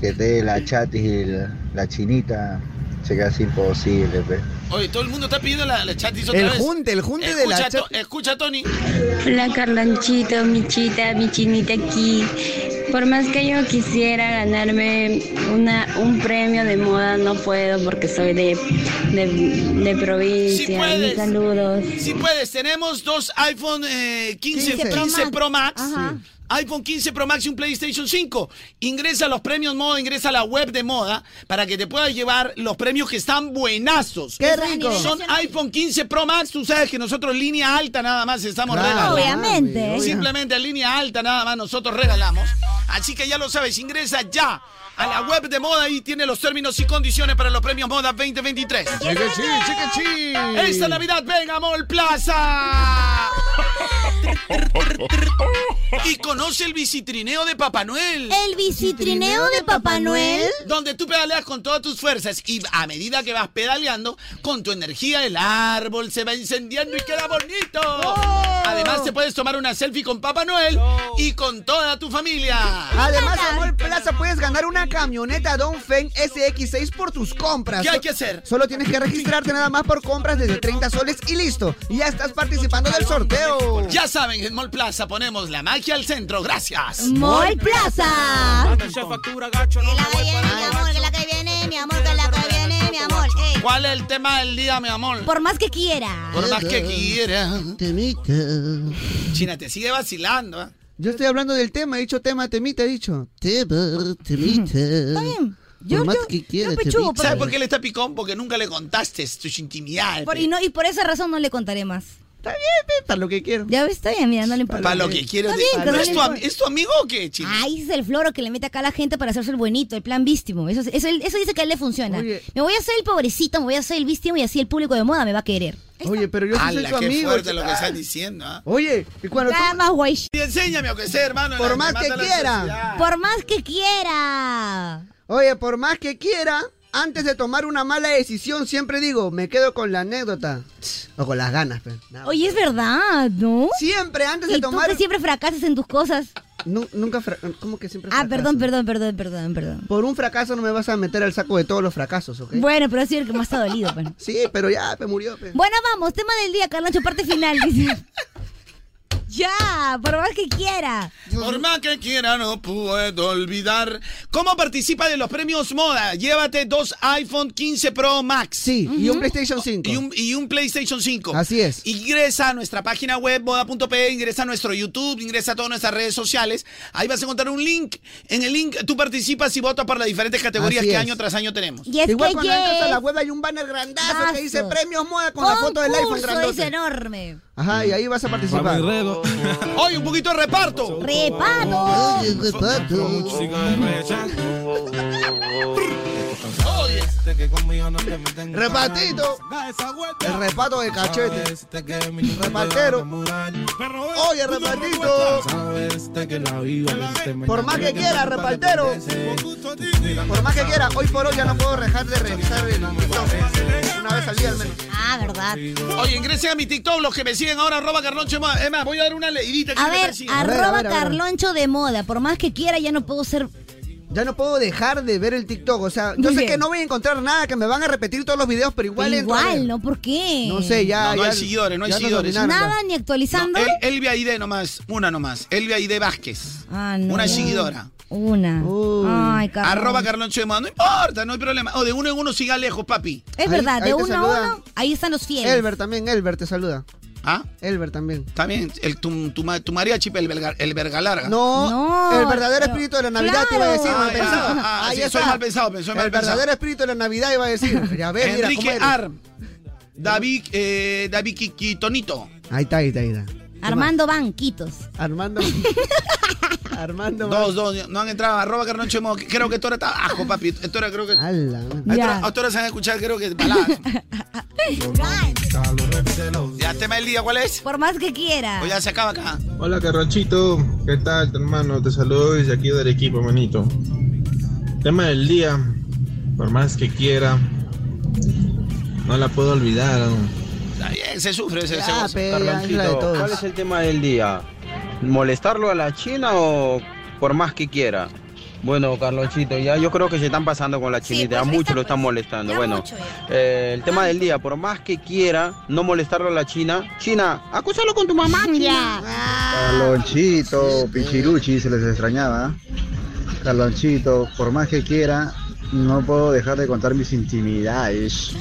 S18: que te la chatis y la, la chinita, se casi imposible, pe.
S6: Oye, todo el mundo está pidiendo la, la chatis otra
S18: El
S6: vez.
S18: junte, el junte de la
S6: Escucha, To- Escucha, Tony.
S19: Hola Carlonchito, Michita, mi chinita aquí. Por más que yo quisiera ganarme una, un premio de moda, no puedo porque soy de, de, de provincia. Mis
S6: puedes.
S19: saludos.
S6: Si puedes, tenemos dos iPhone eh, 15, 15 Pro Max,
S19: Ajá.
S6: iPhone 15 Pro Max y un PlayStation 5. Ingresa a los premios moda, ingresa a la web de moda para que te puedas llevar los premios que están buenazos.
S4: ¡Qué rico!
S6: Son iPhone 15 Pro Max, tú sabes que nosotros línea alta nada más estamos regalando.
S4: Claro, Obviamente. obvio.
S6: Simplemente línea alta nada más nosotros regalamos. Así que ya lo sabes, ingresa ya. A la web de moda y tiene los términos y condiciones para los premios moda 2023.
S24: Chica chi, chica chi.
S6: Esta Navidad venga a Mall Plaza. Oh, Y conoce el bicitrineo de Papá Noel.
S2: ¿El bicitrineo de Papá Noel?
S6: Donde tú pedaleas con todas tus fuerzas y a medida que vas pedaleando, con tu energía el árbol se va incendiando y queda bonito. Además te puedes tomar una selfie con Papá Noel y con toda tu familia.
S4: Además,
S6: Ah.
S4: en Mall Plaza puedes ganar una camioneta Dongfeng SX6 por tus compras.
S6: ¿Qué hay que hacer?
S4: Solo tienes que registrarte nada más por compras desde 30 soles y listo. Y ya estás participando del sorteo.
S6: Ya saben, en Mall Plaza ponemos la magia al centro. Gracias.
S2: Mall Plaza.
S6: factura, gacho, no me voy para
S2: Mi amor, que la que viene, mi amor, que la que viene, mi amor. Ey,
S6: ¿Cuál es el tema del día, mi amor?
S2: Por más que quiera.
S6: Por más que quiera. China, te sigue vacilando. ¿eh?
S4: Yo estoy hablando del tema, he dicho tema, temita, he dicho. Tema, temita. Está bien.
S2: Yo-
S4: más
S2: yo-
S4: que quieras, temita.
S6: ¿Sabes por qué él está picón? Porque nunca le contaste tus intimidades.
S2: Por- y, no, y por esa razón no le contaré más.
S4: Está bien, para lo que quiero.
S2: Ya ves, está bien, mira, no le importa.
S6: Para lo que quiero.
S2: Está bien,
S6: ¿No
S2: que no
S6: es,
S2: le
S6: tu, am-
S2: importa.
S6: ¿Es tu amigo o qué, China?
S2: Ay, ese es el floro que le mete acá a la gente para hacerse el buenito, el plan vístimo. Eso, eso, eso dice que a él le funciona. Me voy a hacer el pobrecito, me voy a hacer el vístimo y así el público de moda me va a querer.
S4: Oye, pero yo sí soy
S6: Ala,
S4: tu
S6: qué
S4: amigo.
S6: fuerte lo que
S4: ah.
S6: están diciendo, ¿ah?
S4: Oye, y cuando tú-
S2: Nada más guay.
S6: Y enséñame, aunque sea, hermano.
S4: Por
S6: la-
S4: más
S6: me
S4: que
S6: mata la
S4: quiera.
S6: sociedad.
S2: Por más que quiera.
S4: Oye, por más que quiera, antes de tomar una mala decisión, siempre digo, me quedo con la anécdota. O con las ganas, pe.
S2: Oye, es verdad, Ah, ¿no?
S4: Siempre, antes
S2: de
S4: tomar-
S2: Tú que siempre fracasas en tus cosas.
S4: Nu- nunca, fra- ¿cómo que siempre
S2: Ah,
S4: fracaso?
S2: perdón, perdón, perdón, perdón, perdón.
S4: Por un fracaso no me vas a meter al saco de todos los fracasos, ¿ok?
S2: Bueno, pero ha sido el que más ha dolido, pues. bueno. pues.
S4: Sí, pero ya, pe, murió, pe.
S2: Bueno, vamos, tema del día, Carloncho, parte final, dice. Ya, por más que quiera.
S6: Por más que quiera, no puedo olvidar. ¿Cómo participa de los premios moda? Llévate dos iPhone 15 Pro Max.
S4: Sí, y un PlayStation 5.
S6: Y un, y un PlayStation 5.
S4: Así es.
S6: Ingresa a nuestra página web moda.pe, ingresa a nuestro YouTube, ingresa a todas nuestras redes sociales. Ahí vas a encontrar un link. En el link tú participas y votas para las diferentes categorías
S4: Así
S6: que
S4: es.
S6: año tras año tenemos.
S4: Igual cuando entras a la web hay un banner grandazo que dice premios moda con la foto del iPhone grandote.
S2: es enorme.
S4: Ajá, y ahí vas a participar.
S2: pues.
S6: Hoy un poquito de reparto.
S2: Reparto.
S4: Repartito. El reparto de cachete. Repartero. Oye, repartito. Por más que quiera, repartero. Por más que quiera, hoy por hoy ya no puedo dejar de revisar el TikTok. Una vez al día al menos.
S2: Ah, verdad.
S6: Oye, ingresen a mi TikTok, los que me siguen ahora, arroba Carloncho Moda. Es más, voy a dar una leidita. aquí
S2: A
S6: que me
S2: ver,
S6: persigue.
S2: arroba carloncho de moda. Por más que quiera, ya no puedo ser.
S4: Ya no puedo dejar de ver el TikTok. O sea, yo
S2: Muy
S4: sé
S2: bien.
S4: que no voy a encontrar nada, que me van a repetir todos los videos, pero igual entro a ver.
S2: Igual, ¿no? ¿Por qué?
S4: No sé, ya.
S6: No, no
S4: ya-
S6: hay seguidores, no hay
S4: ya nos
S6: seguidores.
S4: dominaron ya.
S2: Nada ni actualizando.
S6: El- Elvia Aide nomás, una nomás. Elvia Aide Vázquez.
S2: Ah, no.
S6: Una seguidora.
S2: Una. Ay, Carloncho.
S6: Arroba Carloncho de Moda. No importa, no hay problema. O de uno en uno siga lejos, papi.
S2: Es verdad, de
S4: te
S2: uno a
S4: saluda.
S2: uno, ahí están los fieles.
S4: Elber también, Elber te saluda.
S6: ¿Ah?
S4: Elber también.
S6: También, el, tu, tu, ma- tu mariachi, el, verga, el verga larga.
S4: No, el verdadero
S6: pero-
S4: espíritu de la Navidad te iba a decir,
S6: Claro.
S4: mal pensado.
S6: Ah, ah,
S4: Ahí
S6: sí,
S4: está.
S6: soy mal pensado, soy mal pensado.
S4: El verdadero espíritu de la Navidad iba a decir. Ya ves, mira cómo
S6: Enrique
S4: eres.
S6: Arm. David, eh, David Quiquitonito.
S4: Ahí está, ahí está, ahí está.
S2: Armando Banquitos.
S4: Armando. Armando.
S6: Dos, dos, no han entrado. Arroba Carloncho de Moda. Creo que Tora está abajo, papi. Tora creo que.
S4: Ala, man.
S6: A Tora se van a escuchar, creo que baladas. ya, tema del día, ¿cuál es?
S2: Por más que quiera.
S6: O ya se acaba acá.
S7: Hola Carranchito, ¿qué tal hermano? Te saludo desde aquí del equipo, manito. Tema del día, por más que quiera, no la puedo olvidar.
S6: Está bien, Eh, se sufre, se, se goza.
S7: Carranchito, ¿cuál es el tema del día? ¿Molestarlo a la China o por más que quiera? Bueno, Carlonchito, ya yo creo que se están pasando con la chinita, ya mucho lo están molestando. bueno, eh, el tema del día, por más que quiera, no molestarlo a la China. China, acúsalo con tu mamá, China.
S4: Ah.
S36: Carlonchito, Pichiruchi, se les extrañaba. Carlonchito, por más que quiera, no puedo dejar de contar mis intimidades.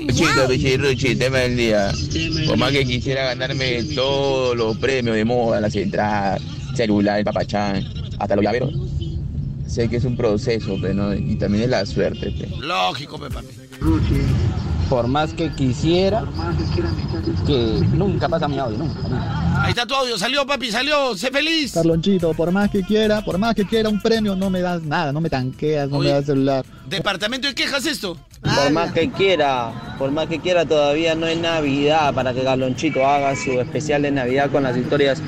S37: Ruchito, Ruchi, Ruchi, tema del día. Por más que quisiera ganarme todos los premios de moda, las entradas, celular, el papachán, hasta los llaveros. Sé que es un proceso, pero no, y también es la suerte. pues. pe.
S6: Lógico, pe, papi.
S1: Por más que quisiera, que nunca pasa mi audio, nunca.
S6: Ahí está tu audio, salió, papi, salió, sé feliz.
S31: Carlonchito, por más que quiera, por más que quiera un premio, no me das nada, no me tanqueas, no me das celular.
S6: Departamento de quejas esto.
S1: Por más que quiera, por más que quiera, todavía no es Navidad para que Carlonchito haga su especial de Navidad con las historias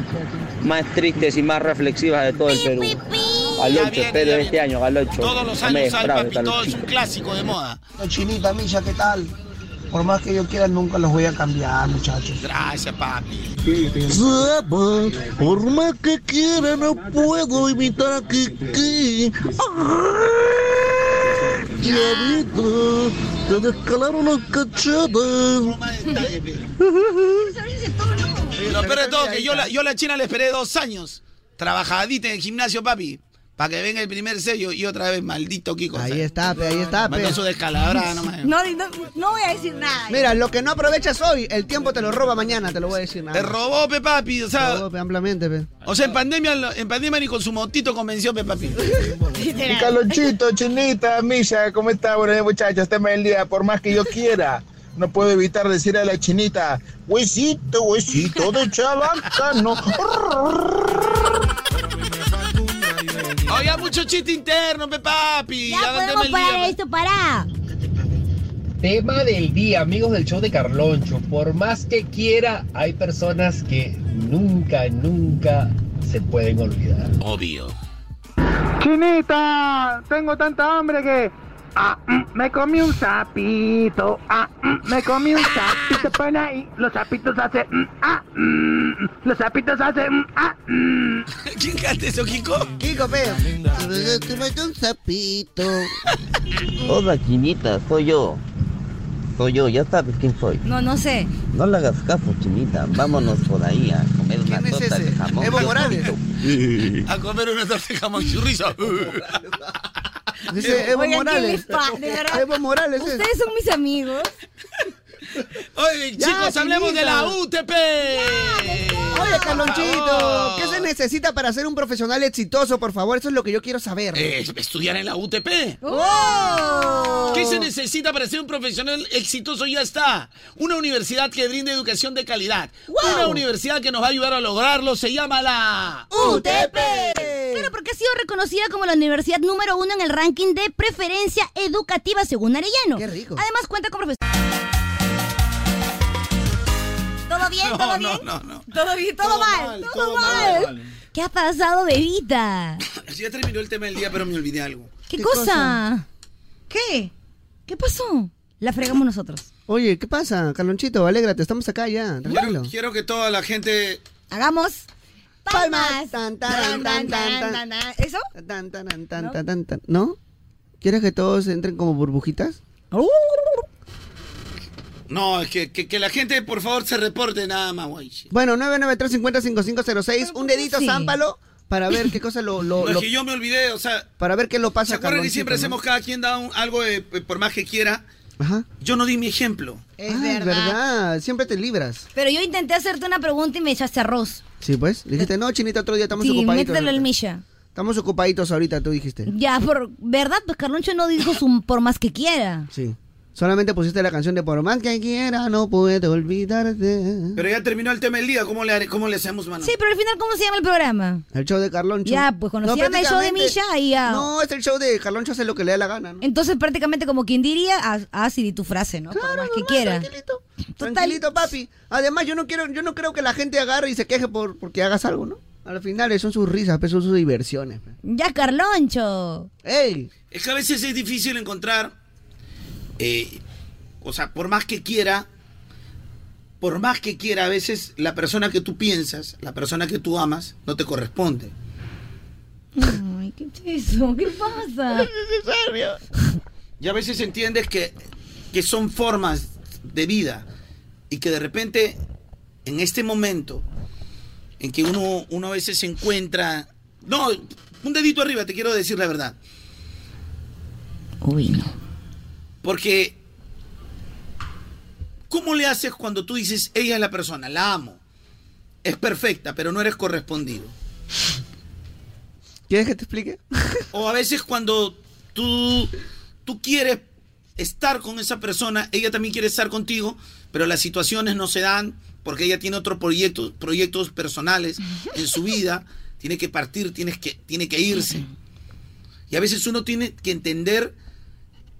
S1: más tristes y más reflexivas de todo el Perú.
S6: Ya
S1: Galocho,
S6: viene,
S1: espero
S6: ya
S1: este año, Galocho.
S6: Todos los
S1: No me
S6: años hay,
S1: defraude,
S6: papi, todo es un clásico de moda.
S38: Chinita, Misha, ¿qué tal? Por más que yo quiera, nunca los voy a cambiar, muchachos.
S6: Gracias, papi.
S5: Por más que quiera, no puedo imitar a Kiki. Diablito, te descalaron los cachetes.
S6: Lo peor de todo, que yo la, yo la china le esperé dos años. Trabajadita en el gimnasio, papi. Para que venga el primer sello y otra vez, maldito Kiko.
S4: Ahí está, pe, ahí está, pe.
S6: Mandó su descalabrada nomás.
S2: No, no, no voy a decir nada.
S4: Mira, lo que no aprovechas hoy, el tiempo te lo roba mañana, te lo voy a decir.
S6: Te robó, pe, papi. O sea,
S4: ampliamente, pe.
S6: o sea en, pandemia, en pandemia ni con su motito convenció, pe, papi.
S31: Y Carlonchito, Chinita, Misha, ¿cómo está? Buenos días, muchachos. Tema del día, por más que yo quiera, no puedo evitar decir a la Chinita, huesito, huesito de chabacano.
S6: Oiga, mucho chiste interno, pe, papi.
S2: Ya
S6: háganme
S2: podemos
S6: el día, pues.
S2: parar
S6: pe.
S2: esto, pará.
S39: Tema del día, amigos del show de Carloncho. Por más que quiera, hay personas que nunca, nunca se pueden olvidar.
S6: Obvio.
S31: Chinita, tengo tanta hambre que ah, mm, me comí un sapito, ah, mm, me comí un sapito por ahí. Los sapitos hacen, mm, ah, mm, los sapitos hacen, mm, ah, mm.
S6: ¿Quién canta eso, Kiko?
S4: Kiko, pe. Te meto un sapito.
S5: Hola, Chinita, soy yo.
S31: soy yo, ya sabes quién soy.
S2: No, no sé.
S31: No le hagas caso, chinita. Vámonos por ahí a comer una
S6: ¿Quién es
S31: torta de
S6: ese?
S31: jamón.
S6: Evo
S31: Yo
S6: Morales.
S31: solito.
S6: A comer una torta de jamón churrisa.
S4: Dice Evo
S2: Oigan, ¿qué
S4: Morales.
S2: les pa- de verdad.
S4: Evo Morales. es.
S2: Ustedes son mis amigos.
S6: Oye,
S4: Ya,
S6: chicos, hablemos de la
S4: chinita.
S6: UTP.
S4: Oye, Carlonchito,
S6: favor.
S4: ¿qué se necesita para ser un profesional exitoso, por favor? Eso es lo que yo quiero saber.
S6: Eh, estudiar en la UTP.
S4: ¡Oh!
S6: ¿Qué se necesita para ser un profesional exitoso? Ya está. Una universidad que brinde educación de calidad.
S2: ¡Wow!
S6: Una universidad que nos va a ayudar a lograrlo. Se llama la
S2: Claro, porque ha sido reconocida como la universidad número uno en el ranking de preferencia educativa según Arellano. Qué rico. Además cuenta con profesores. ¿Todo bien?
S6: No,
S2: ¿Todo
S6: no,
S2: bien?
S6: no, no.
S2: ¿Todo bien? ¿Todo, mal? ¿Todo, mal? ¿Qué ha pasado, bebita?
S6: Ya terminó el tema del día, pero me olvidé algo.
S2: ¿Qué, cosa? ¿Qué? ¿Qué pasó? La fregamos nosotros.
S4: Oye, ¿qué pasa, Carlonchito? Alégrate, estamos acá ya, tranquilo.
S6: Quiero, quiero que toda la gente.
S2: Hagamos palmas.
S4: tan, tan, tan, tan.
S2: ¿Eso?
S4: Tan, tan, tan, tan. ¿No? ¿Quieres que todos entren como burbujitas?
S6: No, es que, que, que la gente, por favor, se reporte nada más, güey.
S4: Bueno, 993-50-5506, un dedito zámpalo para ver qué cosa lo... lo-
S6: No, es
S4: Oh, lo-
S6: que yo me olvidé, o sea.
S4: Para ver qué lo pasa,
S6: ¿Se acuerdan que
S4: Carlonchito,
S6: siempre
S4: no?
S6: hacemos cada quien da un- algo de- por más que quiera?
S4: Ajá.
S6: Yo no di mi ejemplo.
S2: Es
S4: Ah,
S2: verdad.
S4: verdad, siempre te libras.
S2: Pero yo intenté hacerte una pregunta y me echaste arroz.
S4: Sí, pues. Dijiste, no, chinita, otro día estamos
S2: sí,
S4: ocupaditos.
S2: mételo el
S4: ahorita".
S2: Misha.
S4: Estamos ocupaditos ahorita, tú dijiste.
S2: Ya, por verdad, pues Carloncho no dijo su por más que quiera.
S4: Sí. Solamente pusiste la canción de Por más que quiera, no puedo olvidarte.
S6: Pero ya terminó el tema del día, ¿cómo le, haré- cómo le hacemos, mano?
S2: Sí, pero al final, ¿cómo se llama el programa?
S4: El show de Carloncho.
S2: Ya, pues cuando se llama el show de
S4: prácticamente-
S2: Misha, ahí ya.
S4: No, es el show de Carloncho hace lo que le da la gana, ¿no?
S2: Entonces, prácticamente, como quien diría, haz, haz y ah, di tu frase, ¿no? por más que quiera.
S4: Tranquilito, papi. Además, yo no quiero, yo no creo que la gente agarre y se queje por porque hagas algo, ¿no? Al final son sus risas, pues, son sus diversiones. pues.
S2: Ya, Carloncho.
S4: ¡Ey!
S6: Es que a veces es difícil encontrar, eh, o sea, por más que quiera, por más que quiera, a veces la persona que tú piensas, la persona que tú amas, no te corresponde.
S2: Ay, ¿qué es eso? ¿Qué pasa?
S6: Y a veces entiendes que, que son formas de vida y que de repente, en este momento, en que uno, uno a veces se encuentra... No, un dedito arriba, te quiero decir la verdad.
S2: Uy, no.
S6: Porque, ¿cómo le haces cuando tú dices, ella es la persona, la amo? Es perfecta, pero no eres correspondido.
S4: ¿Quieres que te explique?
S6: O a veces cuando tú, tú quieres estar con esa persona, ella también quiere estar contigo, pero las situaciones no se dan porque ella tiene otros proyectos, proyectos personales en su vida, tiene que partir, tienes que, tiene que irse. Y a veces uno tiene que entender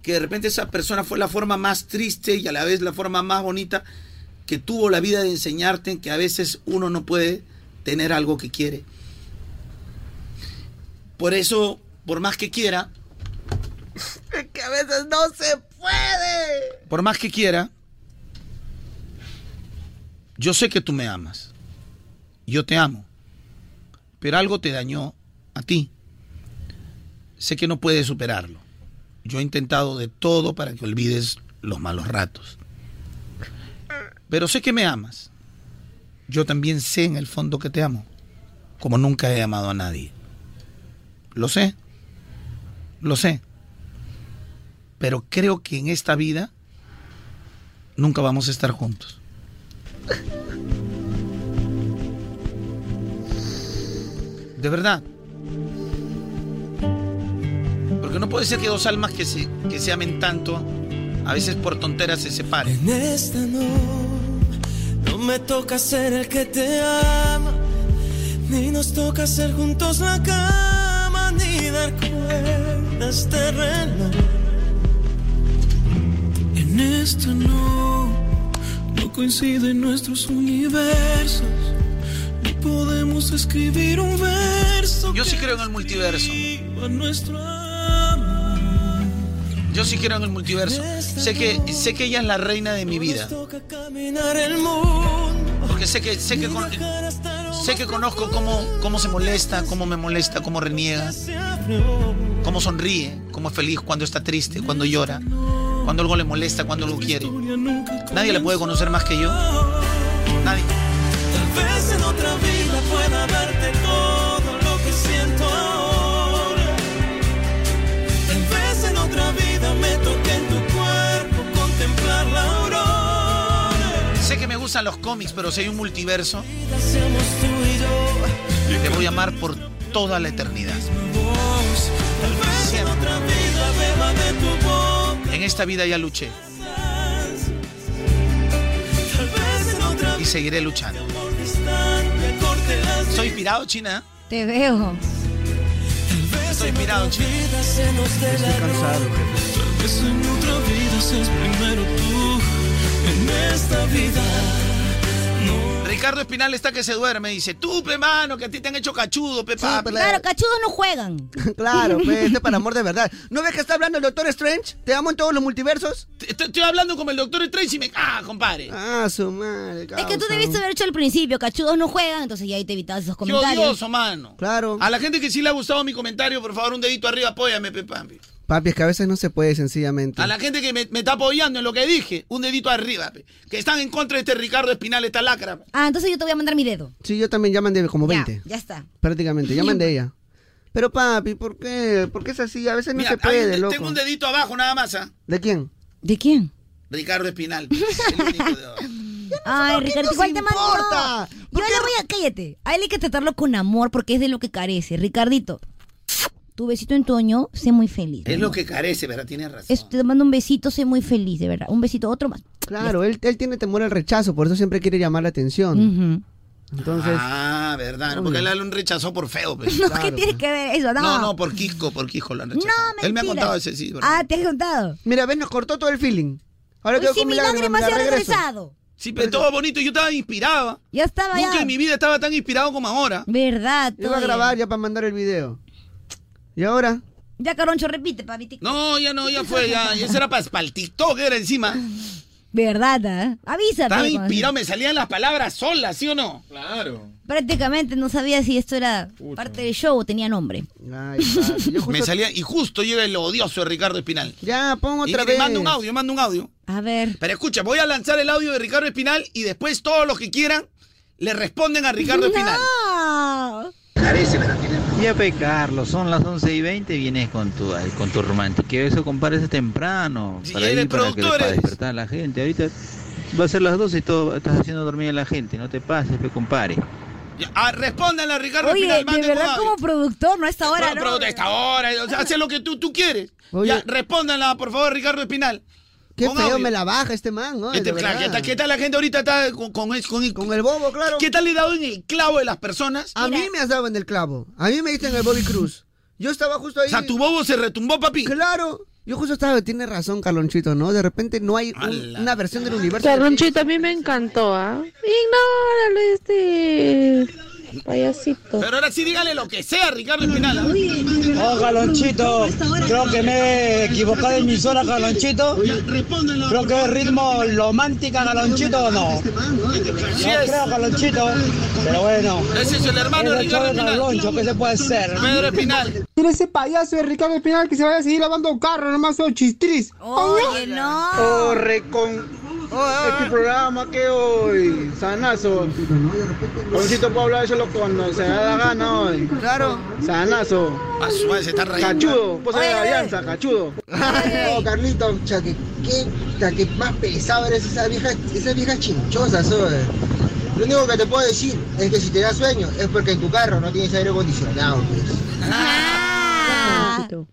S6: que de repente esa persona fue la forma más triste y a la vez la forma más bonita que tuvo la vida de enseñarte que a veces uno no puede tener algo que quiere. Por eso, por más que quiera,
S4: que a veces no se puede.
S6: por más que quiera, yo sé que tú me amas. Yo te amo. Pero algo te dañó a ti. Sé que no puedes superarlo. Yo he intentado de todo para que olvides los malos ratos. Pero sé que me amas. Yo también sé en el fondo que te amo. Como nunca he amado a nadie. Lo sé. Lo sé. Pero creo que en esta vida nunca vamos a estar juntos. De verdad. Porque no puede ser que dos almas que se, que se amen tanto, a veces por tonteras se separen.
S23: En esta no, este no me toca ser el que te ama, ni nos toca hacer juntos la cama, ni dar cuerdas de reloj. En esta no, no coinciden nuestros universos, no podemos escribir un verso.
S6: Yo sí creo en el multiverso. Yo sí creo en el multiverso. Sé que, sé que ella es la reina de mi vida. Porque sé que, sé que, con- sé que conozco cómo, cómo se molesta, cómo me molesta, cómo reniega, cómo sonríe, cómo es feliz cuando está triste, cuando llora, cuando algo le molesta, cuando algo quiere. Nadie la puede conocer más que yo. Nadie.
S23: Tal vez en otra vida pueda verte todo lo que siento ahora. Tal vez en otra vida me toque en tu cuerpo contemplar la aurora.
S6: Sé que me gustan los cómics, pero si hay un multiverso,
S23: Seamos tú y yo.
S6: te voy a amar por toda la eternidad.
S23: Vos, Tal vez en otra vida beba de tu boca.
S6: En esta vida ya luché
S23: Tal vez en otra
S6: y seguiré luchando.
S23: vida distante corte las
S6: Soy pirado, China. ¿eh?
S2: Te veo.
S6: Soy pirado, China.
S23: vidas se nos dé la
S6: cansado,
S23: Tal vez en otra vida seas primero tú. En esta vida
S6: Ricardo Espinal está que se duerme. Dice, tú, pe mano, que a ti te han hecho cachudo, pe papi".
S2: Claro, cachudos no juegan.
S4: Claro, pues, este para amor de verdad. ¿No ves que está hablando el Doctor Strange? ¿Te amo en todos los multiversos?
S6: Estoy, estoy hablando como el doctor Strange y me... Ah, compadre.
S4: Ah, su madre.
S2: Es que tú debiste haber hecho al principio, cachudos no juegan, entonces ya ahí te evitabas esos
S6: Qué
S2: comentarios.
S6: odioso, mano. Claro. A la gente que sí le ha gustado mi comentario, por favor, un dedito arriba, apóyame, pe papi.
S4: Papi, es que a veces no se puede sencillamente.
S6: A la gente que me, me está apoyando en lo que dije, un dedito arriba, pe. que están en contra de este Ricardo Espinal, esta lacra. pe.
S2: Ah, entonces yo te voy a mandar mi dedo.
S4: Sí, yo también ya mandé como
S2: Ya, pues.
S4: 20.
S2: ya está.
S4: Prácticamente, ya mandé ella. Pero papi, ¿por qué? ¿Por qué es así? A veces no
S6: Mira,
S4: se
S6: hay un
S4: puede,
S6: de-
S4: loco.
S6: tengo un dedito abajo nada más, ¿ah?
S4: ¿De quién?
S2: ¿De quién?
S6: Ricardo Espinal.
S2: Ay,
S4: ¿Por qué
S2: Ricardo,
S4: nos
S2: igual te
S4: importa?
S2: mando. Yo le voy a. Cállate. A él hay que tratarlo con amor porque es de lo que carece. Ricardito, tu besito en Toño, sé muy feliz.
S6: es lo que carece, ¿verdad? Tienes razón.
S2: Eso, te mando un besito, sé muy feliz, de verdad. Un besito, otro más.
S4: Claro, él, él tiene temor al rechazo, por eso siempre quiere llamar la atención. Entonces,
S6: ah, verdad. ¿no? Porque él un rechazó por feo, pe.
S2: No, ¿qué tiene que ver Eh, eso? No,
S6: No, no, por Quisco, por Quisco lo han rechazado.
S2: No,
S6: Él me ha
S2: mentira.
S6: contado ese sí, ¿verdad?
S2: Ah, te has contado.
S4: mira, ven, nos cortó todo el feeling. Ahora
S2: Uy,
S4: quedó
S2: si
S4: con
S2: mi
S4: milagro,
S2: lágrima
S4: mira,
S2: se ha
S4: regreso.
S2: regresado.
S6: Sí, pero todo bonito, yo estaba inspirado. ¿ah?
S2: Ya estaba
S6: Nunca
S2: ya.
S6: en mi vida estaba tan inspirado como ahora.
S2: ¿Verdad?
S4: Yo iba a
S2: Toño?
S4: grabar ya para mandar el video. ¿Y ahora?
S2: Ya, Caroncho, repite, papi. tic.
S6: No, ya no, ya fue, ya. Eso era para el TikTok, era encima.
S2: ¿Verdad? ah? Avísame.
S6: Estaba
S2: cuando-
S6: inspirado, me salían las palabras solas, ¿sí o no? Claro.
S2: Prácticamente no sabía si esto era parte del show o tenía nombre.
S6: Me salía, y justo llega el odioso de Ricardo Espinal.
S4: Ya, pongo
S6: Y
S4: otra
S6: que
S4: vez.
S6: manda un audio, manda un audio.
S2: A ver.
S6: Pero escucha, voy a lanzar el audio de Ricardo Espinal y después todos los que quieran le responden a Ricardo Espinal.
S1: Ya pe Carlos, son las 11 y 20 vienes con tu ay, con tu romántico. Eso comparece temprano.
S6: Sí,
S1: Para,
S6: eres
S1: ir, para, que, para
S6: productores.
S1: despertar a la gente. Ahorita va a ser las 12 y todo estás haciendo dormir a la gente. No te pases, pe compare.
S6: Ya, ah, respóndanle a Ricardo
S2: Oye,
S6: Espinal,
S2: de
S6: manden un
S2: verdad
S6: audio.
S2: como productor, no a esta hora,
S6: Pro-
S2: ¿no?
S6: pro- esta hora, o sea, hace lo que tú, tú quieres.
S4: Oye.
S6: Ya, respóndanla, por favor, Ricardo Espinal.
S4: Qué
S6: Con
S4: feo
S6: audio.
S4: me la baja este man, ¿no?
S6: ¿Qué, te-
S4: De
S6: claro, ¿qué
S4: verdad.
S6: tal, qué tal la gente ahorita está con, con, es- con el,
S4: bobo, claro?
S6: ¿Qué tal le he dado en el clavo de las personas?
S4: A mí me has dado en el clavo. A mí me diste en el Bobby Cruz. Yo estaba justo ahí.
S6: O sea, tu bobo se retumbó, papi.
S4: Claro. Yo justo estaba, tiene razón, Carlonchito, ¿no? De repente no hay un- una versión del universo.
S32: Carlonchito, a mí me encantó, ¿ah? Ignóralo este payasito.
S6: Pero ahora sí dígale lo que sea, Ricardo Espinal. ¿ah?
S5: Oh, Galonchito, creo que me he equivocado de emisora, Galonchito. Creo que es ritmo romántica, Galonchito, ¿o no?
S6: Sí
S5: No
S6: es.
S5: creo, Galonchito, pero bueno.
S6: Ese es el hermano de
S5: Es el show
S6: Ricardo
S5: de
S6: Espinal.
S5: Galoncho, ¿qué se puede hacer?
S6: Pedro Espinal.
S5: Mira ese payaso de Ricardo Espinal que se vaya a seguir lavando un carro, nomás son Oh, chistriz.
S2: Oye, no.
S5: Corre
S18: con
S6: Oh,
S18: este programa que hoy, sanazo. Concito puedo hablar solo cuando se da la gana hoy.
S4: Claro.
S18: Sanazo.
S6: A Ah, su madre, se está rayando.
S18: Cachudo, pues de la
S2: eh.
S18: alianza, cachudo.
S21: No, Carlito, cha, que, que, cha, que más pesado eres esa vieja, esa vieja chinchosa, sobre. Lo único que te puedo decir es que si te da sueño es porque en tu carro no tienes aire acondicionado. pues.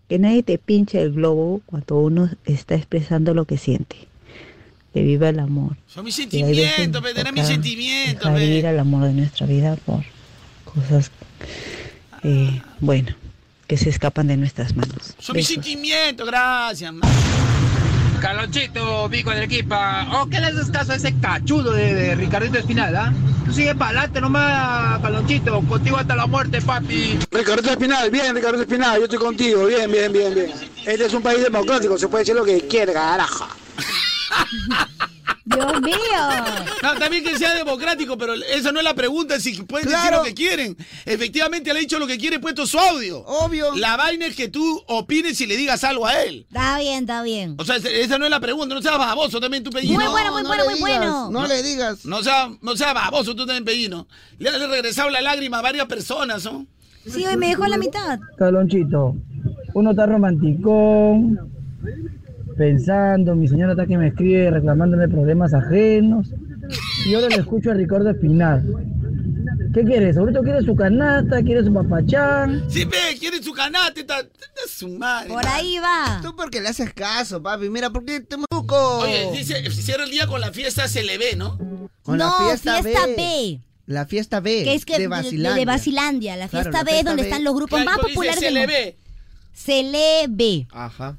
S13: Que nadie te pinche el globo cuando uno está expresando lo que siente. Que viva el amor.
S6: Son mis sentimientos, pe, tenés mis sentimientos,
S13: Dejar
S6: pe.
S13: ir al amor de nuestra vida por cosas, eh, bueno, que se escapan de nuestras manos.
S6: Son mis sentimientos, gracias. man.
S14: Calonchito, pico de equipa. ¿O Oh, qué le haces caso a ese cachudo de, de Ricardito Espinal, ah? Tú sigue para adelante nomás, Calonchito. Contigo hasta la muerte, papi.
S5: Ricardo Espinal, bien, Ricardo Espinal, yo estoy contigo, bien, bien, bien, bien. Este es un país democrático, se puede decir lo que quiera, caraja.
S2: Dios mío.
S6: No, también que sea democrático, pero esa no es la pregunta, si pueden decir
S4: Claro.
S6: lo que quieren. Efectivamente, él ha dicho lo que quiere, puesto su audio. Obvio. La vaina es que tú opines y le digas algo a él.
S2: Está bien, está bien.
S6: O sea, esa no es la pregunta, no seas baboso también tú, Pellino.
S2: Muy bueno, muy No, no bueno, le muy digas, bueno. no le
S6: digas. No seas no sea baboso tú también, Pellino. Le has regresado la lágrima a varias personas, ¿no?
S2: Sí, hoy me dejó la mitad.
S30: Calonchito, uno está romanticón, pensando, mi señora está que me escribe reclamándome problemas ajenos. Y ahora le escucho a Ricardo Espinal. ¿Qué quieres? Ahorita quiere su canasta, quiere su papachán.
S6: Sí, ve, quiere su canate, está, está su madre.
S2: Por ahí va.
S4: Tú porque le haces caso, papi. Mira, ¿por qué te moco?
S6: Oye, dice, cierra el día con la fiesta, se le ve, ¿no?
S4: Con
S2: No,
S4: la fiesta,
S2: fiesta
S4: B.
S2: B.
S4: La fiesta B.
S2: Que es que de-
S4: de
S2: de
S4: Basilandia.
S2: de Basilandia, la
S4: Claro,
S2: fiesta
S4: la
S2: B
S4: fiesta
S2: donde
S4: B.
S2: están los grupos
S4: Claro,
S2: más
S4: dice
S2: populares del mundo.
S6: CLB.
S2: CLB.
S4: Ajá.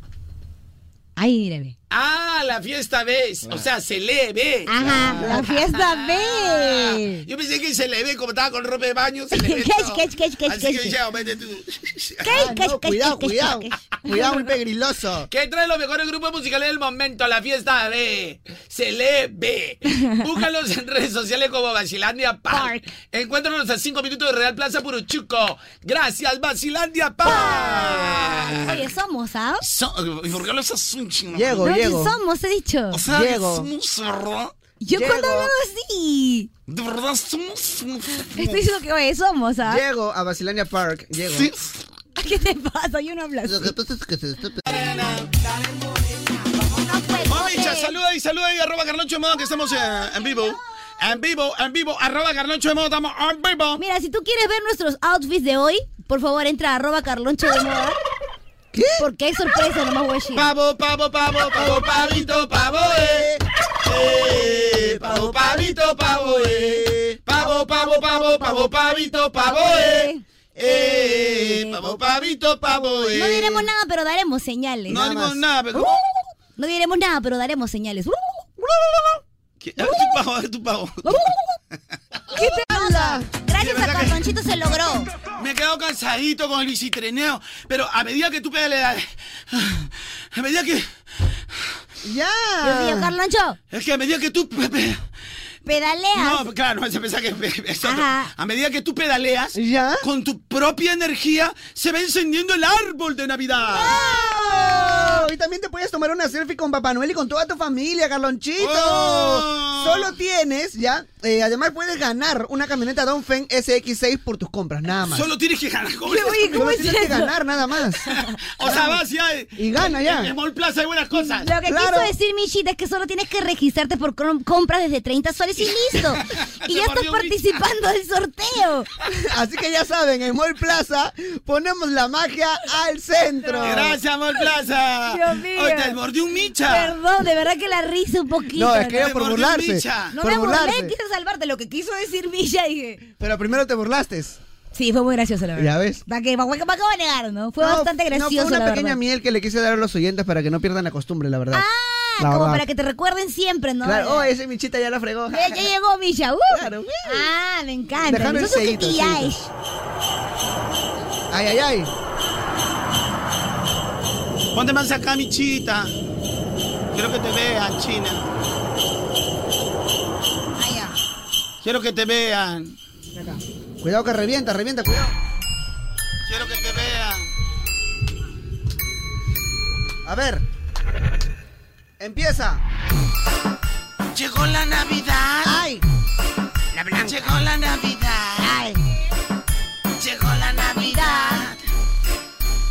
S2: Ay, mírame.
S6: Ah, la fiesta B, o sea, se le ve. Ah.
S2: Ajá, la fiesta B.
S6: Yo pensé que se le ve como estaba con ropa de baño, se le ve.
S2: Quech,
S6: todo.
S2: quech, quech, quech,
S6: Así
S2: quech.
S6: que ya, vete tú.
S2: Quech, quech, quech,
S4: cuidado,
S2: quech, quech,
S4: cuidado.
S2: quech.
S4: Cuidado, muy pegriloso.
S6: Que trae los mejores grupos musicales del momento, la fiesta B. Se le ve. Búscalos en redes sociales como Basilandia Park. Encuéntranos a 5 minutos de Real Plaza Puruchuco. Gracias, Basilandia Park.
S2: Oye, somos, ¿sabes?
S6: So- ¿Y por qué lo haces un chino?
S2: No, sí somos, he dicho.
S6: O sea, somos, ¿verdad?
S2: Yo cuando hablo así.
S6: De verdad, somos.
S2: Estoy diciendo que, oye, somos, ¿sabes?
S4: Llego a Basilania Park. Llego.
S2: ¿Qué te pasa? Yo no hablo así.
S6: Momicha, saluda y saluda y arroba Carloncho de Moda que estamos eh, en vivo. En vivo, en vivo, arroba Carloncho de Moda, estamos en vivo.
S2: Mira, si tú quieres ver nuestros outfits de hoy, por favor entra a arroba carloncho de moda. ¿Qué? Porque hay sorpresa, nomás voy a decir.
S6: Pavo, pavo, pavo, pavo, pavito, pavo, eh. Eh, pavo, pavito, pavo, eh. Pavo, pavo, pavo, pavo, pavito, pavo, eh. Eh, pavo, pavito, pavo, eh.
S2: No diremos nada, pero daremos señales. Uh,
S6: No diremos nada, pero.
S2: No diremos nada, pero daremos señales. Uh,
S6: ¿Qué? A ver tu pavo, a ver tu pavo.
S2: ¿Qué te habla? Gracias a Carlonchito se logró.
S6: Me he quedado cansadito con el bicitreneo, pero a medida que tú pedaleas, a medida que...
S4: ¡Ya!
S2: Dios mío, Carloncho,
S6: Es que a medida que tú... pe- pe-
S2: pedaleas.
S6: No, claro, se pensaba que... es otro.
S2: Ajá.
S6: A medida que tú pedaleas, con tu propia energía, se va encendiendo el árbol de Navidad.
S4: ¡Oh! Y también te puedes tomar una selfie con Papá Noel y con toda tu familia, Carlonchito.
S6: Oh.
S4: Solo tienes, ya. eh, además, puedes ganar una camioneta Donfen SX6 por tus compras, nada más.
S6: Solo tienes que ganar. ¿Cómo es
S4: Solo
S6: eso?
S4: tienes que ganar, nada más.
S6: O sea, vas ya...
S4: Y gana ya.
S6: En el Mall Plaza hay buenas cosas.
S2: Lo que quiso decir Michita es que solo tienes que registrarte por com- compras desde 30 soles y listo. y ya estás participando del sorteo.
S4: Así que ya saben, en Mall Plaza ponemos la magia al centro.
S6: Gracias, Mall Plaza.
S2: Dios mío.
S6: Hoy te mordió un micha.
S2: Perdón, de verdad que la risa un poquito.
S4: No, es que era por
S6: mordió
S4: burlarse,
S6: Micha.
S2: No
S4: por
S2: me burlé,
S4: burlarse.
S2: quise salvarte. Lo que quiso decir Misha, dije.
S4: Pero primero te burlaste.
S2: Sí, fue muy gracioso, la verdad.
S4: Ya ves.
S2: ¿Para qué? ¿Para qué para qué voy a negar, no? Fue
S4: No,
S2: bastante gracioso,
S4: No, fue una
S2: la verdad.
S4: pequeña miel que le quise dar a los oyentes para que no pierdan la costumbre, la verdad.
S2: Ah,
S4: La
S2: como
S4: verdad.
S2: para que te recuerden siempre, ¿no?
S4: Claro, oh, ese michita ya la fregó.
S2: Ya, ya llegó Misha. ¡uh! Ah, me encanta.
S4: Dejando el
S2: Nosotros
S4: sellito,
S2: que
S4: el sellito.
S2: pilláis.
S4: Ay, ay, ay.
S6: Ponte más acá, michita. Quiero que te vean, China. Quiero que te vean.
S4: Cuidado que revienta, revienta, cuidado.
S6: Quiero que te vean.
S4: A ver. Empieza.
S6: Llegó la Navidad.
S4: Ay.
S6: La blanca. Llegó la Navidad. Ay. Llegó la Navidad.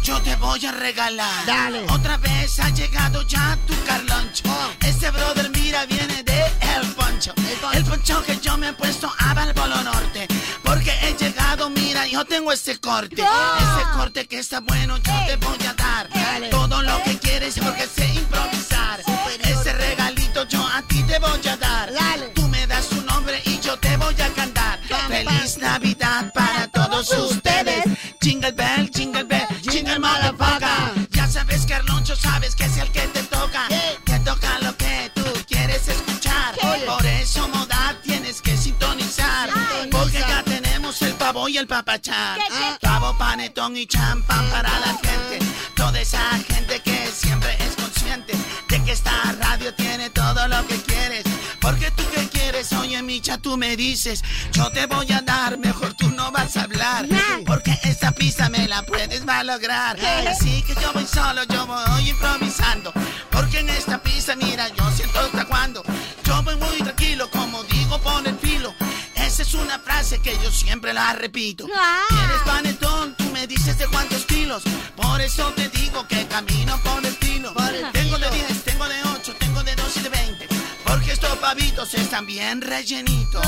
S6: Yo te voy a regalar. Dale. Otra vez ha llegado ya tu Carloncho. Este brother, mira, viene de El Poncho. El Poncho, que yo me he puesto a el Polo Norte. Porque he llegado, mira, yo tengo este corte. Este corte que está bueno, yo te voy a dar. Todo lo que quieres porque sé improvisar. Ese regalito yo a ti te voy a dar. Tú me das tu nombre y yo te voy a cantar. Feliz Navidad para todos ustedes. Jingle bell, jingle bell, jingle motherfucker. Ya sabes, Carloncho, sabes que es el que te toca. Te toca lo que tú quieres escuchar. Por eso, moda, tienes que sintonizar. Porque ya tenemos el pavo y el papachán. Pavo, panetón y champán para la gente. Toda esa gente que siempre es consciente de
S31: que esta radio tiene todo lo que quieres. Porque tú que quieres, oye Micha, tú me dices, yo te voy a dar, mejor tú no vas a hablar. Porque esta pista me la puedes malograr. Así que yo voy solo, yo voy improvisando. Porque en esta pista, mira, yo siento hasta cuando. Yo voy muy tranquilo, como digo, pon el filo. Esa es una frase que yo siempre la repito. Quieres panetón, tú me dices de cuántos kilos. Por eso te digo que camino por el filo. Tengo de 10, tengo de 8, tengo de 12 y de 20. Porque estos pavitos están bien rellenitos.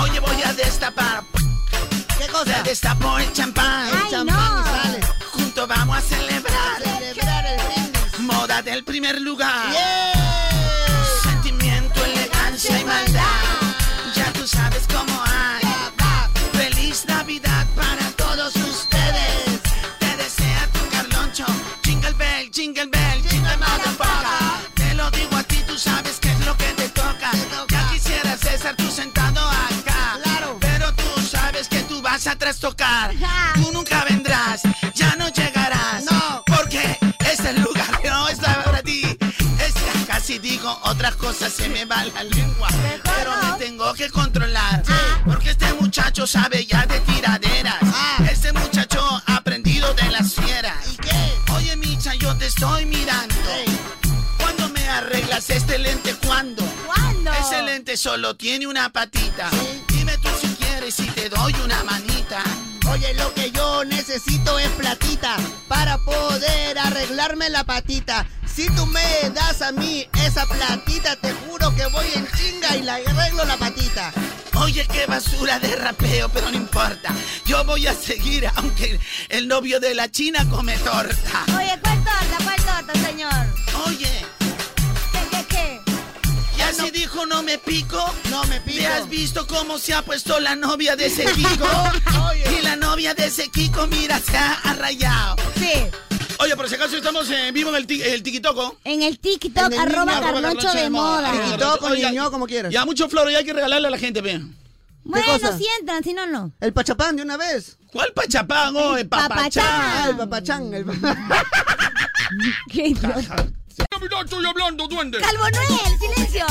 S31: Oye, voy a destapar. Ah, ¿Qué cosa? Destapo el champán. El champán sale. Juntos vamos a celebrar. Moda del primer lugar. Sentimiento, elegancia y maldad. Ya tú sabes cómo hay. Feliz Navidad para todos ustedes. Te desea tu Carloncho. Jingle bell, jingle bell, jingle motherfucker. Te lo digo a ti, tú sabes qué es lo que te toca. Ya quisiera César tú sentado acá. Pero tú sabes que tú vas a trastocar. Tú nunca vendrás, ya no llegarás. No, porque este lugar no está para ti. Es que casi digo otras cosas, se me va la lengua. Pero me tengo que controlar. Porque este muchacho sabe ya de tiraderas. Este muchacho ha aprendido de las fieras. Oye, Micha, yo te estoy mirando. ¿Cuándo me arreglas este lente? ¿Cuándo? ¿Cuándo? Ese lente solo tiene una patita. Dime tú si quieres y te doy una manita.
S40: Oye, lo que yo necesito es platita para poder arreglarme la patita. Si tú me das a mí esa platita, te juro que voy en chinga y la arreglo la patita.
S31: Oye, qué basura de rapeo, pero no importa. Yo voy a seguir, aunque el novio de la China come torta.
S2: Oye, ¿cuál torta? ¿Cuál torta, señor?
S31: Oye.
S2: ¿Qué, qué, qué?
S31: Y así dijo, no me pico.
S40: No me pico.
S31: ¿Te has visto cómo se ha puesto la novia de ese Kiko? Y la novia de ese Kiko, mira, se ha arrayado.
S2: Sí.
S31: Oye, por si acaso estamos en vivo en el, ti- el TikToko.
S2: En el TikTok, arroba Carloncho de moda.
S31: como quieras. Ya, mucho flores, hay que regalarle a la gente, vean.
S2: Bueno, si entran, si no, no.
S4: El pachapán de una vez.
S31: ¿Cuál pachapán? Oh, el papachán.
S4: Ah, el papachán. El
S2: Qué idiota.
S31: estoy hablando, duende.
S2: ¡Calvo Noel, silencio!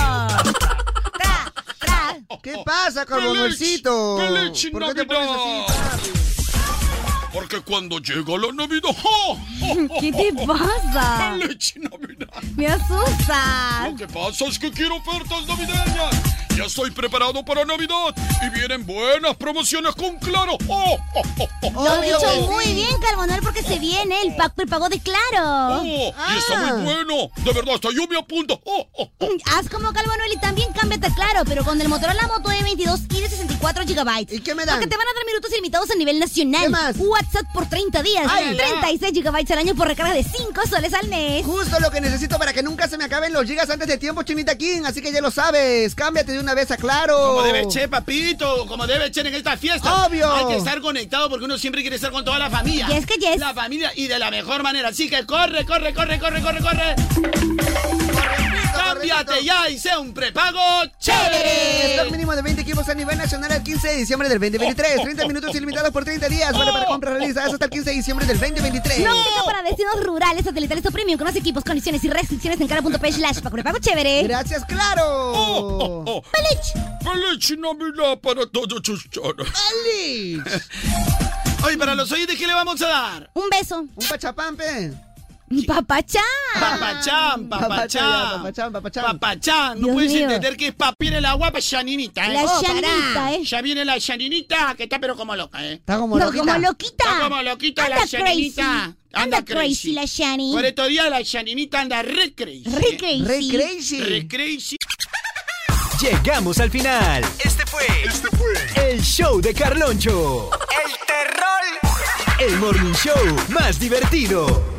S4: ¿Qué pasa, Carbonuelcito?
S6: ¡Feliz
S4: ¿Por qué te pones así?
S6: Porque cuando llega la Navidad. ¡ja!
S2: ¿Qué te pasa?
S6: ¡Feliz
S2: Me asustas.
S6: Lo que pasa es que quiero ofertas navideñas. Ya estoy preparado para Navidad y vienen buenas promociones con Claro. ¡Oh! ¡Oh! ¡Oh! ¡Oh!
S2: Lo has hecho muy bien, Calvo Noel, porque se viene el pago, el pago de claro. Ah.
S6: ¡Oh! Y está muy bueno. De verdad, hasta yo me apunto. ¡Oh! ¡Oh! ¡Oh!
S2: Haz como Calvo Noel y también cámbiate a claro, pero con el Motorola Moto E22 y de 64 GB. ¿Y qué me dan? Porque te van a dar minutos ilimitados a nivel nacional. WhatsApp por 30 días.
S4: Ay, ya.
S2: 36 GB al año por recarga de 5 soles al mes.
S4: Justo lo que necesito para que nunca se me acaben los gigas antes de tiempo, Chinita King. Así que ya lo sabes. Cámbiate de una vez a Claro.
S31: Como debe che, papito, como debe che en esta fiesta.
S4: Obvio.
S31: Hay que estar conectado porque uno siempre quiere estar con toda la familia.
S4: Yes,
S31: que La familia y de la mejor manera. Así que corre, corre, corre, corre, corre, corre. Cámbiate ya y sea un prepago
S4: Stock
S31: chévere.
S4: mínimo de 20 equipos a nivel nacional al 15 de diciembre del 2023. 30 minutos ilimitados por 30 días. Vale para compras realizadas hasta el 15 de diciembre del 2023.
S2: No para destinos rurales, satelitales o premium. Conoce equipos, condiciones y restricciones en cara.p slash pago de pago chévere.
S4: Gracias, claro.
S6: ¡Oh! ¡Oh!
S2: ¡Feliz!
S6: ¡Feliz Navidad para todos ustedes!
S4: ¡Feliz!
S31: Oye, para los oyentes, ¿qué le vamos a dar?
S2: Un beso.
S4: Un pachapampe.
S2: Papachán.
S31: Papachán, papachán.
S4: Papachán, papachán.
S31: Papachán, no
S4: Dios
S31: puedes
S4: mío.
S31: entender que es pa- viene la guapa Shaninita, ¿eh?
S4: La Oh, pará. Shaninita,
S31: ¿eh? Ya viene la Shaninita, que está pero como loca, ¿eh?
S4: Está como No, loquita. como
S2: loquita.
S31: Está como loquita
S2: Anda
S31: la
S2: crazy.
S31: Shaninita.
S2: Anda crazy la Shani.
S31: Por estos días la Shaninita anda re crazy. ¿eh?
S2: Re crazy. Re crazy.
S31: Re crazy.
S1: Llegamos al final. Este fue, este fue el show de Carloncho. El terror. El morning show más divertido.